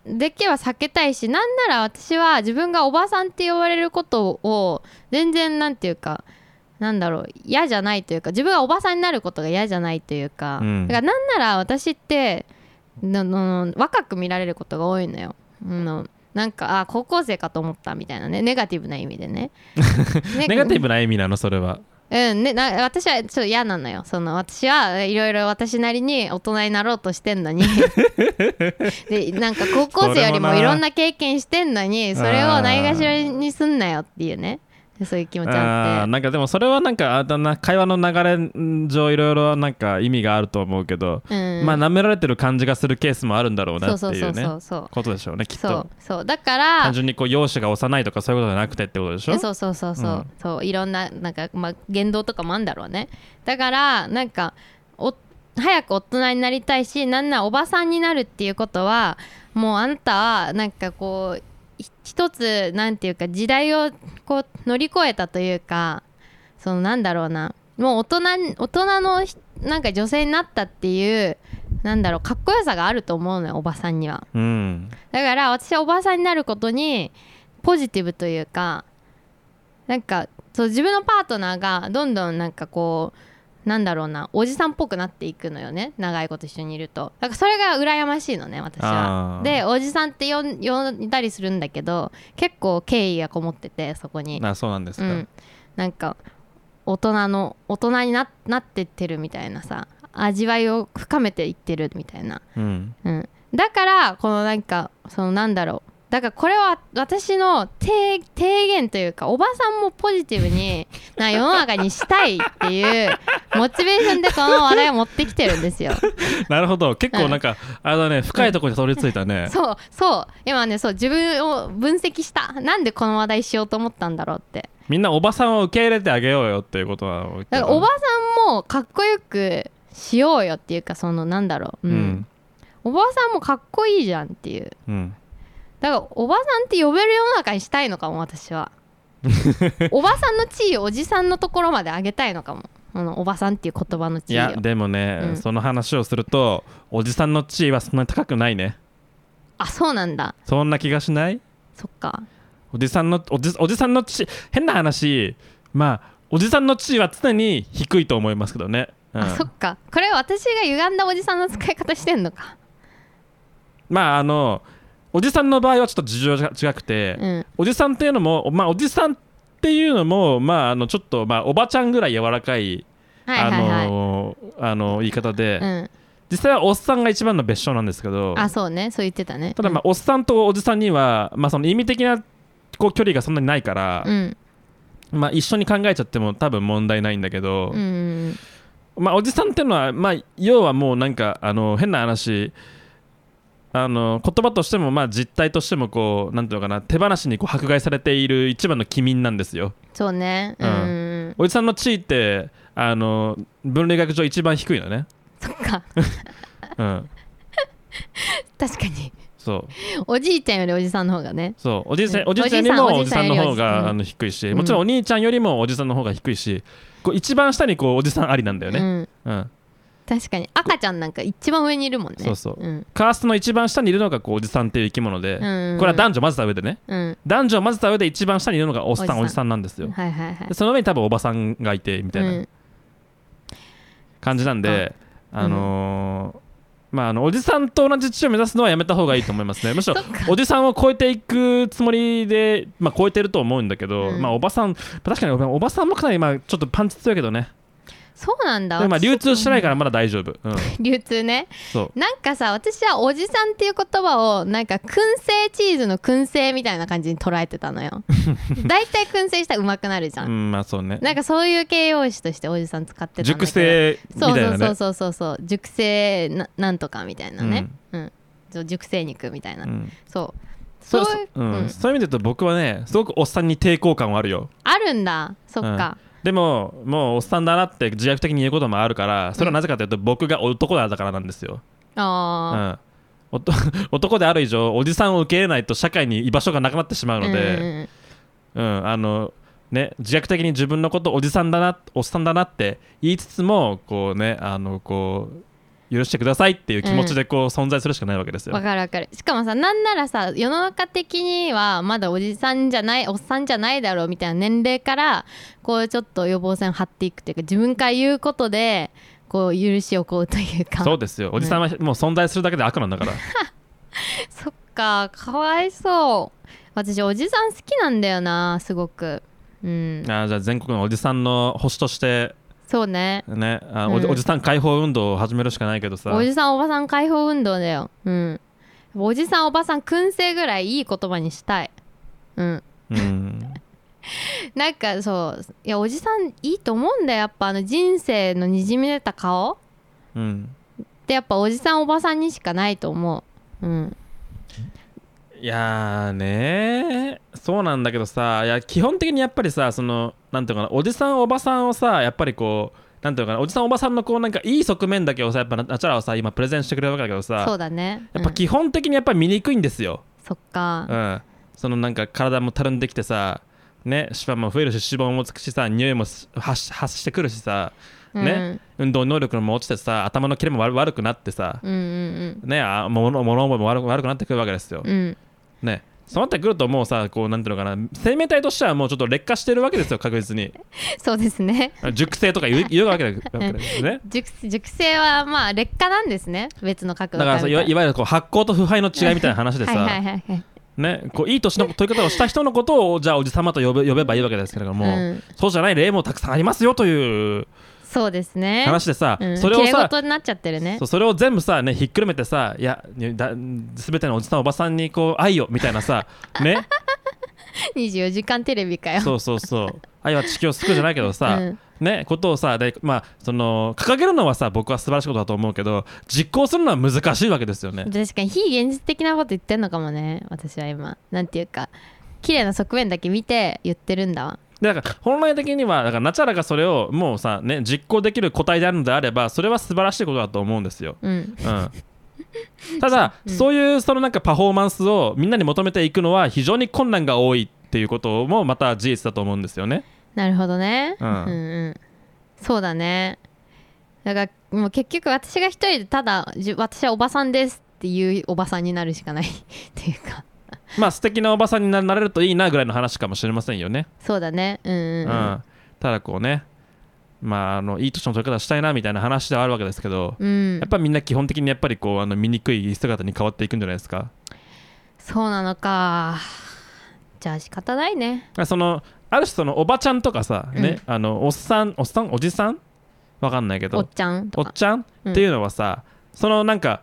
できれば避けたいしなんなら私は自分がおばさんって呼ばれることを全然なんていうかなんだろう嫌じゃないというか自分がおばさんになることが嫌じゃないというか、うんだからなんなら私ってのの若く見られることが多いのよ。うんのなんかあ高校生かと思ったみたいなねネガティブな意味で ねねネガティブな意味なのそれはうんね、な私はちょっと嫌なのよその私はいろいろ私なりに大人になろうとしてん のにでなんか高校生よりそれももないろんな経験してんのにそれあをーないがしろにすんなよっていうねそういう気持ちああーってなんかでもそれはなんかあだな会話の流れ上いろいろなんか意味があると思うけど、うんまあ舐められてる感じがするケースもあるんだろうそなうってそういそううねそうそうことでしょうねきっそうとそうだから単純にこう容姿が幼いとかそういうことじゃなくてってことでしょえそうそうそうそうう,、んそういろんななんか、まあ、言動とかもあんだろうねだからなんかお早く大人になりたいしなんならおばさんになるっていうことはもうあんたはなんかこうひ一つなんていうか時代をこう乗り越えたというかそのなんだろうなもう大人に大人のひなんか女性になったっていうなんだろうかっこよさがあると思うのよおばさんには。うんだから私はおばあさんになることにポジティブというかなんかそう自分のパートナーがどんどんなんかこうなんだろうなおじさんっぽくなっていくのよね長いこと一緒にいるとだからそれが羨ましいのね私あーはでおじさんって呼ん呼んだりするんだけど結構敬意がこもっててそこにあそうなんですうか、ん、なんか大人の大人にななってってるみたいなさ味わいを深めていってるみたいなうんうん、だからこのなんかそのなんだろうだからこれは私の提提言というかおばさんもポジティブに な世の中にしたいっていうモチベーションでこの話題を持ってきてるん ですよ。なるほど結構なんか、あれだね深いところに取り付いたね、そうそう今ねそう自分を分析したなんでこの話題しようと思ったんだろうってみんなおばさんを受け入れてあげようよっていうことはだからおばさんもかっこよくしようよっていうかそのなんだろう、ううんんおばさんもかっこいいじゃんっていううんだからおばさんって呼べる世の中にしたいのかも 私はおばさんの地位をおじさんのところまで上げたいのかもあのおばさんっていう言葉のい地位やをでもね、うんその話をするとおじさんの地位はそんなに高くないねあそうなんだそんな気がしないそっかおじさんのおじおじさんの地位変な話まあおじさんの地位は常に低いと思いますけどね、うんあそっかこれ私が歪んだおじさんの使い方してんのかまああのおじさんの場合はちょっと事情が違くて、うんおじさんっていうのもまあおじさんっていうのもまああのちょっとまあおばちゃんぐらい柔らかい、はいはいはい、あのあの言い方で、うん、実際はおっさんが一番の別称なんですけどあそうねそう言ってたねただまあおっさんとおじさんには、まあ、その意味的なこう距離がそんなにないからう、んまあ、一緒に考えちゃっても多分問題ないんだけどうんう、んまあ、おじさんっていうのは、まあ、要はもうなんかあの変な話あの言葉としても、まあ、実態としてもこうなんていうのかな手放しにこう迫害されている一番の機民なんですよそうねう、うんんおじさんの地位ってあの分類学上一番低いのね、そっかうん、確かにそうおじいちゃんよりおじさんの方がねそうおじいちゃうんんおじいちゃんよりもおおじじささんんの方うんがあの低いし、うんもちろんお兄ちゃんよりもおじさんの方が低いしこう一番下にこうおじさんありなんだようね、ん、うん、確かに赤ちゃんなんか一番上にいるもんねそうそううん、カーストの一番下にいるのがこうおじさんっていう生き物で、うんうんうんこれは男女混ぜた上でねうん男女を混ぜた上で一番下にいるのがおっさんおじさんおじさなんですよ、はいはいはいでその上に多分おばさんがいてみたいうんな感じなんで、っかあのーまあ、あのおじさんと同じ地位を目指すのはやめた方がいいと思いますねむしろそっかおじさんを超えていくつもりで、まあ、超えてると思うんだけど、うんまあ、おばさん確かにおばおばさんもかなり、まあ、ちょっとパンチ強いけどねそうなんだでもまあ私流通してないからまだ大丈夫、うん、流通ねそうなんかさ私はおじさんっていう言葉をなんか燻製チーズの燻製みたいな感じに捉えてた のよ大体燻製したらうまくなるじゃ、うんんまあそうねなんかそういう形容詞としておじさん使ってたんだけ熟ど成みたいそうそなうねそうそうそうそう熟成ななんとかみたいなね、うんそう熟成肉みたいな、うんそうそそういうううんんそういう意味で言うと僕はねすごくおっさんに抵抗感はあるよあるんだそっか、でももうおっさんだなって自虐的に言うこともあるからそれはなぜかというと僕が男だからなんですよ、うあん、おと 男である以上おじさんを受け入れないと社会に居場所がなくなってしまあうので、うんあのね、自虐的に自分のことおじさんだなおっさんだなって言いつつもこうねあのこう許してくださいっていう気持ちでこう存在するしかないわけですよ。わかるわかるしかもさなんならさ世の中的にはまだおじさんじゃないおっさんじゃないだろうみたいな年齢からこうちょっと予防線を張っていくというか自分から言うことでこう許しをこうというかそうですよおじさんはもう存在するだけで悪なんだから、 そっかかわいそう私おじさん好きなんだよなすごくうんあーじゃあ全国のおじさんの星としてそうねねあおじうんおじさん解放運動を始めるしかないけどさおじさんおばさん解放運動だようんおじさんおばさん燻製ぐらいいい言葉にしたいうんうんなんかそういやおじさんいいと思うんだよやっぱあの人生のにじみ出た顔うんってやっぱおじさんおばさんにしかないと思ううんいやーねーそうなんだけどさいや基本的にやっぱりさそのなんていうのかなおじさんおばさんをさやっぱりこうなんていうのかなおじさんおばさんのこうなんかいい側面だけをさやっぱなナチャラはさ今プレゼンしてくれるわけだけどさそうだねやっぱうん基本的にやっぱり見にくいんですよ、そっかうん、そのなんか体もたるんできてさねシワも増えるし脂肪もつくしさ匂いもし発し発してくるしさね運動能力も落ちてさ頭のキレも悪悪くなってさ、うんうんねあ物物思いも悪く悪くなってくるわけですよ、うんうんねそうなってくるともうさこうなんていうのかな生命体としてはもうちょっと劣化してるわけですよ確実にそうですね 熟成とか言う言 うわけだわけですね熟熟成はまあ劣化なんですね別の角だ度からさいわいわゆるこう発酵と腐敗の違いみたいな話でさはいはいはいはいね、こういい年の取り方をした人のことをじゃあおじさまと呼べ呼べばいいわけですけれども、うんそうじゃない例もたくさんありますよというそうですね話でさ、うんそれを綺麗さ事になっちゃってるねそうそれを全部さ、ね、ひっくるめてさいやだ全てのおじさんおばさんにこう愛をみたいなさ、ね、 24時間テレビか よそうそうそう愛は地球を救うじゃないけどさ、うんね、ことをさで、まあ、その掲げるのはさ僕は素晴らしいことだと思うけど実行するのは難しいわけですよね。確かに非現実的なこと言ってんのかもね私は今なんていうか綺麗な側面だけ見て言ってるんだわでだから本来的にはだからナチャラがそれをもうさ、ね、実行できる個体であるのであればそれは素晴らしいことだと思うんですよ。うん うん、ただ、そういうそのなんかパフォーマンスをみんなに求めていくのは非常に困難が多いっていうこともまた事実だと思うんですよね。なるほどね、うんうんうんそうだねだからもう結局私が一人でただじゅ私はおばさんですっていうおばさんになるしかない っていうかまあ素敵なおばさんにななれるといいなぐらいの話かもしれませんよね。そうだねうんううんんうんただこうね、まあ、あのいい年の取り方したいなみたいな話ではあるわけですけど、うんやっぱみんな基本的にやっぱりこうあの醜い姿に変わっていくんじゃないですか。そうなのかじゃあ仕方ないねそのある種そのおばちゃんとかさ、ねあのおっさんおっさんおじさんわかんないけどおっちゃんおとっかちゃんうんっていうのはさ、そのなんか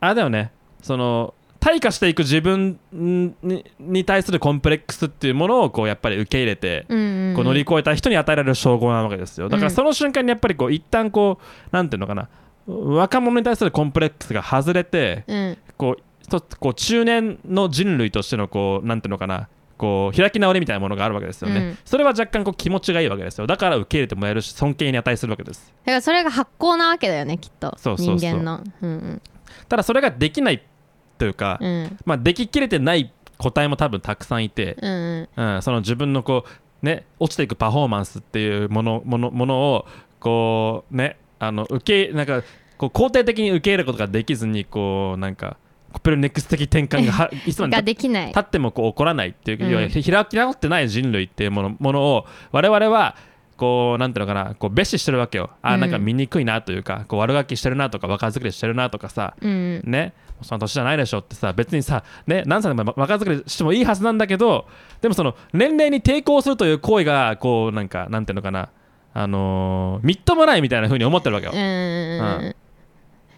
あれだよねその退化していく自分にに対するコンプレックスっていうものをこうやっぱり受け入れて、うんうんうんこう乗り越えた人に与えられる称号なわけですよだかうんらその瞬間にやっぱりこう一旦こうなんていうのかな若者に対するコンプレックスが外れてうんこう一つこう中年の人類としてのこうなんていうのかなこう開き直りみたいなものがあるわけですよね、うんそれは若干こう気持ちがいいわけですよだから受け入れてもらえるし尊敬に値するわけですだからそれが発酵なわけだよねきっとそうそうそう人間のうんただそれができないというか、うんうんまあ、でききれてない個体も多分たくさんいて、うんうんうん、その自分のこう、ね、落ちていくパフォーマンスっていうものものものをこう、ね、あの受けなんかこう肯定的に受け入れることができずにこうなんかコペルネクス的転換が はいつまでがたできない立ってもこう起こらないっていう、うん要は開き直ってない人類っていうものものを我々はこうなんていうのかなこう蔑視してるわけよあーなんかうん醜いなというかこう悪ガキしてるなとか若作りしてるなとかさ、うんね、その年じゃないでしょってさ別にさ、ね、何歳でも若作りしてもいいはずなんだけどでもその年齢に抵抗するという行為がこうなんかなんていうのかなあのーみっともないみたいな風に思ってるわけようんうんうん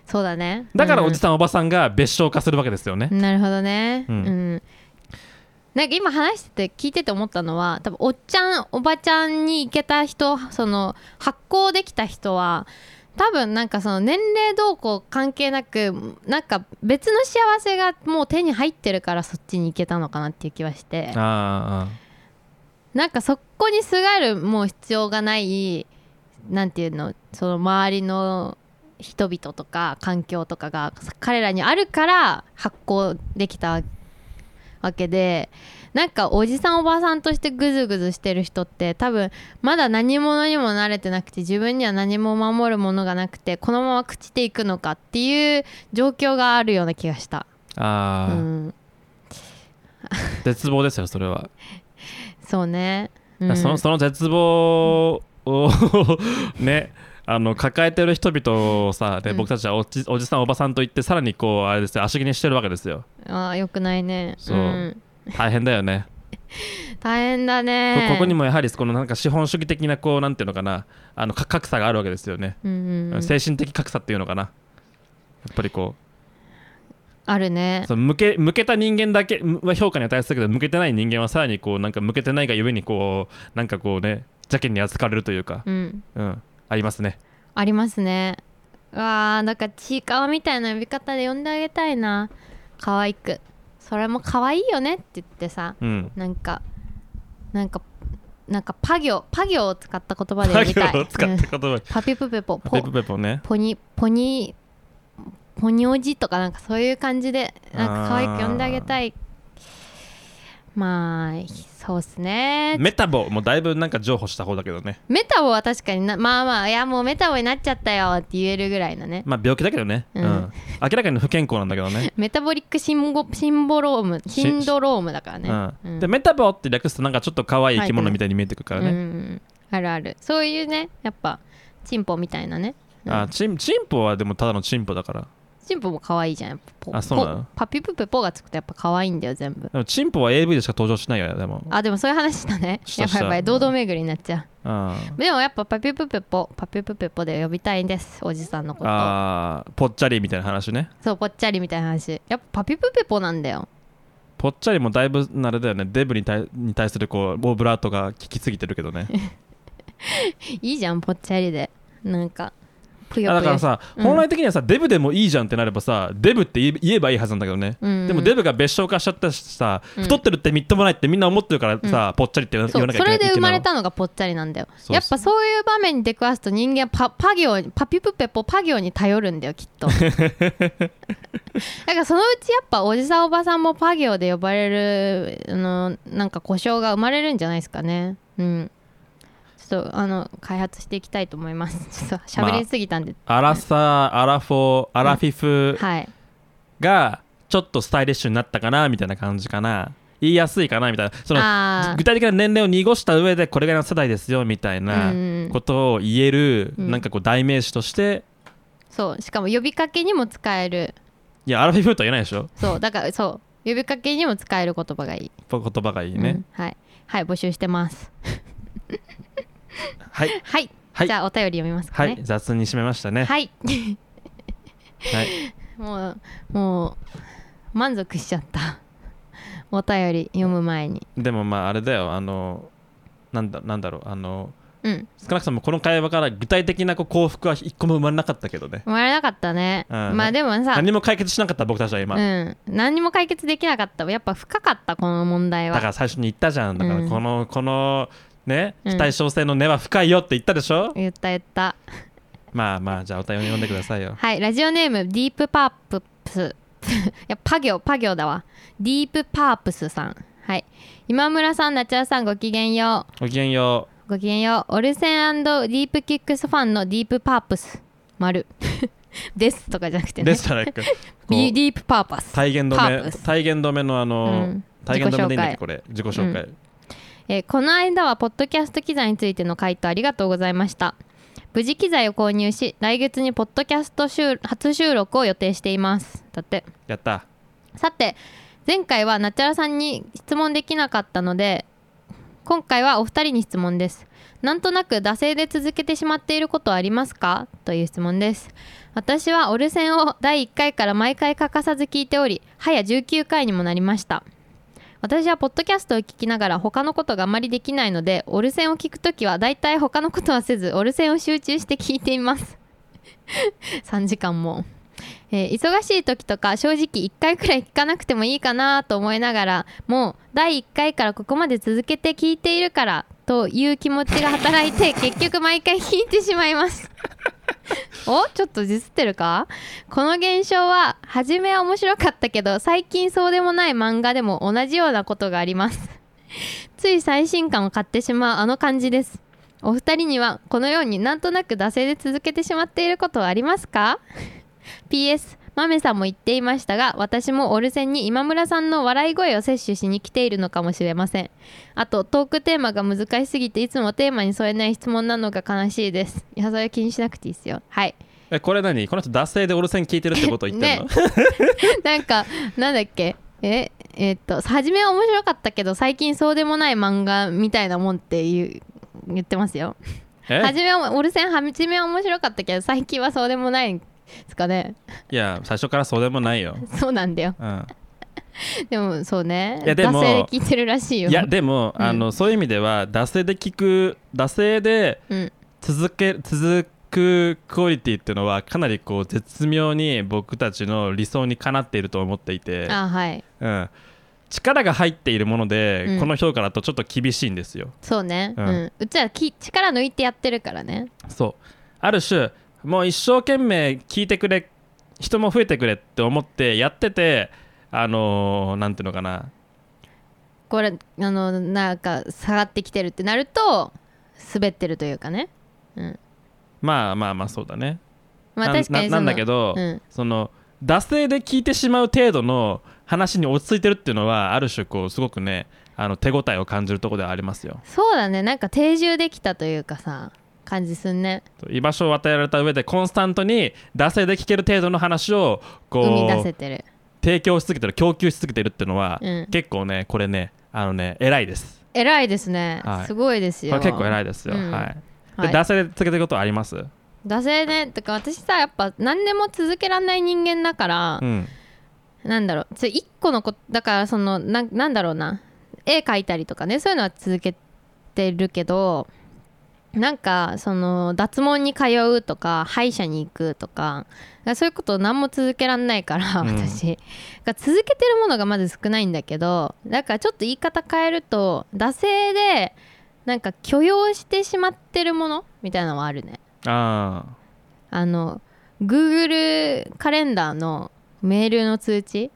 そうだねだからおじささんおばさんが別称化するわけですよねなるほどねううんん、なんか今話してて聞いてて思ったのは多分おっちゃんおばちゃんに行けた人その発行できた人は多分なんかその年齢どうこう関係なくなんか別の幸せがもう手に入ってるからそっちに行けたのかなっていう気はしてあなんかそこにすがるもう必要がないなんていうのその周りの人々とか環境とかが彼らにあるから発行できたわけでなんかおじさんおばさんとしてグズグズしてる人って多分まだ何者にも慣れてなくて自分には何も守るものがなくてこのまま朽ちていくのかっていう状況があるような気がした。あああ、うん、絶望ですよそれは、そうね、うんそのその絶望を ねあの抱えてる人々をさでうん僕たちはおじおじさんおばさんと言ってさらにこうあれですよ足切りにしてるわけですよあーよくないね。そうん大変だよね大変だこねここにもやはりこのなんか資本主義的なこうなんていうのかなあのか格差があるわけですよね、うんうんうん精神的格差っていうのかなやっぱりこあるうねその向け向けた人間だけむは評価に値するけど向けてない人間はさらにこうなんか向けてないがゆえにこうなんかこうね邪険に扱われるというか、うんうん、ありますねありますねわあなんかちいかわみたいな呼び方で呼んであげたいな可愛くそれも可愛いよねって言ってさうんなんかなんかなんかパ行パ行を使った言葉で呼びたいパ行を使うっんた言葉パピプペポペポポペポねポニポニポニおじとかなんかそういう感じでなんか可愛く呼んであげたいまあそうっすねメタボもだいぶなんか譲歩した方だけどねメタボは確かになまあまあいやもうメタボになっちゃったよって言えるぐらいのねまあ病気だけどね、ううんん明らかに不健康なんだけどねメタボリックシンボシンボロームシンドロームだからねう、うんんでメタボって略すとなんかちょっと可愛い生き物みたいに見えてくるからね、うんうんあるあるそういうねやっぱチンポみたいなねうんあチンチンポはでもただのチンポだからチンポも可愛いじゃんやっぱポあそうなのポパピプペポがつくとやっぱ可愛いんだよ全部でもチンポは AV でしか登場しないよでもあでもそういう話だねしたやばいやばしいた堂々巡りになっちゃうんうでもやっぱパピプペポパピプペポで呼びたいんですおじさんのことあーぽっちゃりみたいな話ねそうぽっちゃりみたいな話やっぱパピプペポなんだよぽっちゃりもだいぶあれだよねデブに対に対するこうオブラートが効きすぎてるけど ねいいじゃんぽっちゃりでなんかぷよあぷよだからさ、うん本来的にはさデブでもいいじゃんってなればさデブって言え言えばいいはずなんだけどね、うんでもデブが別称化しちゃったしさ、うん太ってるってみっともないってみんな思ってるからさ、ぽっちゃりって言わそうなきゃそいけないれで生まれいたのがぽっちゃりなんだよそうやっぱそういう場面に出くわすと人間パパ行にパピプペポパ行に頼るんだよきっ とだからそのうちやっぱおじさんおばさんもパ行で呼ばれるあのなんか故障が生まれるんじゃないですかねうんちょっとあの開発していきたいと思いますちょっと喋りすぎたんで、アラサーアラフォーアラフィフはいがちょっとスタイリッシュになったかなみたいな感じかな言いやすいかなみたいなそのあー具体的な年齢を濁した上でこれぐらいの世代ですよみたいなうんことを言える、うんなんかこう代名詞としてそうしかも呼びかけにも使えるいやアラフィフとは言えないでしょそうだからそう呼びかけにも使える言葉がいい言葉がいいうねん、はいはい募集してますはいはい、はいじゃあお便り読みますかはい、ね雑に締めましたねはい、 はいもうもう満足しちゃったお便り読む前にでもまああれだよあのなんだなんだろうあのうん少なくともこの会話から具体的なこう幸福は一個も生まれなかったけどね生まれなかったね、うんまあでもさ何も解決しなかった僕たちは今、うん、何にも解決できなかったやっぱ深かったこの問題だかはら最初に言ったじゃんだからうんこの、このねうん非対称性の根は深いよって言ったでしょ、言った言ったまあまあじゃあお便り読んでくださいよはいラジオネームディープパープス いやパ行パ行だわディープパープスさんはい今村さん夏代さんごきげんようごきげんよごきげんようオルセンディープキックスファンのディープパープス丸 ですとかじゃなくてうねですから こうビディープパーパス、体現パ止ーめプス体現止めのあの、うん体現止めでいいんだっけ自己紹介これ自己紹介、えーこの間はポッドキャスト機材についての回答ありがとうございました無事機材を購入し来月にポッドキャスト収初収録を予定していますだってやったさて前回はなっちゃらさんに質問できなかったので今回はお二人に質問ですなんとなく惰性で続けてしまっていることはありますかという質問です私は折れ線を第1回から毎回欠かさず聞いており早19回にもなりました私はポッドキャストを聞きながら他のことがあまりできないので折れ線を聞くときはだいたい他のことはせず折れ線を集中して聞いています 3時間もえー忙しい時とか正直1回くらい聞かなくてもいいかなと思いながらもう第1回からここまで続けて聞いているからという気持ちが働いて結局毎回聞いてしまいます おちょっとディスってるかこの現象は初めは面白かったけど最近そうでもない漫画でも同じようなことがあります つい最新刊を買ってしまうあの感じですお二人にはこのようになんとなく惰性で続けてしまっていることはありますか PS マメさんも言っていましたが私もオルセンに今村さんの笑い声を摂取しに来ているのかもしれませんあとトークテーマが難しすぎていつもテーマに添えない質問なのが悲しいですいやそれは気にしなくていいですよはい えこれ何この人惰性でオルセン聞いてるってことを言ってんの、なんかなんだっけええっと初めは面白かったけど最近そうでもない漫画みたいなもんって言う言ってますよ え初めはオルセン初めは面白かったけど最近はそうでもないんですかねいや最初からそうでもないよ、そうなんだようん、でもそうねいやでも惰性で聞いてるらしいよいやでも、うんあのそういう意味では惰性で聞く惰性でうん続け続くクオリティっていうのはかなりこう絶妙に僕たちの理想にかなっていると思っていて、あはいうん、力が入っているもので、うんこの評価だとちょっと厳しいんですよそうね、ううんんうちはき力抜いてやってるからねそうある種もう一生懸命聞いてくれ人も増えてくれって思ってやっててあのー、なんていうのかなこれあのなんか下がってきてるってなると滑ってるというかね、うん、まあまあまあそうだね、まあな確かにそのななんだけど、うんその惰性で聞いてしまう程度の話に落ち着いてるっていうのはある種こうすごくねあの手応えを感じるところではありますよそうだねなんか定住できたというかさ感じすんね居場所を与えられた上でコンスタントに惰性で聞ける程度の話を生みこ出うせてる提供し続けてる供給し続けてるっていうのは、うん結構ねこれねあのね偉いです偉いですね、はいすごいですこよれ結構偉いですよ、うんはいで、はい惰性で続けてることはあります惰性ねとか私さやっぱ何でも続けられない人間だからう、んなんだろうそれ一個のことだからそのななんだろうな絵描いたりとかねそういうのは続けてるけどなんかその脱毛に通うとか歯医者に行くとかそういうこと何も続けらんないからうん私、だから続けてるものがまず少ないんだけどだからちょっと言い方変えると惰性でなんか許容してしまってるものみたいなのはあるねあああの Google カレンダーのメールの 通知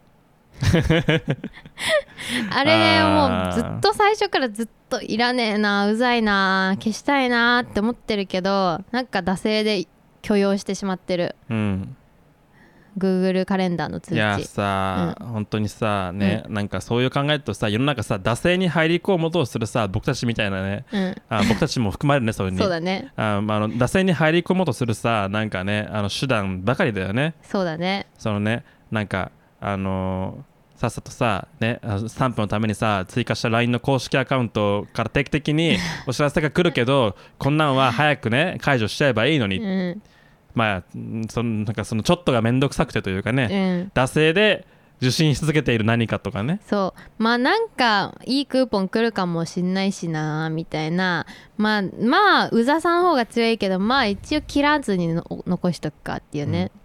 あれねあーもうずっと最初からずっといらねえなうざいな消したいなって思ってるけどなんか惰性で許容してしまってるうん、 Google カレンダーの通いや知さ、本当にさね、なんかそういう考えるとさ世の中さ惰性に入り込もうとするさ僕たちみたいなねうん あ僕たちも含まれるねそういうにそうだねあまあ、あの惰性に入り込もうとするさなんかねあの手段ばかりだよねそうだねそのねなんかあのーさっさとさ、ね、あの3分のためにさ追加した LINE の公式アカウントから定期的にお知らせが来るけどこんなんは早くね解除しちゃえばいいのうに、んまあうんそのなんかそのちょっとが面倒くさくてというかうね、ん惰性で受信し続けている何かとかねそうまあなんかいいクーポン来るかもしんないしなみたいなまあまあうざさんの方が強いけどまあ一応切らずにの残しとくかっていうね、うん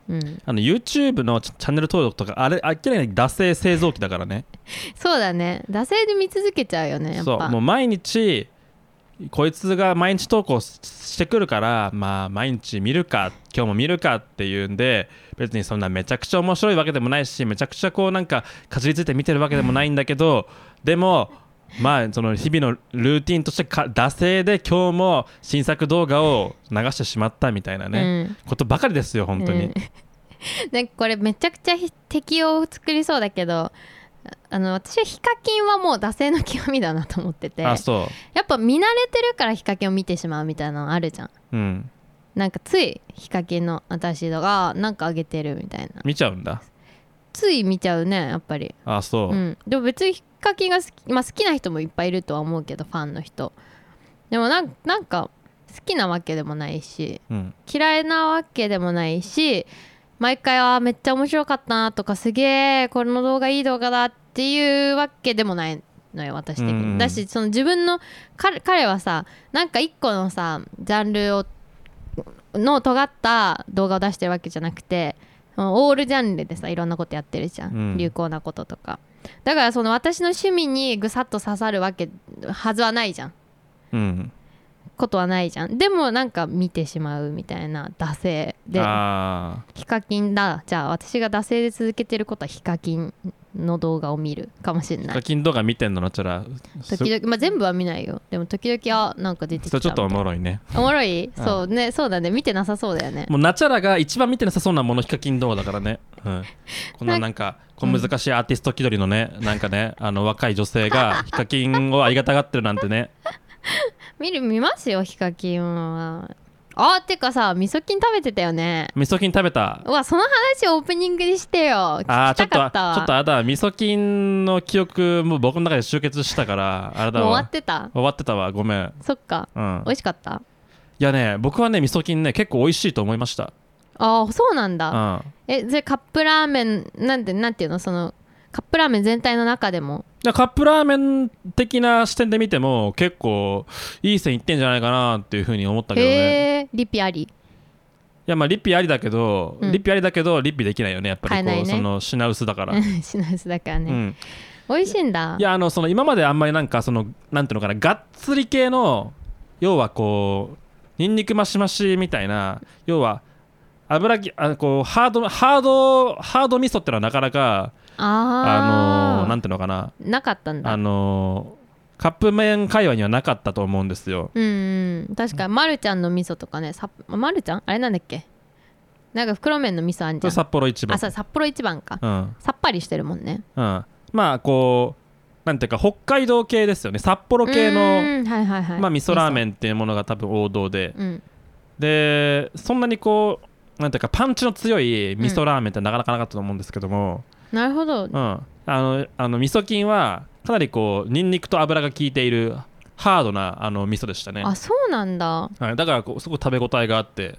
あの YouTube のチャチャンネル登録とかあれ明らかに惰性製造機だからねそうだね惰性で見続けちゃうよねやっそうぱもう毎日こいつが毎日投稿ししてくるからまあ毎日見るか今日も見るかっていうんで別にそんなめちゃくちゃ面白いわけでもないしめちゃくちゃこうなんかかじりついて見てるわけでもないんだけどでもまあその日々のルーティンとしてか惰性で今日も新作動画を流してしまったみたいなね、うんことばかりですよ本当に、うん なんかこれめちゃくちゃひ敵を作りそうだけどあの私はヒカキンはもう惰性の極みだなと思っててやあっそぱ見慣れてるからヒカキンを見てしまうみたいなのあるじゃんううんなんかついヒカキンの私とかなんかあげてるみたいな見ちゃうんだつい見ちゃうねやっぱりあそう、うん、でも別にヒカキンが好き,、まあ、好きな人もいっぱいいるとは思うけどファンの人でもなんなんか好きなわけでもないしうん嫌いなわけでもないし毎回はめっちゃ面白かったなとかすげえこの動画いい動画だっていうわけでもないのよ私的に、うんだしその自分の彼彼はさなんか一個のさジャンルをの尖った動画を出してるわけじゃなくてオールジャンルでさいろんなことやってるじゃん、うん流行なこととかだからその私の趣味にぐさっと刺さるわけはずはないじゃんうん、ことはないじゃんでもなんか見てしまうみたいな惰性でああヒカキンだじゃあ私が惰性で続けてることはヒカキンの動画を見るかもしれな課い金動画見てんのなっちゃらす時々まあ全部は見ないよでも時々あなんか出てきそたれちょっとおみたいもろいねなおもろいうんそうねそうだね見てなさそうだよねもうナチャラが一番見てなさそうなものヒカキン動画だからね、うん、こんななんか小難しいアーティスト気取りのねなんかねあの若い女性がヒカキンをありがたがってるなんてね見る見ますよヒカキンはあてかさ味噌菌食べてたよね味噌菌食べたうわその話オープニングにしてよ聞きあーちょたっとかっちたわょっとあれだ味噌菌の記憶もう僕の中で集結したからあれだもうわ終わってた終わってたわごめん、そっかうん、美味しかったいやね僕はね味噌菌ね結構美味しいと思いました、あーそうなんうだん、えそれカップラーメンなんてなんていうのそのカップラーメン全体の中でもいやカップラーメン的な視点で見ても結構いい線いってんじゃないかなっていうふうに思ったけどねへえリピありいやまあリピありだけど、うんリピありだけどリピできないよねやっぱりこう、買えないねその品薄だから、 シナウスだからうね、ん、美味しいんだいやあのその今まであんまりなんかそのなんていうのかながっつり系の要はこうニンニクマシマシみたいな要は油ぎあこうハードハードハード味噌ってのはなかなかああーのなんていうのかななかったんだあのカップ麺界隈にはなかったと思うんですようん、うん、確かにまるちゃんの味噌とかねさまるちゃんあれなんだっけなんか袋麺の味噌あんこじれゃん札幌一番あそう札幌一番か、うんさっぱりしてるもんねうん、まあこうなんていうか北海道系ですよね札幌系の、うんはいはいはいまあ、味噌ラーメンンっていうものが多分王道でうんでそんなにこうなんていうかパンチの強い味噌ラーメンってなかなかなかったと思うんですけども、なるほうど、んあのあの味噌菌はかなりこうニンニクと油が効いているハードなあの味噌でしたね、あそうなんだはい、だからこうすごく食べ応えがあって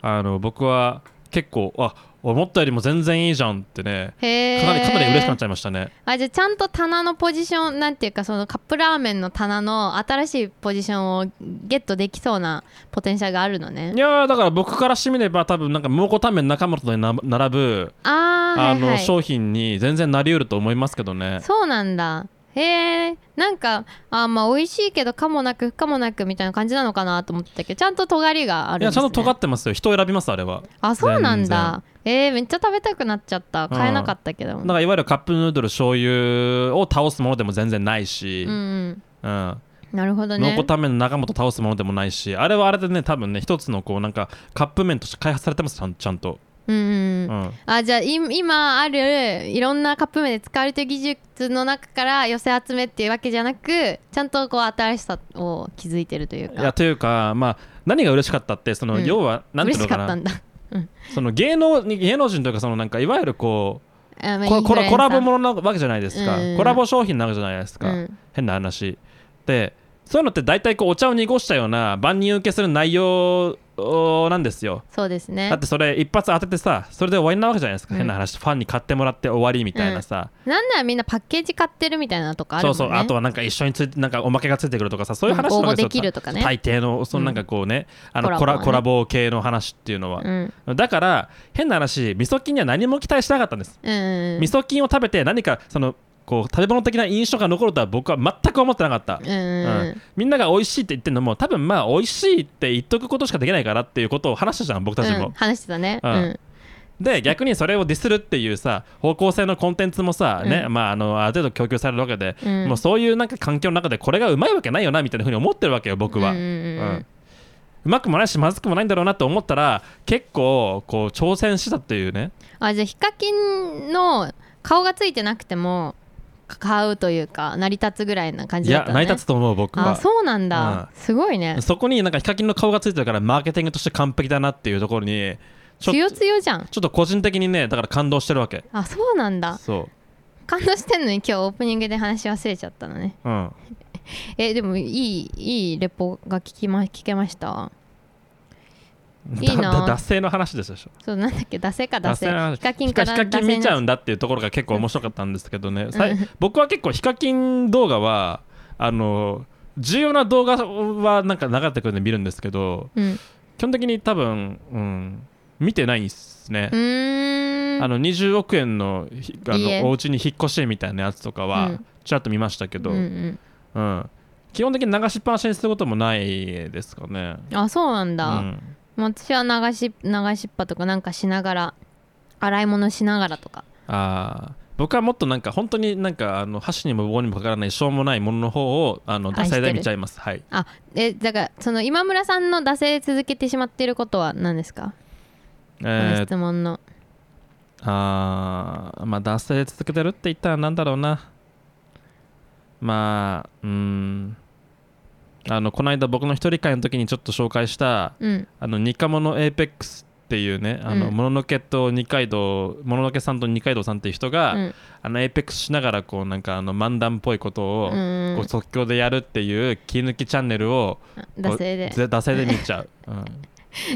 あの僕は結構あ思ったよりも全然いいじゃんってねへえかなりかなり嬉しくなっちゃいましたね、あじゃあちゃんと棚のポジションなんていうかそのカップラーメンの棚の新しいポジションをゲットできそうなポテンシャルがあるのねいやーだから僕からしてみれば多分なんか蒙古タンメン中本とな並ぶあーあのはいはい商品に全然なりうると思いますけどねそうなんだへえなんかあーまあ美味しいけどかもなく不可もなくみたいな感じなのかなと思ってたけどちゃんと尖りがあいるんやです、ちゃね、んと尖ってますよ人を選びますあれはあそうなんだえー、めっちゃ食べたくなっちゃった買えなかったけどだもからいわゆるカップヌードル醤油を倒すものでも全然ないし、うんうんうんなるほど蒙ね古タンメンの中本倒すものでもないしあれはあれでね多分ね一つのこうなんかカップ麺として開発されてますちゃんちゃんと、うんうんううんん、あじゃあい今あるいろんなカップ麺で使われてる技術の中から寄せ集めっていうわけじゃなくちゃんとこう新しさを築いてるといういやかというかまあ何が嬉しかったってその、うん要はなんてい嬉うしのかかっなたんだその芸能芸能人というかそのなんかいわゆるこうあまあここれコラボインフルもエンサーのなわけじゃないですか、うんコラボ商品なわけじゃないですか、うん変な話でそういうのって大体こうお茶を濁したような万人受けする内容なんですよそうですねだってそれ一発当ててさそれで終わりなわけじゃないですか、うん変な話ファンに買ってもらって終わりみたいなさ、なんならみんなパッケージ買ってるみたいなとかあるそもんうねそうあとはなんか一緒についてなんかおまけがついてくるとかさそういう話うんなん応で募すよ、できるとかね大抵のそのなんかこうね、あのココラボはラねコラボ系の話っていうのはう、んだから変な話みそきには何も期待しなかったんですうんうん味噌菌を食べて何かそのこう食べ物的な印象が残るとは僕は全く思ってなかった、うんうんうんみんなが美味しいって言ってるのも多分まあ美味しいって言っとくことしかできないからっていうことを話したじゃん僕たちうんも、話してたねううんんで逆にそれをディスるっていうさ方向性のコンテンツもさ、ねうまああのある程度供給されるわけで、うんもうそういうなんか環境の中でこれがうまいわけないよなみたいなふうに思ってるわけよ僕は、うんうんうんうんうんうまくもないしまずくもないんだろうなと思ったら結構こう挑戦したっていうねあじゃあヒカキンの顔がついてなくても買うというか成り立つぐらいな感いじだっやたの成ねり立つと思う僕はあそうなんだ、すごいねそこになんかヒカキンの顔がついてるからマーケティングとして完璧だなっていうところにちょ強強じゃんちょっと個人的にねだから感動してるわけあそうなんだそ感動してんのに今日オープニングで話し忘れちゃったのねううんえでもいいいいレポが聞きま聞けましたいいなだだ惰性の話でしたでしょそうなんだっけ惰性か惰性の話ヒカキンからヒカヒカキン見ちゃうんんだっていうところが結構面白かったんですけどね、さいうん僕は結構ヒカキン動画はあの重要な動画はなんか流れてくるんで見るんですけどうん基本的に多分、うん、見てないんですね、うーんあの20億円のひあいいえのお家に引っ越しみたいなやつとかうはんちらっと見ましたけど、ううんん基本的に流しっぱなしにすることもないですかね。うん、あそうなんだ、うんまあ私は流し流しっぱとかなんかしながら洗い物しながらとかあー僕はもっとなんか本当になんかあの箸にも棒にもかからないしょうもないものの方をあの惰愛してる性で見ちゃいます。はい、あえだからその今村さんの惰性で続けてしまっていることは何ですか、このえー、質問のあーまあ惰性で続けてるって言ったらなんだろうなまあうーんあのこの間僕の一人会の時にちょっと紹介したうんあのニカモノエーペックスっていうねあの、うんもののけと二階堂もののけさんと二階堂さんっていう人が、うんあのエーペックスしながらこうなんかあの漫談っぽいことを、うんこう即興でやるっていう切り抜きチャンネルをこう惰性でぜ惰性で見ち ゃう、うん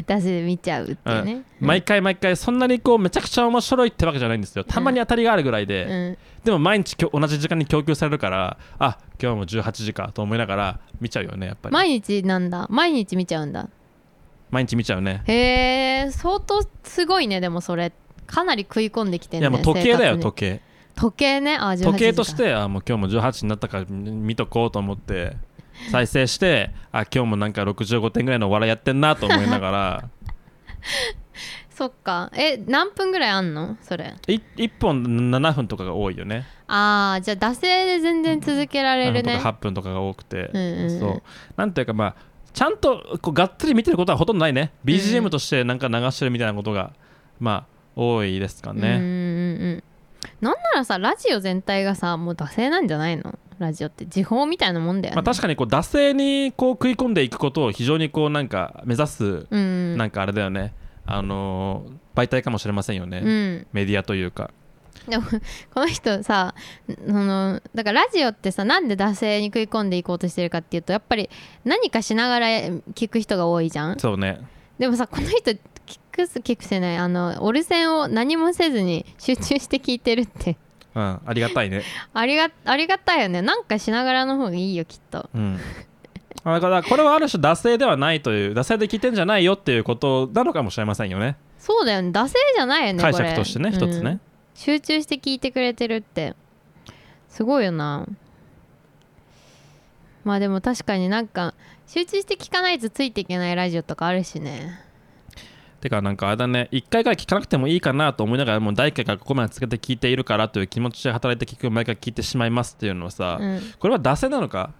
惰性で見ちゃうっていうね、毎回毎回そんなにこうめちゃくちゃ面白いってわけじゃないんですよたまに当たりがあるぐらいで、うんでも毎日きょ同じ時間に供給されるからあ今日も18時かと思いながら見ちゃうよねやっぱり毎日なんだ毎日見ちゃうんだ毎日見ちゃうねへえ相当すごいねでもそれかなり食い込んできていんねやもう時計だよ生活に時計時計ねあ18時間時計としてあもう今日も18になったからみ見とこうと思って再生してあ今日もなんか65点ぐらいのお笑いやってんなと思いながらそっかえ何分ぐらいあんのそれい1本7分とかが多いよねあーじゃあ惰性で全然続けら7れる分とねか8分とかが多くて、うんうんうんそうなんていうかまあちゃんとこうがっつり見てることはほとんどないねん BGM としてなんか流してるみたいなことがまあ多いですかうんね、うんうんなんならさラジオ全体がさもう惰性なんじゃないのラジオって時報みたいなもんだよまね、あ、確かにこう惰性にこう食い込んでいくことを非常にこうなんか目指すにうんなんかあれだよね、あのー媒体かもしれませんよね、うんメディアというかでもこの人さそのだからラジオってさなんで惰性に食い込んでいこうとしてるかっていうとやっぱり何かしながら聞く人が多いじゃんそうねでもさこの人聞くす聞くせないあの折れ線を何もせずに集中して聞いてるってうんありがたいねありがありがたいよねなんかしながらの方がいいよきっとうんあだからこれはある種惰性ではないという惰性で聞いてんじゃないよっていうことなのかもしれませんよねそうだよね惰性じゃないよね解こ釈れとしてねうん一つね、集中して聞いてくれてるってすごいよなまあでも確かになんか集中して聞かないとついていけないラジオとかあるしねてかなんかあれだね1回から聞かなくてもいいかなと思いながらもう第1回からここまでつけて聞いているからという気持ちで働いて聞く毎回聞いてしまいますっていうのはさ、うんこれは惰性なのか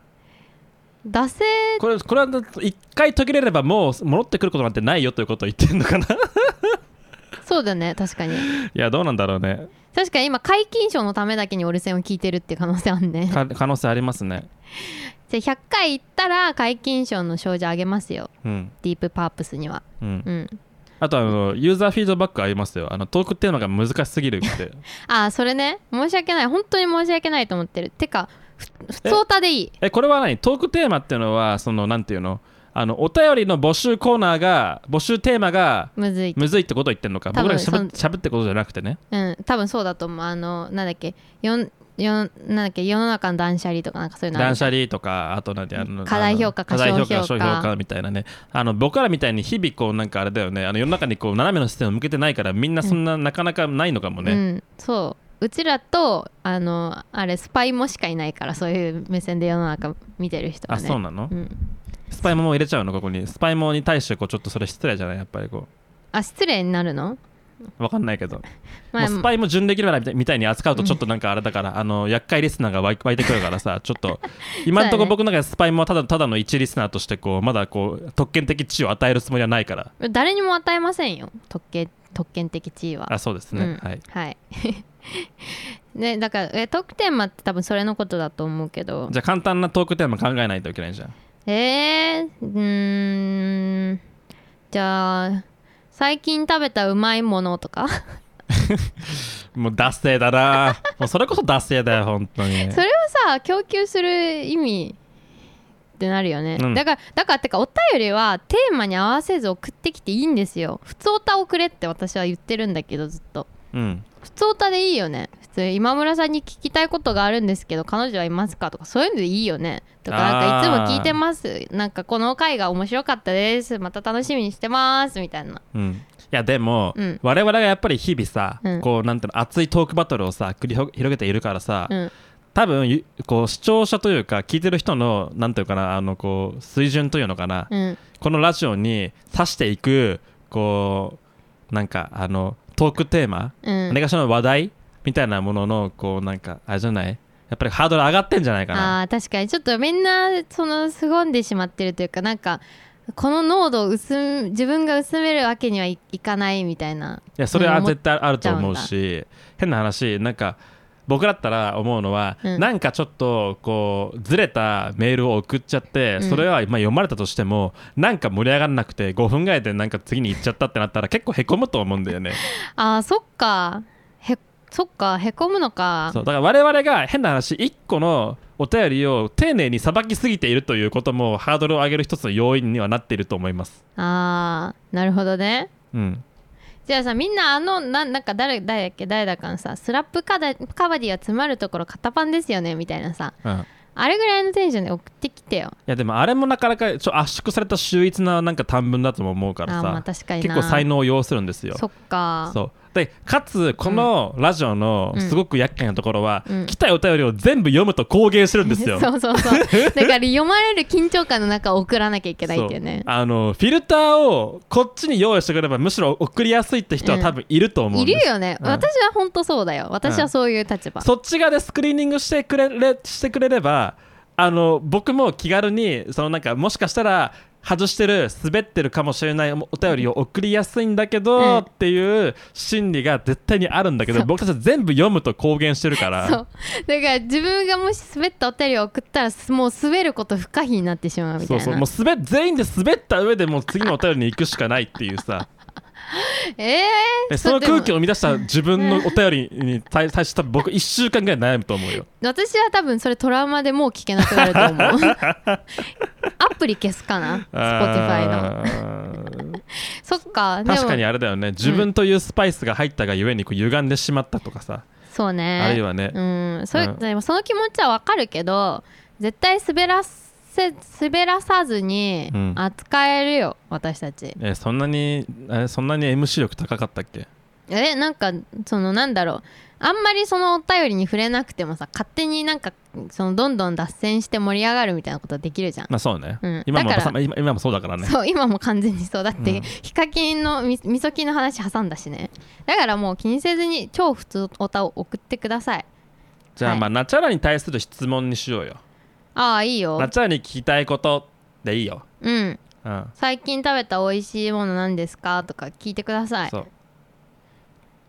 惰性これこれは1回途切れればもう戻ってくることなんてないよということを言ってるのかな そうだね確かにいやどうなんだろうね確かに今皆勤賞のためだけに折れ線を聞いてるっていう可能性あんねか可能性ありますねじゃあ100回行ったら皆勤賞の賞状あげますようんディープパープスにはうんうんあとあのユーザーフィードバックありますよあのトークっていうのが難しすぎるってああそれね申し訳ない本当に申し訳ないと思ってるてかふ普通歌でいいえこれは何トークテーマっていうのはそのなんていうのあのお便りの募集コーナーが募集テーマがむずいむずいってことを言ってるのか多僕分らがしゃそぶのしゃぶってことじゃなくてねうん多分そうだと思うあのなんだっけよんよんなんだっけ世の中の断捨離とかなんかそういうのあ断る捨離とかあと何であの課題評価あの課題評過小価評小価評価みたいなねあの僕らみたいに日々こうなんかあれだよねあの世の中にこう斜めの視点を向けてないからみんなそんな、なかなかないのかもうね、んそううちらとあのあれスパイもしかいないからそういう目線で世の中見てる人はあねそうなの、うん、スパイモも入れちゃうのここにスパイモに対してこうちょっとそれ失礼じゃないやっぱりこあ失礼になるの、うわかんないけどまあもうスパイも準レギュラーみたいみたいに扱うとちょっとなんかあれだから、あの厄介リスナーが湧い湧いてくるからさちょっ と今のところ僕の中でスパイもただただの一リスナーとしてこうまだこう特権的地位を与えるつもりはないから誰にも与えませんよ特権特権的地位はあそうですね、うんはい、はい ねだからえトークテーマって多分それのことだと思うけどじゃあ簡単なトークテーマ考えないといけないじゃんえー、うーんじゃあ最近食べたうまいものとか、もう脱性だ なもうそれこそ脱性だよ本当にそれをさ供給する意味ってなるよね、うんだからだからってかお便りはテーマに合わせず送ってきていいんですよ普通歌をくれって私は言ってるんだけどずっとうん普通歌でいいよね普通今村さんに聞きたいことがあるんですけど彼女はいますかとかそういうのでいいよねとかなんあーかいつも聞いてますなんかこの回が面白かったですまた楽しみにしてますみたいなうんいやでも、うん我々がやっぱり日々さ、うんこうなんていうの熱いトークバトルをさ繰り広げているからさ、うん多分ゆこう視聴者というか聞いてる人のなんていうかなあのこう水準というのかな、うんこのラジオに指していくこうなんかあのトークテーマ、うん何かしらの話題みたいなもののこうなんかあれじゃないやっぱりハードル上がってんじゃないかなあー確かにちょっとみんなその凄んでしまってるというかなんかこの濃度を薄め自分が薄めるわけにはいいかないみたいないやそれうはん思っ絶対あると思うし変な話なんか僕だったら思うのは、うんなんかちょっとこうずれたメールを送っちゃって、んそれはまあ読まれたとしてもなんか盛り上がらなくて5分ぐらいでなんか次に行っちゃったってなったら結構へこむと思うんだよね。あーそっかへそっかへこむのかそうだから我々が変な話1個のお便りを丁寧にさばきすぎているということもハードルを上げる一つの要因にはなっていると思います。あーなるほどねうん、じゃあさみんなあのななんか誰誰だっけ誰だかのさスラップカダカバディは詰まるところ型パンですよねみたいなさうんあれぐらいのテンションで送ってきてよいやでもあれもなかなかちょ圧縮された秀逸ななんか短文だとも思うあかーらさ、まあ確かに結な構才能を要するんですよ。そっかそうでかつこのラジオのうんすごく厄介なところは、うん来たお便りを全部読むと公言してるんですよ。 そ うそうそう。だから読まれる緊張感の中送らなきゃいけないっていうね。そうあのフィルターをこっちに用意してくればむしろ送りやすいって人は多分いると思ういんでするよよね。うん私は本当そうだよ。私はそういう立場。そっち側でスクリーニングしてくれれしてくれればあの僕も気軽にそのなんかもしかしたら外してる滑ってるかもしれないおお便りを送りやすいんだけど、うんっていう心理が絶対にあるんだけどそう僕たちは全部読むと公言してるかそらうだから自分がもし滑ったお便りを送ったらもう滑ること不可避になってしまうみたいなそうもう滑全員で滑った上でもう次のお便りに行くしかないっていうさええでその空気をを生み出した自分のお便りに対対して多分僕1週間ぐらい悩むと思うよ私は多分それトラウマでもう聞けなくなると 思うアプリ消すかな Spotify のあーそっかでも確かにあれだよね自分というスパイスが入ったがゆえにこう歪んでしまったとかさ、そうねあるいはね、うん、そううんでもその気持ちはわかるけど絶対滑らせ滑らさずにうん扱えるよ、私たちえそんなにえそんなに MC 力高かったっけえなんかそのなんだろうあんまりそのお便りに触れなくてもさ勝手になんかそのどんどん脱線して盛り上がるみたいなことはできるじゃん、まあそうね、うん今もだからまあ今今もそうだからねそう今も完全にそうだって、うんヒカキンのみみそきの話挟んだしねだからもう気にせずに超普通おたを送ってくださいじゃあ、はいまあナチャラに対する質問にしようよああいいよナチャラに聞きたいことでいいよ、うんうん、最近食べた美味しいものなんですかとか聞いてくださいそう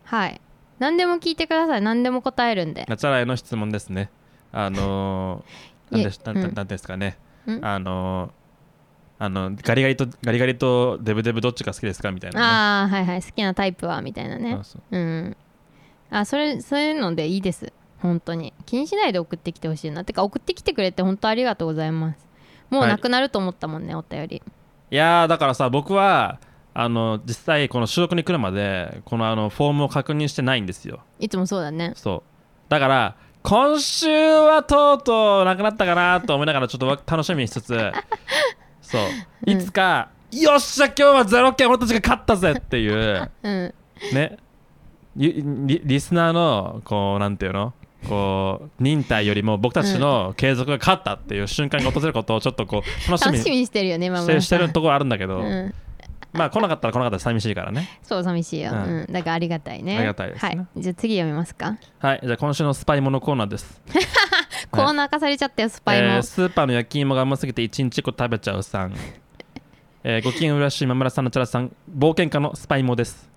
はい何でも聞いてください何でも答えるんでナチャラへの質問ですねあの ー、なんでしいえなんなうんんなんですかねんあのー、あのガリガリとガリガリとデブデブどっちが好きですかみたいな、ね、ああはいはい好きなタイプはみたいなねそうそううんあそれそういうのでいいです本当に気にしないで送ってきてほしいなてか送ってきてくれて本当ありがとうございますもうはいなくなると思ったもんね、お便りいやーだからさ僕はあの実際この収録に来るまでこのあのフォームを確認してないんですよいつもそうだねそうだから今週はとうとうなくなったかなと思いながらちょっとわ楽しみにしつつそういつか、よっしゃ今日はゼロ件俺たちが勝ったぜっていううんねゆリリスナーのこうなんていうのこう忍耐よりも僕たちの継続が勝ったっていう瞬間が訪れることをちょっとこう楽し楽みにしみにしてるよねし今もてるしてるところあるんだけど、うん、まあ来なかったら来なかったら寂しいからね。そう寂しいよ、ううんんだからありがたいねありがたいですねはい、じゃあ次読みますかはい、じゃあ今週のスパイものコーナー です。コーナー化されちゃったよスパイも、えースーパーの焼き芋がうますぎて1日1個食べちゃうさん。えーご機嫌うらしい今村さんのチャラさん、冒険家のスパイもです。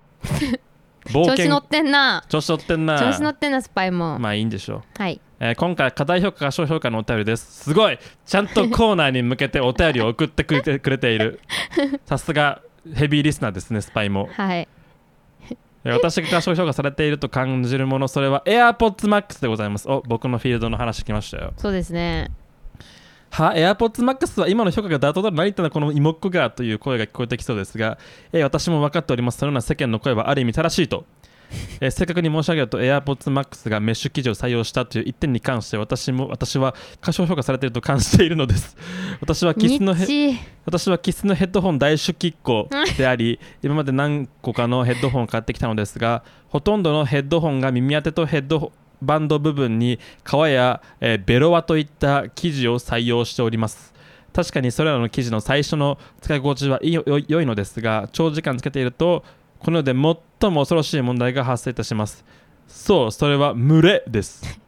冒 調子険乗ってんな調子乗ってんな。調子乗ってんなスパイも、まあいいんでしょう。はいえー今回、課題評価か小評価のお便りです。すごいちゃんとコーナーに向けてお便りを送ってくれてくれている。さすが、ヘビーリスナーですねスパイもはいえ私が過小評価されていると感じるものそれは AirPods Max でございますお僕のフィールドの話来ましたよそうですねは AirPods Max は今の評価が妥当だと何言ったんだこの妹っ子がという声が聞こえてきそうですが、えー私も分かっておりますそのような世間の声はある意味正しいと、えー正確に申し上げると AirPods Max がメッシュ生地を採用したという一点に関して私も私は過小評価されていると感じているのです私はキスのヘ日私はキスのヘッドホン大主きっ子であり今まで何個かのヘッドホンを買ってきたのですがほとんどのヘッドホンが耳当てとヘッドバンド部分に革や、えーベロワといった生地を採用しております確かにそれらの生地の最初の使い心地はいいよ良いのですが長時間つけているとこの世で最も恐ろしい問題が発生いたしますそうそれは群れです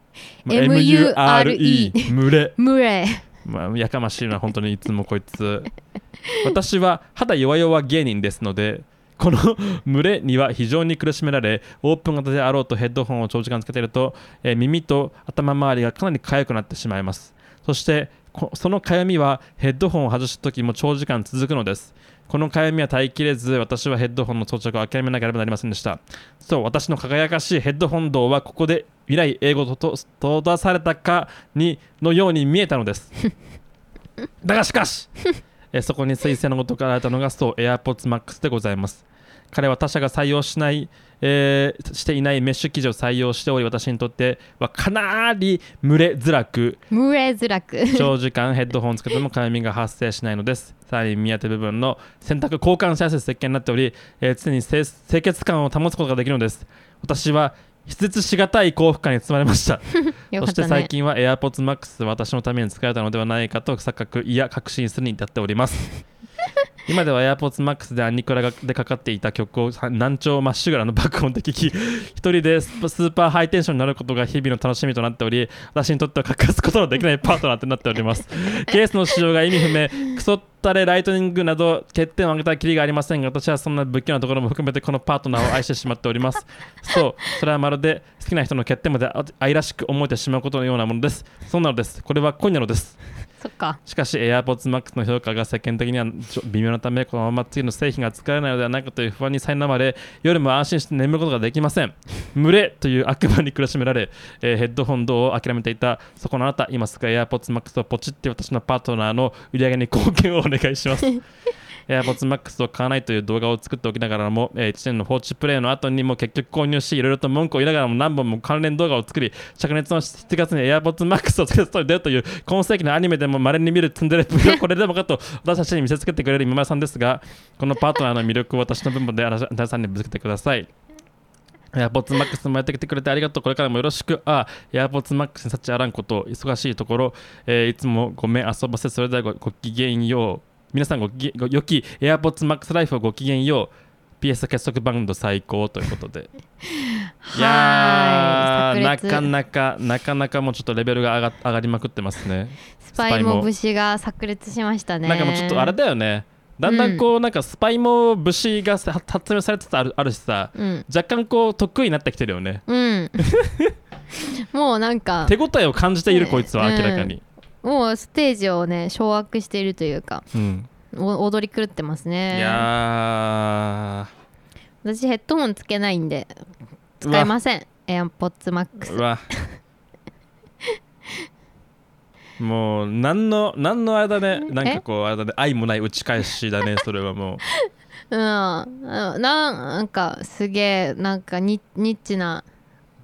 まあ MURE MURE 群れ群 れまあ、やかましいな、本当にいつもこいつ。私は肌弱々芸人ですので、この群れには非常に苦しめられ、オープン型であろうとヘッドホンを長時間つけていると、えー耳と頭周りがかなり痒くなってしまいます。そして、こその痒みはヘッドホンを外した時も長時間続くのです。この痒みは耐えきれず、私はヘッドホンの装着を諦めなければなりませんでした。そう、私の輝かしいヘッドホン道はここで未来英語と閉ざされたかにのように見えたのです。だがしかしえそこに彗星のごとからあたのがそう AirPods Max でございます彼は他社が採用しない、えーしていないメッシュ生地を採用しており私にとってはかなり蒸れづらく群れづらく長時間ヘッドホンをつけても痒みが発生しないのですさらに見当て部分の洗濯交換しやすい設計になっており、えー常に清清潔感を保つことができるのです私は筆舌しがたい幸福感に包まれましたよかそしってたね最近は AirPods Max は私のために使えたのではないかと錯覚いや確信するに至っております 今では AirPods Max でアニクラがでかかっていた曲を難聴まっしぐらの爆音で聴き一人でスースーパーハイテンションになることが日々の楽しみとなっており私にとっては欠かすことのできないパートナーとなっております ケースの使用が意味不明クソったれライトニングなど欠点を挙げたきりがありませんが私はそんな不器用なところも含めてこのパートナーを愛してしまっており ますそう、それはまるで好きな人の欠点まであ愛らしく思えてしまうことのようなものです。そうなのです。これは今夜のです。そっかしかし、AirPods Max の評価が世間的にはちょ微妙なため、このまま次の製品が使えないのではないかという不安に苛まれ、夜も安心して眠ることができません。群れという悪魔に苦しめられ、えーヘッドホン道を諦めていた、そこのあなた、今すぐ AirPods Max をポチって私のパートナーの売り上げに貢献をお願いします。AirPods Max を買わないという動画を作っておきながらも、え1年の放置プレイの後にも結局購入し、いろいろと文句を言いながらも何本も関連動画を作り、灼熱の7月に AirPods Max をつけて外に出るという、今世紀のアニメでも稀に見るツンデレっぷりをこれでもかと私たちに見せつけてくれる今村さんですが、このパートナーの魅力を私の分母であなたさんにぶつけてください。AirPods Max もやってきてくれてありがとう。これからもよろしく。ああ、AirPods Max に幸あらんこと、忙しいところ、えーいつもごめん、遊ばせ、それではごごきげんよう。皆さんごきげご、良き AirPods Max ライフをごきげんよう。PS 結束バンド最高ということ で。いやはー、ーいな炸裂かなか、なかなかもうちょっとレベルが上が上がりまくってますね。スパイも節が炸裂しましたねなんかもうちょっとあれだよね。だんだんこう、なんかスパイも武士がさ発明されつつあるあるしさ、うん若干こう得意になってきてるよね。うん もうなんか手応えを感じているうんこいつは明らかに、もうステージをね掌握しているというかうんお踊り狂ってますねいや私ヘッドホンつけないんでー使えません AirPodsMax うわうわもう何の何のあれだねなんかこうあれだね愛もない打ち返しだ ねそれはもうんななんかすげえなんかニニッチな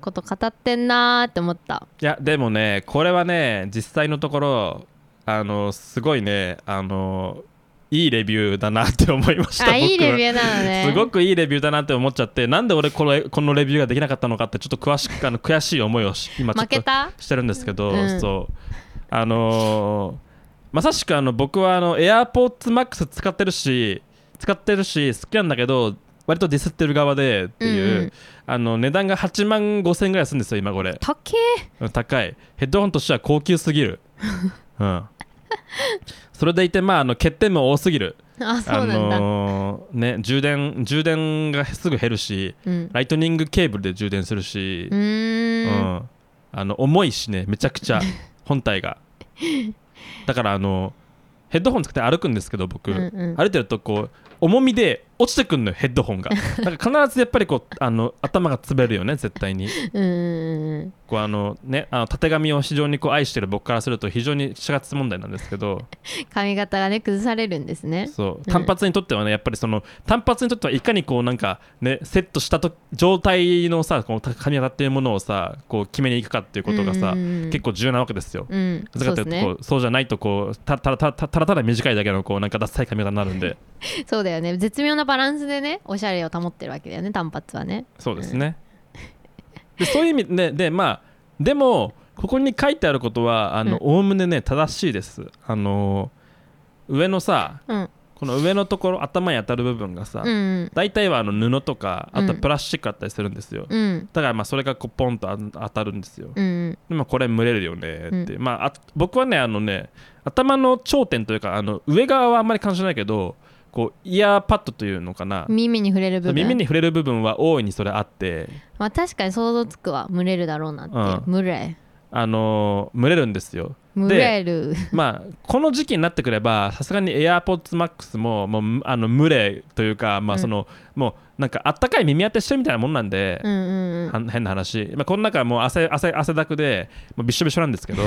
こと語ってんなーって思ったういやでもねこれはね実際のところあのすごいねあのいいレビューだなって思いましたあいいレビューューなのねすごくいいレビューだなって思っちゃってなんで俺これこのレビューができなかったのかってちょっと詳しくあの悔しい思いを し今ちょっ負とけたしてるんですけど、うんそうあのーまさしくあの僕はあの AirPods Max 使ってるし使ってるし好きなんだけど割とディスってる側でっていう、うんうんあの値段が8万5000円ぐらいするんですよ今これ高え高いヘッドホンとしては高級すぎる うんそれでいてまああの欠点も多すぎるあそうなあんだ、のーね充電充電がすぐ減るしうんライトニングケーブルで充電するし、ううーんん、あの重いしねめちゃくちゃ本体 がだからあのヘッドホンつけて歩くんですけど僕、うんうん歩いてるとこう重みで落ちてくんのよヘッドホ ンがなんか必ずやっぱりこうあの頭がつべるよね絶対にうんうんうんこうあのねあの縦紙を非常にこう愛してる僕からすると非常に死活問題なんですけど髪型がね崩されるんですねそう単発にとってはねやっぱりその単発にとってはいかにこうなんかねセットしたと状態のさこの髪型っていうものをさこう決めにいくかっていうことがさうんうんうん結構重要なわけですよ。うんだからそうってでこすうねそうじゃないとこうたたたたただただ短いだけのこうなんかダサい髪型になるん でそうだよね絶妙なバランスでねおしゃれを保ってるわけだよね単発はねそうですね。でそういう意味ででまあでもここに書いてあることはあのうおおむねね正しいです。あの上のさうんこの上のところ頭に当たる部分がさ、うん大体はあの布とかあとうんプラスチックあったりするんですよ、うんだからまあそれがこうポンとあ当たるんですよ、うんうんでまあこれ蒸れるよねって、まああ僕はねあのね頭の頂点というかあの上側はあんまり感じないけどこうイヤーパッドというのかな耳に触れる部分耳に触れる部分は大いにそれあってまあ確かに想像つくわ蒸れるだろうなってう蒸れあの蒸れるんですよ蒸れるまあこの時期になってくればさすがに AirPodsMax ももうむあの蒸れというかまあその、もうなんかあったかい耳当てしてるみたいなもんなんで、うんうんうんはん変な話、まあ、この中はもう汗汗汗だくでもうびっしょびしょなんですけど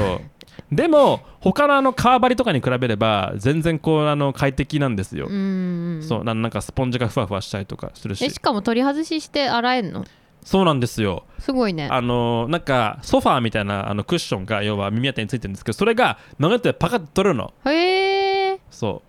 でも他のあの革張りとかに比べれば全然こうあの快適なんですよ、うんうんうんそうななんかスポンジがふわふわしたりとかするえししかも取り外しして洗えんのそうなんですよすごいねあのなんかソファーみたいなあのクッションが要は耳当てについてるんですけどそれが曲げてパカッと取るのへえそ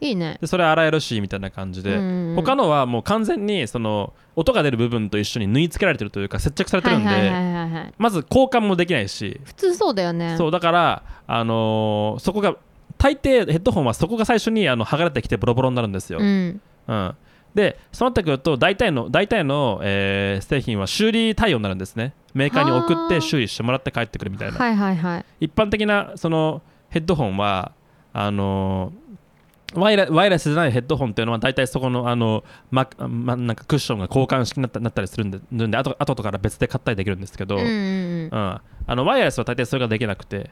いいねうでそれ洗えるしみたいな感じで、うん他のはもう完全にその音が出る部分と一緒に縫い付けられてるというか接着されてはるいんで、はいはいはいはいまず交換もできないし普通そうだよねそうだから、あのーそこが大抵ヘッドホンはそこが最初にあの剥がれてきてボロボロになるんですよ。うんうんでそうなってくると大体の大体の、えー製品は修理対応になるんですねメーカーに送っはてあ修理してもらって帰ってくるみたいな、はいはいはい一般的なそのヘッドホンはあのーワイヤレワイヤレスじゃないヘッドホンっていうのは大体そこのあの、まま、なんかクッションが交換式になったなったりするんでなんであと後から別で買ったりできるんですけど、うんうんうん、あのワイヤレスは大体それができなくて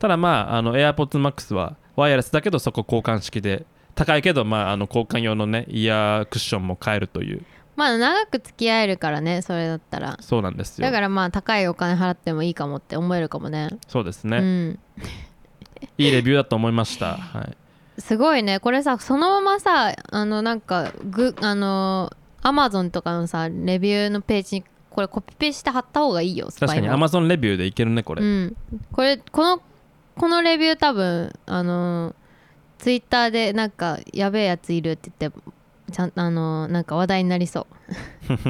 ただまああの AirPodsMax はワイヤレスだけどそこ交換式で高いけど、まあ、あの交換用のねイヤークッションも買えるというまあ長く付き合えるからねそれだったらそうなんですよだからまあ高いお金払ってもいいかもって思えるかもねそうですうね、んいいレビューだと思いました、はい、すごいねこれさそのままさあのなんかグあのアマゾンとかのさレビューのページにこれコピペして貼った方がいいよスパイ確かにも Amazon レビューでいけるねこれ、うん、これこのこのレビュー多分あのツイッターでなんかやべえやついるって言ってちゃんあのなんか話題になりそう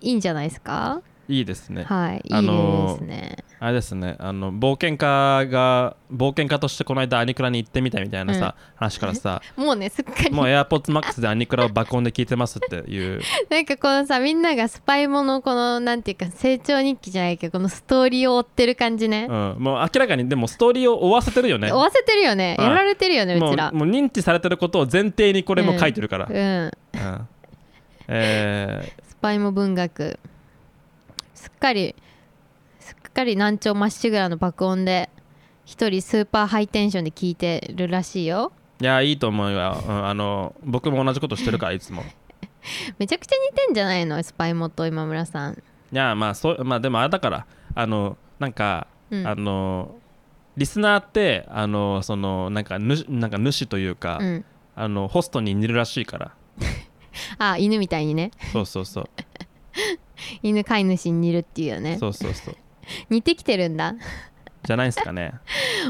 いいんじゃないですかいいですねはいいいあレビのーューですね、あれですねあの冒険家が冒険家としてこの間アニクラに行ってみたみたいなさ、話からさもうねすっかりもう AirPodsMax でアニクラを爆音で聞いてますっていう なんかこのさみんながスパイものこのなんていうか成長日記じゃないけどこのストーリーを追ってる感じね、うん、もう明らかにでもストーリーを追わせてるよね追わせてるよね、うんやられてるよねもううちらもう認知されてることを前提にこれも書いてるから、うんうんえスパイも文学すっかりすっかり難聴まっしぐらの爆音で一人スーパーハイテンションで聞いてるらしいよーいやいいと思うよ、うんあの僕も同じことして るからいつもめちゃくちゃ似てんじゃないのスパイもと今村さんいやまあそうまあでもあれだからあのなんか、うんあのリスナーってあのそのなんか主なんか主というか、うんあのホストに似るらしいからあ犬みたいにねそうそう そう犬飼い主に似るっていうよねそうそうそう似てきてるんだじゃないですかね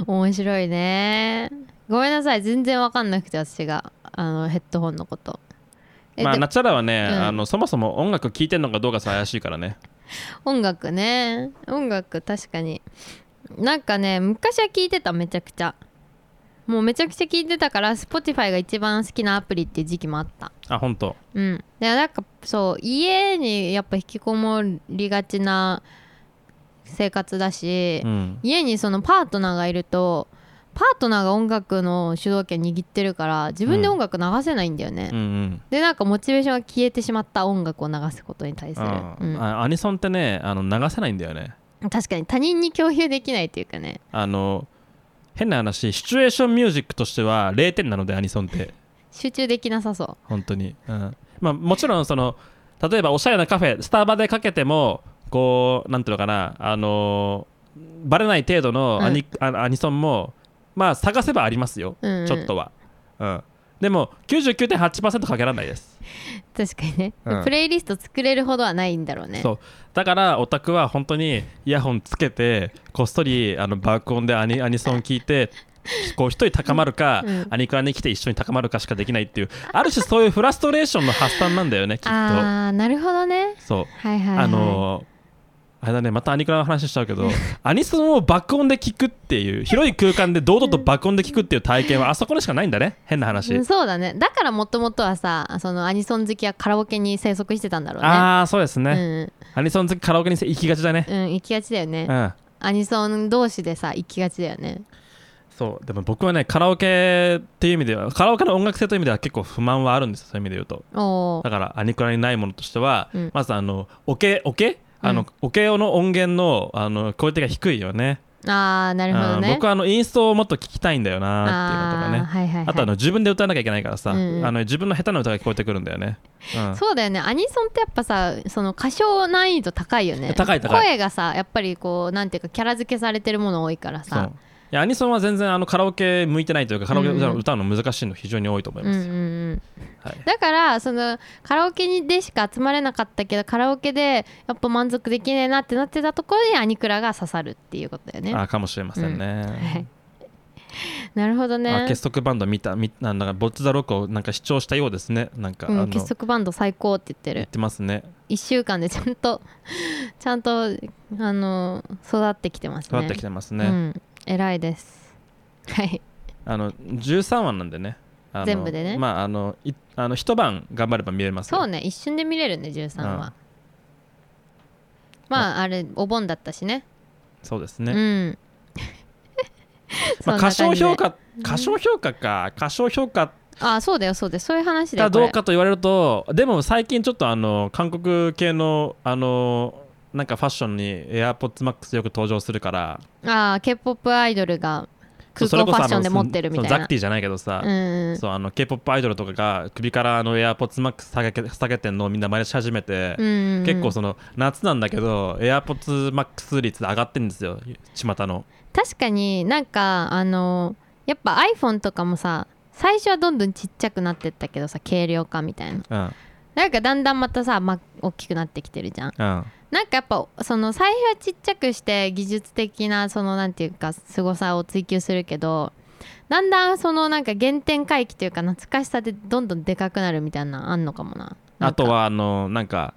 面白いねごめんなさい全然わかんなくて私があのヘッドホンのことえ、まあでナチャラはね、うんあのそもそも音楽聴いてんのかどうかさ怪しいからね音楽ね音楽確かになんかね昔は聞いてためちゃくちゃもうめちゃくちゃ聞いてたから Spotify が一番好きなアプリっていう時期もあったあ本当うんでなんかそう家にやっぱ引きこもりがちな生活だし、うん家にそのパートナーがいるとパートナーが音楽の主導権握ってるから自分で音楽流せないんだよね、うんうんでなんかモチベーションが消えてしまった音楽を流すことに対する、あうんあアニソンってねあの流せないんだよね確かに他人に共有できないというかねあの変な話シチュエーションミュージックとしては0点なのでアニソンって集中できなさそう本当に、うんまあ、もちろんその例えばおしゃれなカフェスタバでかけてもこうなんていうのかなあのーバレない程度のアニ,、あアニソンもまあ探せばありますよ、うんうんちょっとは、うん、でも99.8%かけられないです、確かにね、うんプレイリスト作れるほどはないんだろうねそうだからオタクは本当にイヤホンつけてこっそりあの爆音でアニアニソン聞いてこう一人高まるか、うんアニカに来て一緒に高まるかしかできないっていうある種そういうフラストレーションの発散なんだよねきっとああなるほどねそうはいはい、はい、あのーあれだねまたアニクラの話しちゃうけどアニソンを爆音で聞くって いう広い空間で堂々と爆音で聞くっていう体験はあそこでしかないんだね変な話、うんそうだねだからもともとはさそのアニソン好きはカラオケに生息してたんだろうねああそうですね、ねアニソン好きカラオケに行きがちだねうん、うん、行きがちだよね、うんアニソン同士でさ行きがちだよねそうでも僕はねカラオケっていう意味ではカラオケの音楽性という意味では結構不満はあるんですよそういう意味で言うとおーだからアニクラにないものとしては、うんまずあのオケオケあうのんオケ用の音源のあのクオリティが低いよねあーなるほどうんね僕はあのインストをもっと聞きたいんだよなっていうのとかねあーはいはいはいあとあの自分で歌わなきゃいけないからさ、うんうんあの自分の下手な歌が聞こえてくるんだよね。うんそうだよねアニソンってやっぱさその歌唱難易度高いよね高い高い声がさやっぱりこうなんていうかキャラ付けされてるもの多いからそうさいやアニソンは全然あのカラオケ向いてないというかカラオケ歌うんううん歌うの難しいの非常に多いと思いうんまうす。んうんはい、だからそのカラオケにでしか集まれなかったけどカラオケでやっぱ満足できねえなってなってたところにアニクラが刺さるっていうことだよねあーかもしれませんね。 なるほどあねー結束バンド見た見なんだかボッチザロックをなんか視聴したようですねなんか、うあん、の結束バンド最高って言って言るってますね1週間でちゃんとちゃんとあの育ってきてますね育ってきてますね。うん、偉いですはいあの13話なんでね。あの全部でねまああのいあの一晩頑張れば見れますよそうね一瞬で見れるね13うんは、まああれお盆だったしねそうですね。うんまあ、過そん小な感じで評価過小評価か過小評価あそうだよそうだよそういう話だかよどうこれかと言われるとでも最近ちょっとあの韓国系のあのなんかファッションに AirPodsMax よく登場するからああ k p o p アイドルが空それ港フこそァッションであの持ってるみたいそのなザッキーじゃないけどさ、うんうんそうあの K-POP アイドルとかが首からあの AirPodsMax 下げて下げてんのをみんな真似し始めて、うんうん結構その夏なんだけど AirPodsMax 率上がってるんですよ巷の確かになんかあのやっぱ iPhone とかもさ最初はどんどんちっちゃくなってったけどさ軽量化みたいなうんなんかだんだんまたさ、ま、大きくなってきてるじゃんうんなんかやっぱその最初はちっちゃくして技術的なそのなんていうか凄さを追求するけどだんだんそのなんか原点回帰というか懐かしさでどんどんでかくなるみたいなのあんのかもなあと、なんかはあのなんか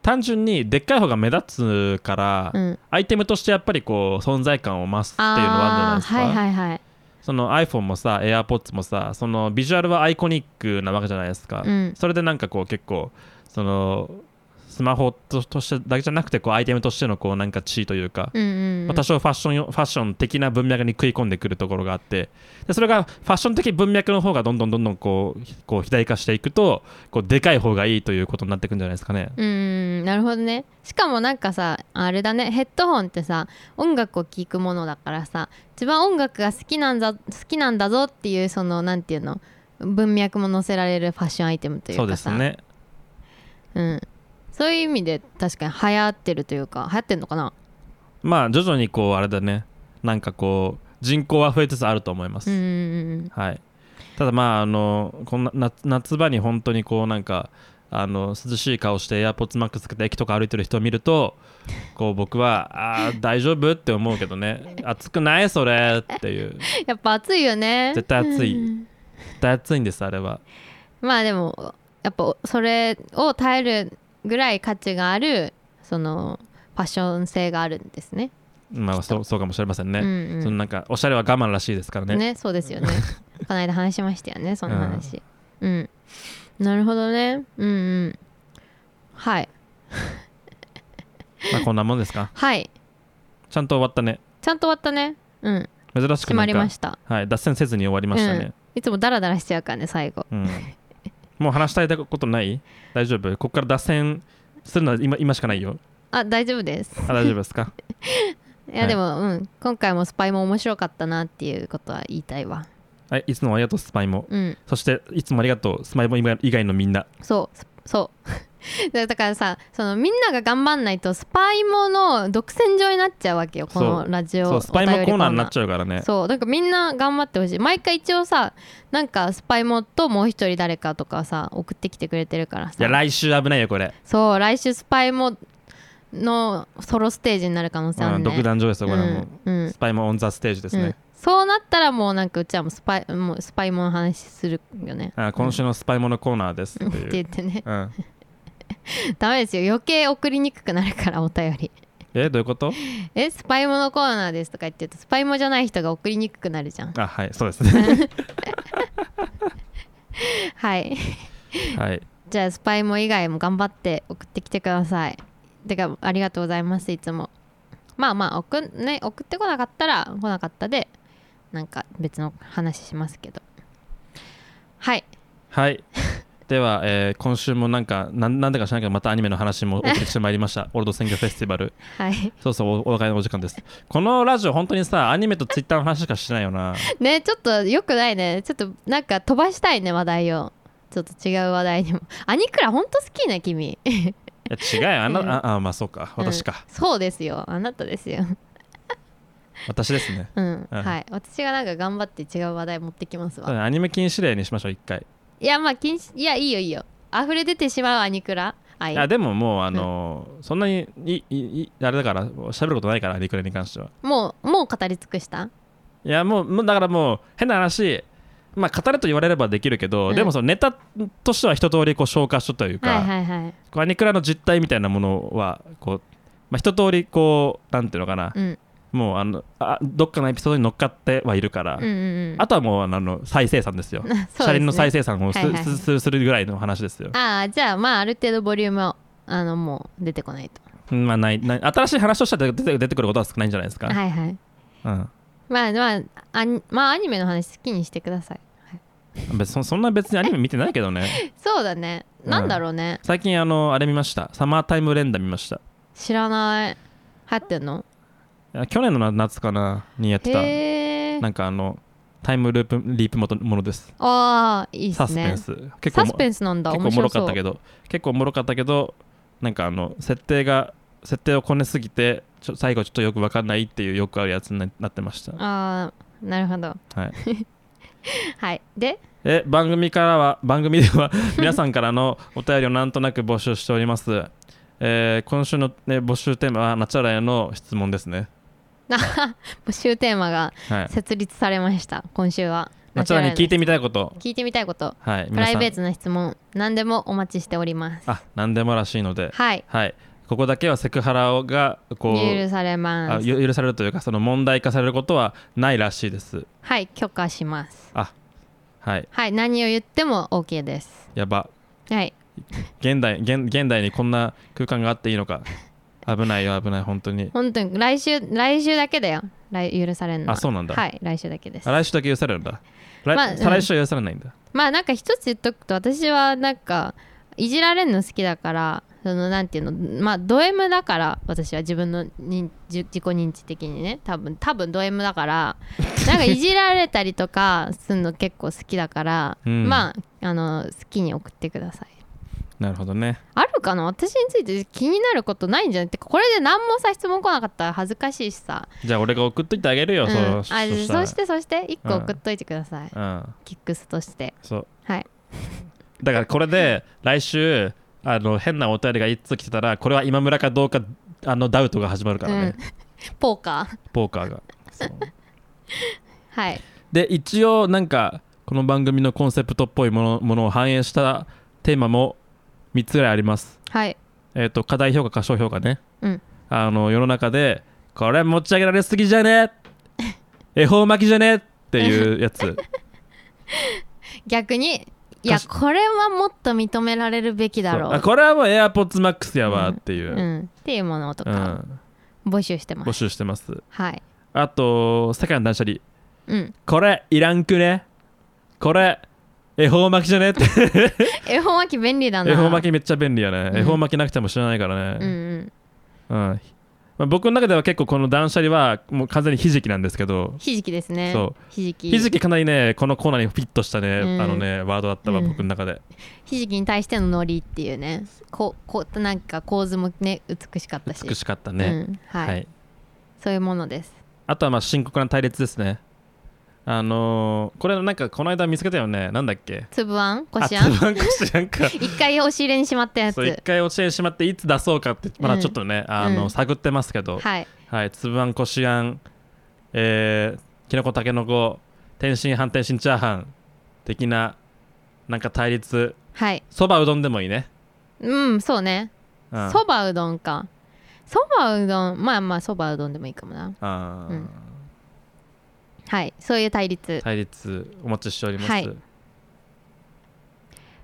単純にでっかい方が目立つから、うん、アイテムとしてやっぱりこう存在感を増すっていうのはああるーじゃないですか、はいはいはいその iPhone もさ AirPods もさそのビジュアルはアイコニックなわけじゃないですか、うんそれでなんかこう結構そのスマホととしてだけじゃなくてこうアイテムとしてのこうなんか地位というか、うんうんうんまあ多少ファッションよファッション的な文脈に食い込んでくるところがあってでそれがファッション的文脈の方がどんどんどんどんこうひこう肥大化していくとこうでかい方がいいということになっていくんじゃないですかね。うーんなるほどねしかもなんかさあれだねヘッドホンってさ音楽を聴くものだからさ一番音楽が好きなんだ好きなんだぞっていうそのなんていうの文脈も載せられるファッションアイテムというかさそうですねうん、そういう意味で確かに流行ってるというか流行ってんのかなまあ徐々にこうあれだねなんかこう人口は増えつつあると思いまうす、んうんはいただまああのこんな夏夏場に本当にこうなんかあの涼しい顔して AirPodsMax つけて駅とか歩いてる人を見るとこう僕はあー大丈夫って思うけどね暑くないそれっていううんやっぱ暑いよね絶対暑いうん絶対暑いんですあれはまあでもやっぱそれを耐えるぐらい価値があるそのファッション性があるんですねまあそうそうかもしれませんね、うんうんそのなんかおしゃれは我慢らしいですからねねそうですよねこの間話しましたよねその話うん、なるほどねうんうんはいまあこんなもんですかはいちゃんと終わったねちゃんと終わったねうん珍しく決なまんりまかしたはい脱線せずに終わりましたね、いつもダラダラしちゃうからね最後うん、もう話したいことない大丈夫ここから脱線するのは今今しかないよあ大丈夫ですあ大丈夫ですかいやでも、うん今回もスパイも面白かったなっていうことは言いたいわはい、いつもありがとうスパイもうんそしていつもありがとうスマイボー以外のみんなそうそう だだからさそのみんなが頑張んないとスパイモの独占場になっちゃうわけよこそのラジオそうスパイモお便コーりナーになっちゃうからねそうだからみんな頑張ってほしい毎回一応さなんかスパイモともう一人誰かとかさ送ってきてくれてるからいやさ来週危ないよこれ、そう来週スパイモのソロステージになる可能性あうるん、ね独壇場ですよこれはもう、うんうんスパイモオンザステージですうんね、そうなったらもうなんかうちはもうスパイもうスパイモの話するよねあ今週のスパイモのコーナーですってうんってい言う、ってね うん、ダメですよ余計送りにくくなるからお便りえどういう ことえスパイモのコーナーですとか言ってるとスパイモじゃない人が送りにくくなるじゃんあはいそうですねはいはいじゃあスパイも以外も頑張って送ってきてください。てかありがとうございますいつも。まあまあ送,、ね、送ってこなかったら来なかったでなんか別の話しますけど。はいはいでは、えー今週もなんかなんなんだか知らないけどまたアニメの話もお送りしてまいりました オールド選挙フェスティバルはい。そうそうおお別れのお時間ですこのラジオ本当にさアニメとツイッターの話しかしてないよなねちょっとよくないね。ちょっとなんか飛ばしたいね話題を。ちょっと違う話題にも。 アニクラほんと好きね君。 いや違うよあなああまあそうか私か、うんそうですよ。あなたですよ。私ですねうん、うんはい。私がなんか頑張って違う話題持ってきますわ。アニメ禁止令にしましょう一回いやまあ禁止いやいいよいいよ溢れ出てしまうアニクラ愛いやでももうあのーそんなにいいいあれだから喋ることないからリクレに関してはもうもう語り尽くしたいやもうもうだからもう変な話まあ語れと言われればできるけど、うんでもそのネタとしては一通りこう消化しとったというか、はいはいはいこうアニクラの実態みたいなものはこう、まあ、一通りこうなんていうのかな、うんもうあのあどっかのエピソードに乗っかってはいるから、うんうんうんあとはもうあの再生産ですよ車 そうです輪ねの再生産をす,す、はいはいはいすするぐらいの話ですよああじゃあまあある程度ボリュームはあのもう出てこないとうんまあないない新しい話としては出て出てくることは少ないんじゃないですか、はいはいうんまあまあアニまあアニメの話好きにしてください、はい別そそんな別にアニメ見てないけど ねそうだねうんなんだろうね、最近あのあれ見ましたサマータイム連打見ました知らない流行ってんのあ去年のな夏かなにやってたへえなんかあのタイムループリープもとものですああいいっすサねスペンス結構サもスペンスなんだ結構面おも白ろそかうったけど結構おもろかったけどなんかあの設定が設定をこねすぎてちょ最後ちょっとよくわかんないっていうよくあるやつにななってました、ああなるほどはい、はいでえ番組からは番組では 皆さんからのお便りをなんとなく募集しております、えー今週の、ね、募集テーマはナチャラへの質問ですね、募集テーマがはい、設立されました今週はナチャラに聞いてみたいこと、聞いてみたいことはい、プ皆ラさんイベートな質問何でもお待ちしておりますあ何でもらしいので、はいはい、ここだけはセクハラをがこ許うされまあすゆ許されるというかその問題化されることはないらしいですはい許可しますあはいはい何を言っても OK ですやばはい現代現現代にこんな空間があっていいのか危ないよ危ない本当に本当に来週来週だけだよ来許されるのはあそうなんだはい来週だけですあ来週だけ許されるんだ来,、まあ再来週は許されないんだまあなんか一つ言っとくと私はなんかいじられるの好きだからそのなんていうのまあド M だから私は自分の認自自己認知的にね多分多分ド M だ からなんかいじられたりとかするの結構好きだから、うんまああの好きに送ってくださいなるほどねあるかな私について気になることないんじゃないってかこれで何もさ質問来なかったら恥ずかしいしさじゃあ俺が送っといてあげるよ、うんそうあそらしてそして1個うん送っといてください、うんキックスとしてそうはいだからこれで来週あの変なお便りが一通来てたらこれは今村かどうかあのダウトが始まるからね、ポーカーポーカーがそうはいで一応なんかこの番組のコンセプトっぽいものものを反映したテーマも3つぐらいありますはいえっ、と課題評価過小評価ね、うんあの世の中でこれ持ち上げられすぎじゃ ね恵方巻きじゃねっていうやつ逆にいや確これはもっと認められるべき だろそううあこれはもう AirPodsMax やわっていう、う、ん、っていうものとうかん募集してます、募集してますはい、あと世界の断捨離うん、これいらんくねこれ恵方巻きじゃねって恵方巻き便利だな恵方巻きめっちゃ便利やねうん恵方巻きなくても知らないかうらんうねんうんまあ、僕の中では結構この断捨離はもう完全にひじきなんですけどひじきですねそうひじきひじきかなりねこのコーナーにフィットしたね、うんあのねワードだったわうん僕の中で、ひじきに対してのノリっていうねここなんか構図もね美しかったし美しかったね、うんはい、はいそういうものですあとはまあ深刻な対立ですねあのーこれなんかこの間見つけたよねなんだっけつぶあんこしああ んつばんこしあん か一回押し入れにしまったやつそう一回教えてしまっていつ出そうかってまだちょっとね、あのうん探ってますけど、はいはい、つぶあんこしあん、えー、きのこたけのこ、天津飯天津チャーハン的な、なんか対立、はいそばうどんでもいいね。うんそうねうんそばうどんかそばうどんまあまあそばうどんでもいいかもなあーうんはいそういう対立対立お待ちしております。はい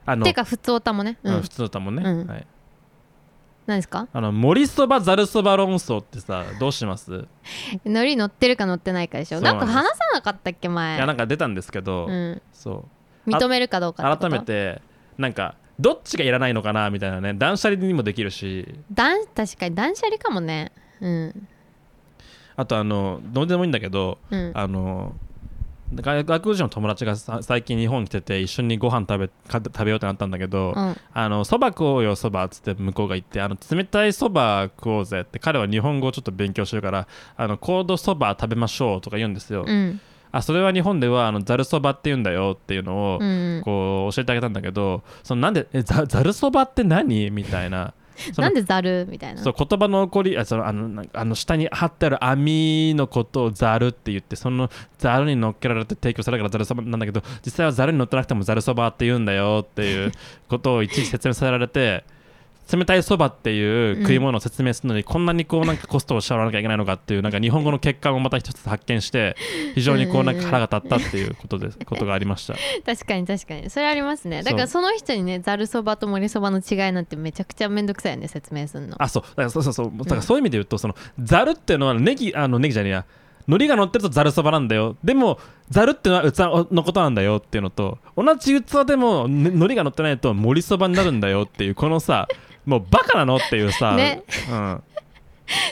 あの、てか普通おたもねううんん普通の歌もね、うんはい。何ですかあの、森そば、ざるそば論争ってさ、どうします、い海苔乗ってるか乗ってないかでしょそうななんんですか話さなかったっけ前や、なんか出たんですけど、うん、そう。認めるかどうかってこと改めて、なんか、どっちがいらないのかなみたいなね、断捨離にもできるし、断確かに断捨離かもねうんあとあの、どうでもいいんだけど、うんあの外外国人の友達がさ最近日本に来てて一緒にご飯食べか食べようってなったんだけど、うんあのそば食おうよそばっつって向こうが言ってあの冷たいそば食おうぜって彼は日本語をちょっと勉強してるからあのコードそば食べましょうとか言うんですよ、うんあそれは日本ではあのざるそばって言うんだよっていうのを、うんこう教えてあげたんだけどそのなんでえざざるそばって何みたいなそのなんでざるみたいなそう言葉の起こりあそのあのなんあの下に貼ってある網のことをざるって言ってそのざるに乗っけられて提供されるからざるそばなんだけど実際はざるに乗ってなくてもざるそばって言うんだよっていうことをいちいち説明させられて冷たいそばっていう食い物を説明するのに、こんなにこうなんかコストを支払わなきゃいけないのかっていうなんか日本語の欠陥をまた一つ発見して非常にこうなんか腹が立ったっていうこと ですことがありました。確かに確かにそれありますねそうだからその人にねざるそばと盛りそばの違いなんてめちゃくちゃめんどくさいよね説明すんのあそうだからそうそうそうだからそういう意味で言うと、そのざるっていうのはネギあのネギじゃねえや海苔が乗ってるとざるそばなんだよでもざるっていうのは器のことなんだよっていうのと同じ器でも、ね、海苔が乗ってないと盛りそばになるんだよっていうこのさもうバカなのっていうさ、ねうん、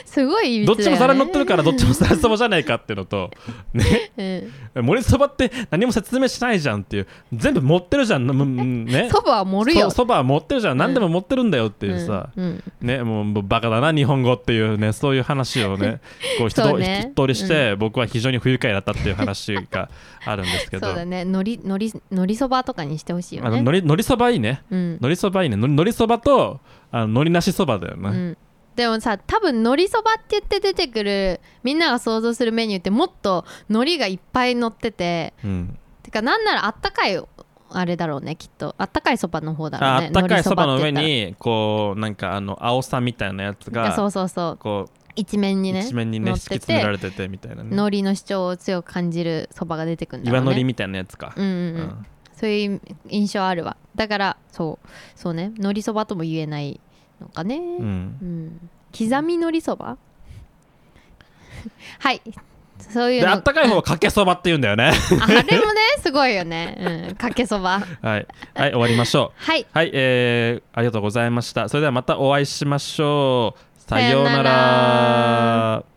すごいいびどっちつだもよね皿に乗ってるからどっちもざるそばじゃないかっていうのと、ね、盛りそばって何も説明しないじゃんっていう全部持ってるじゃん、むむうねん、そばは盛るよそそばは持ってるじゃん何でも持ってるんだよっていうさ、うんうんね、もうもうバカだな日本語っていうねそういう話を ねこう一そ通うりね一通りして、僕は非常に不愉快だったっていう話があるんですけどそうだねのりのりのりそばとかにしてほしいよあのねのりのりそばいいねうんのりそばいいねのりのりそばとあののりなしそばだよね、うんでもさ多分のりそばって言って出てくるみんなが想像するメニューってもっとのりがいっぱい乗っててうんてかなんならあったかいあれだろうねきっとあったかいそばの方だろあうあねったかいそばの海上苔って言っにこうなんかあの青さみたいなやつたらそがうそうそうこう一面にね一面にね乗敷っきて詰めらてれててみたいなねのりの主張を強く感じるそばが出てくるんだろ岩うねのりみたいなやつか、うんうん、うんうんそういう印象あるわだからそうそうねのりそばとも言えないのかね、うんうん、刻みのりそば はいそういうでのあったかい方はかけそばって言うんだよね ああれもねすごいよね、うん、かけそばはい、はい、終わりましょうはいはい、えー、ありがとうございました。それではまたお会いしましょう。さようさよなうなら。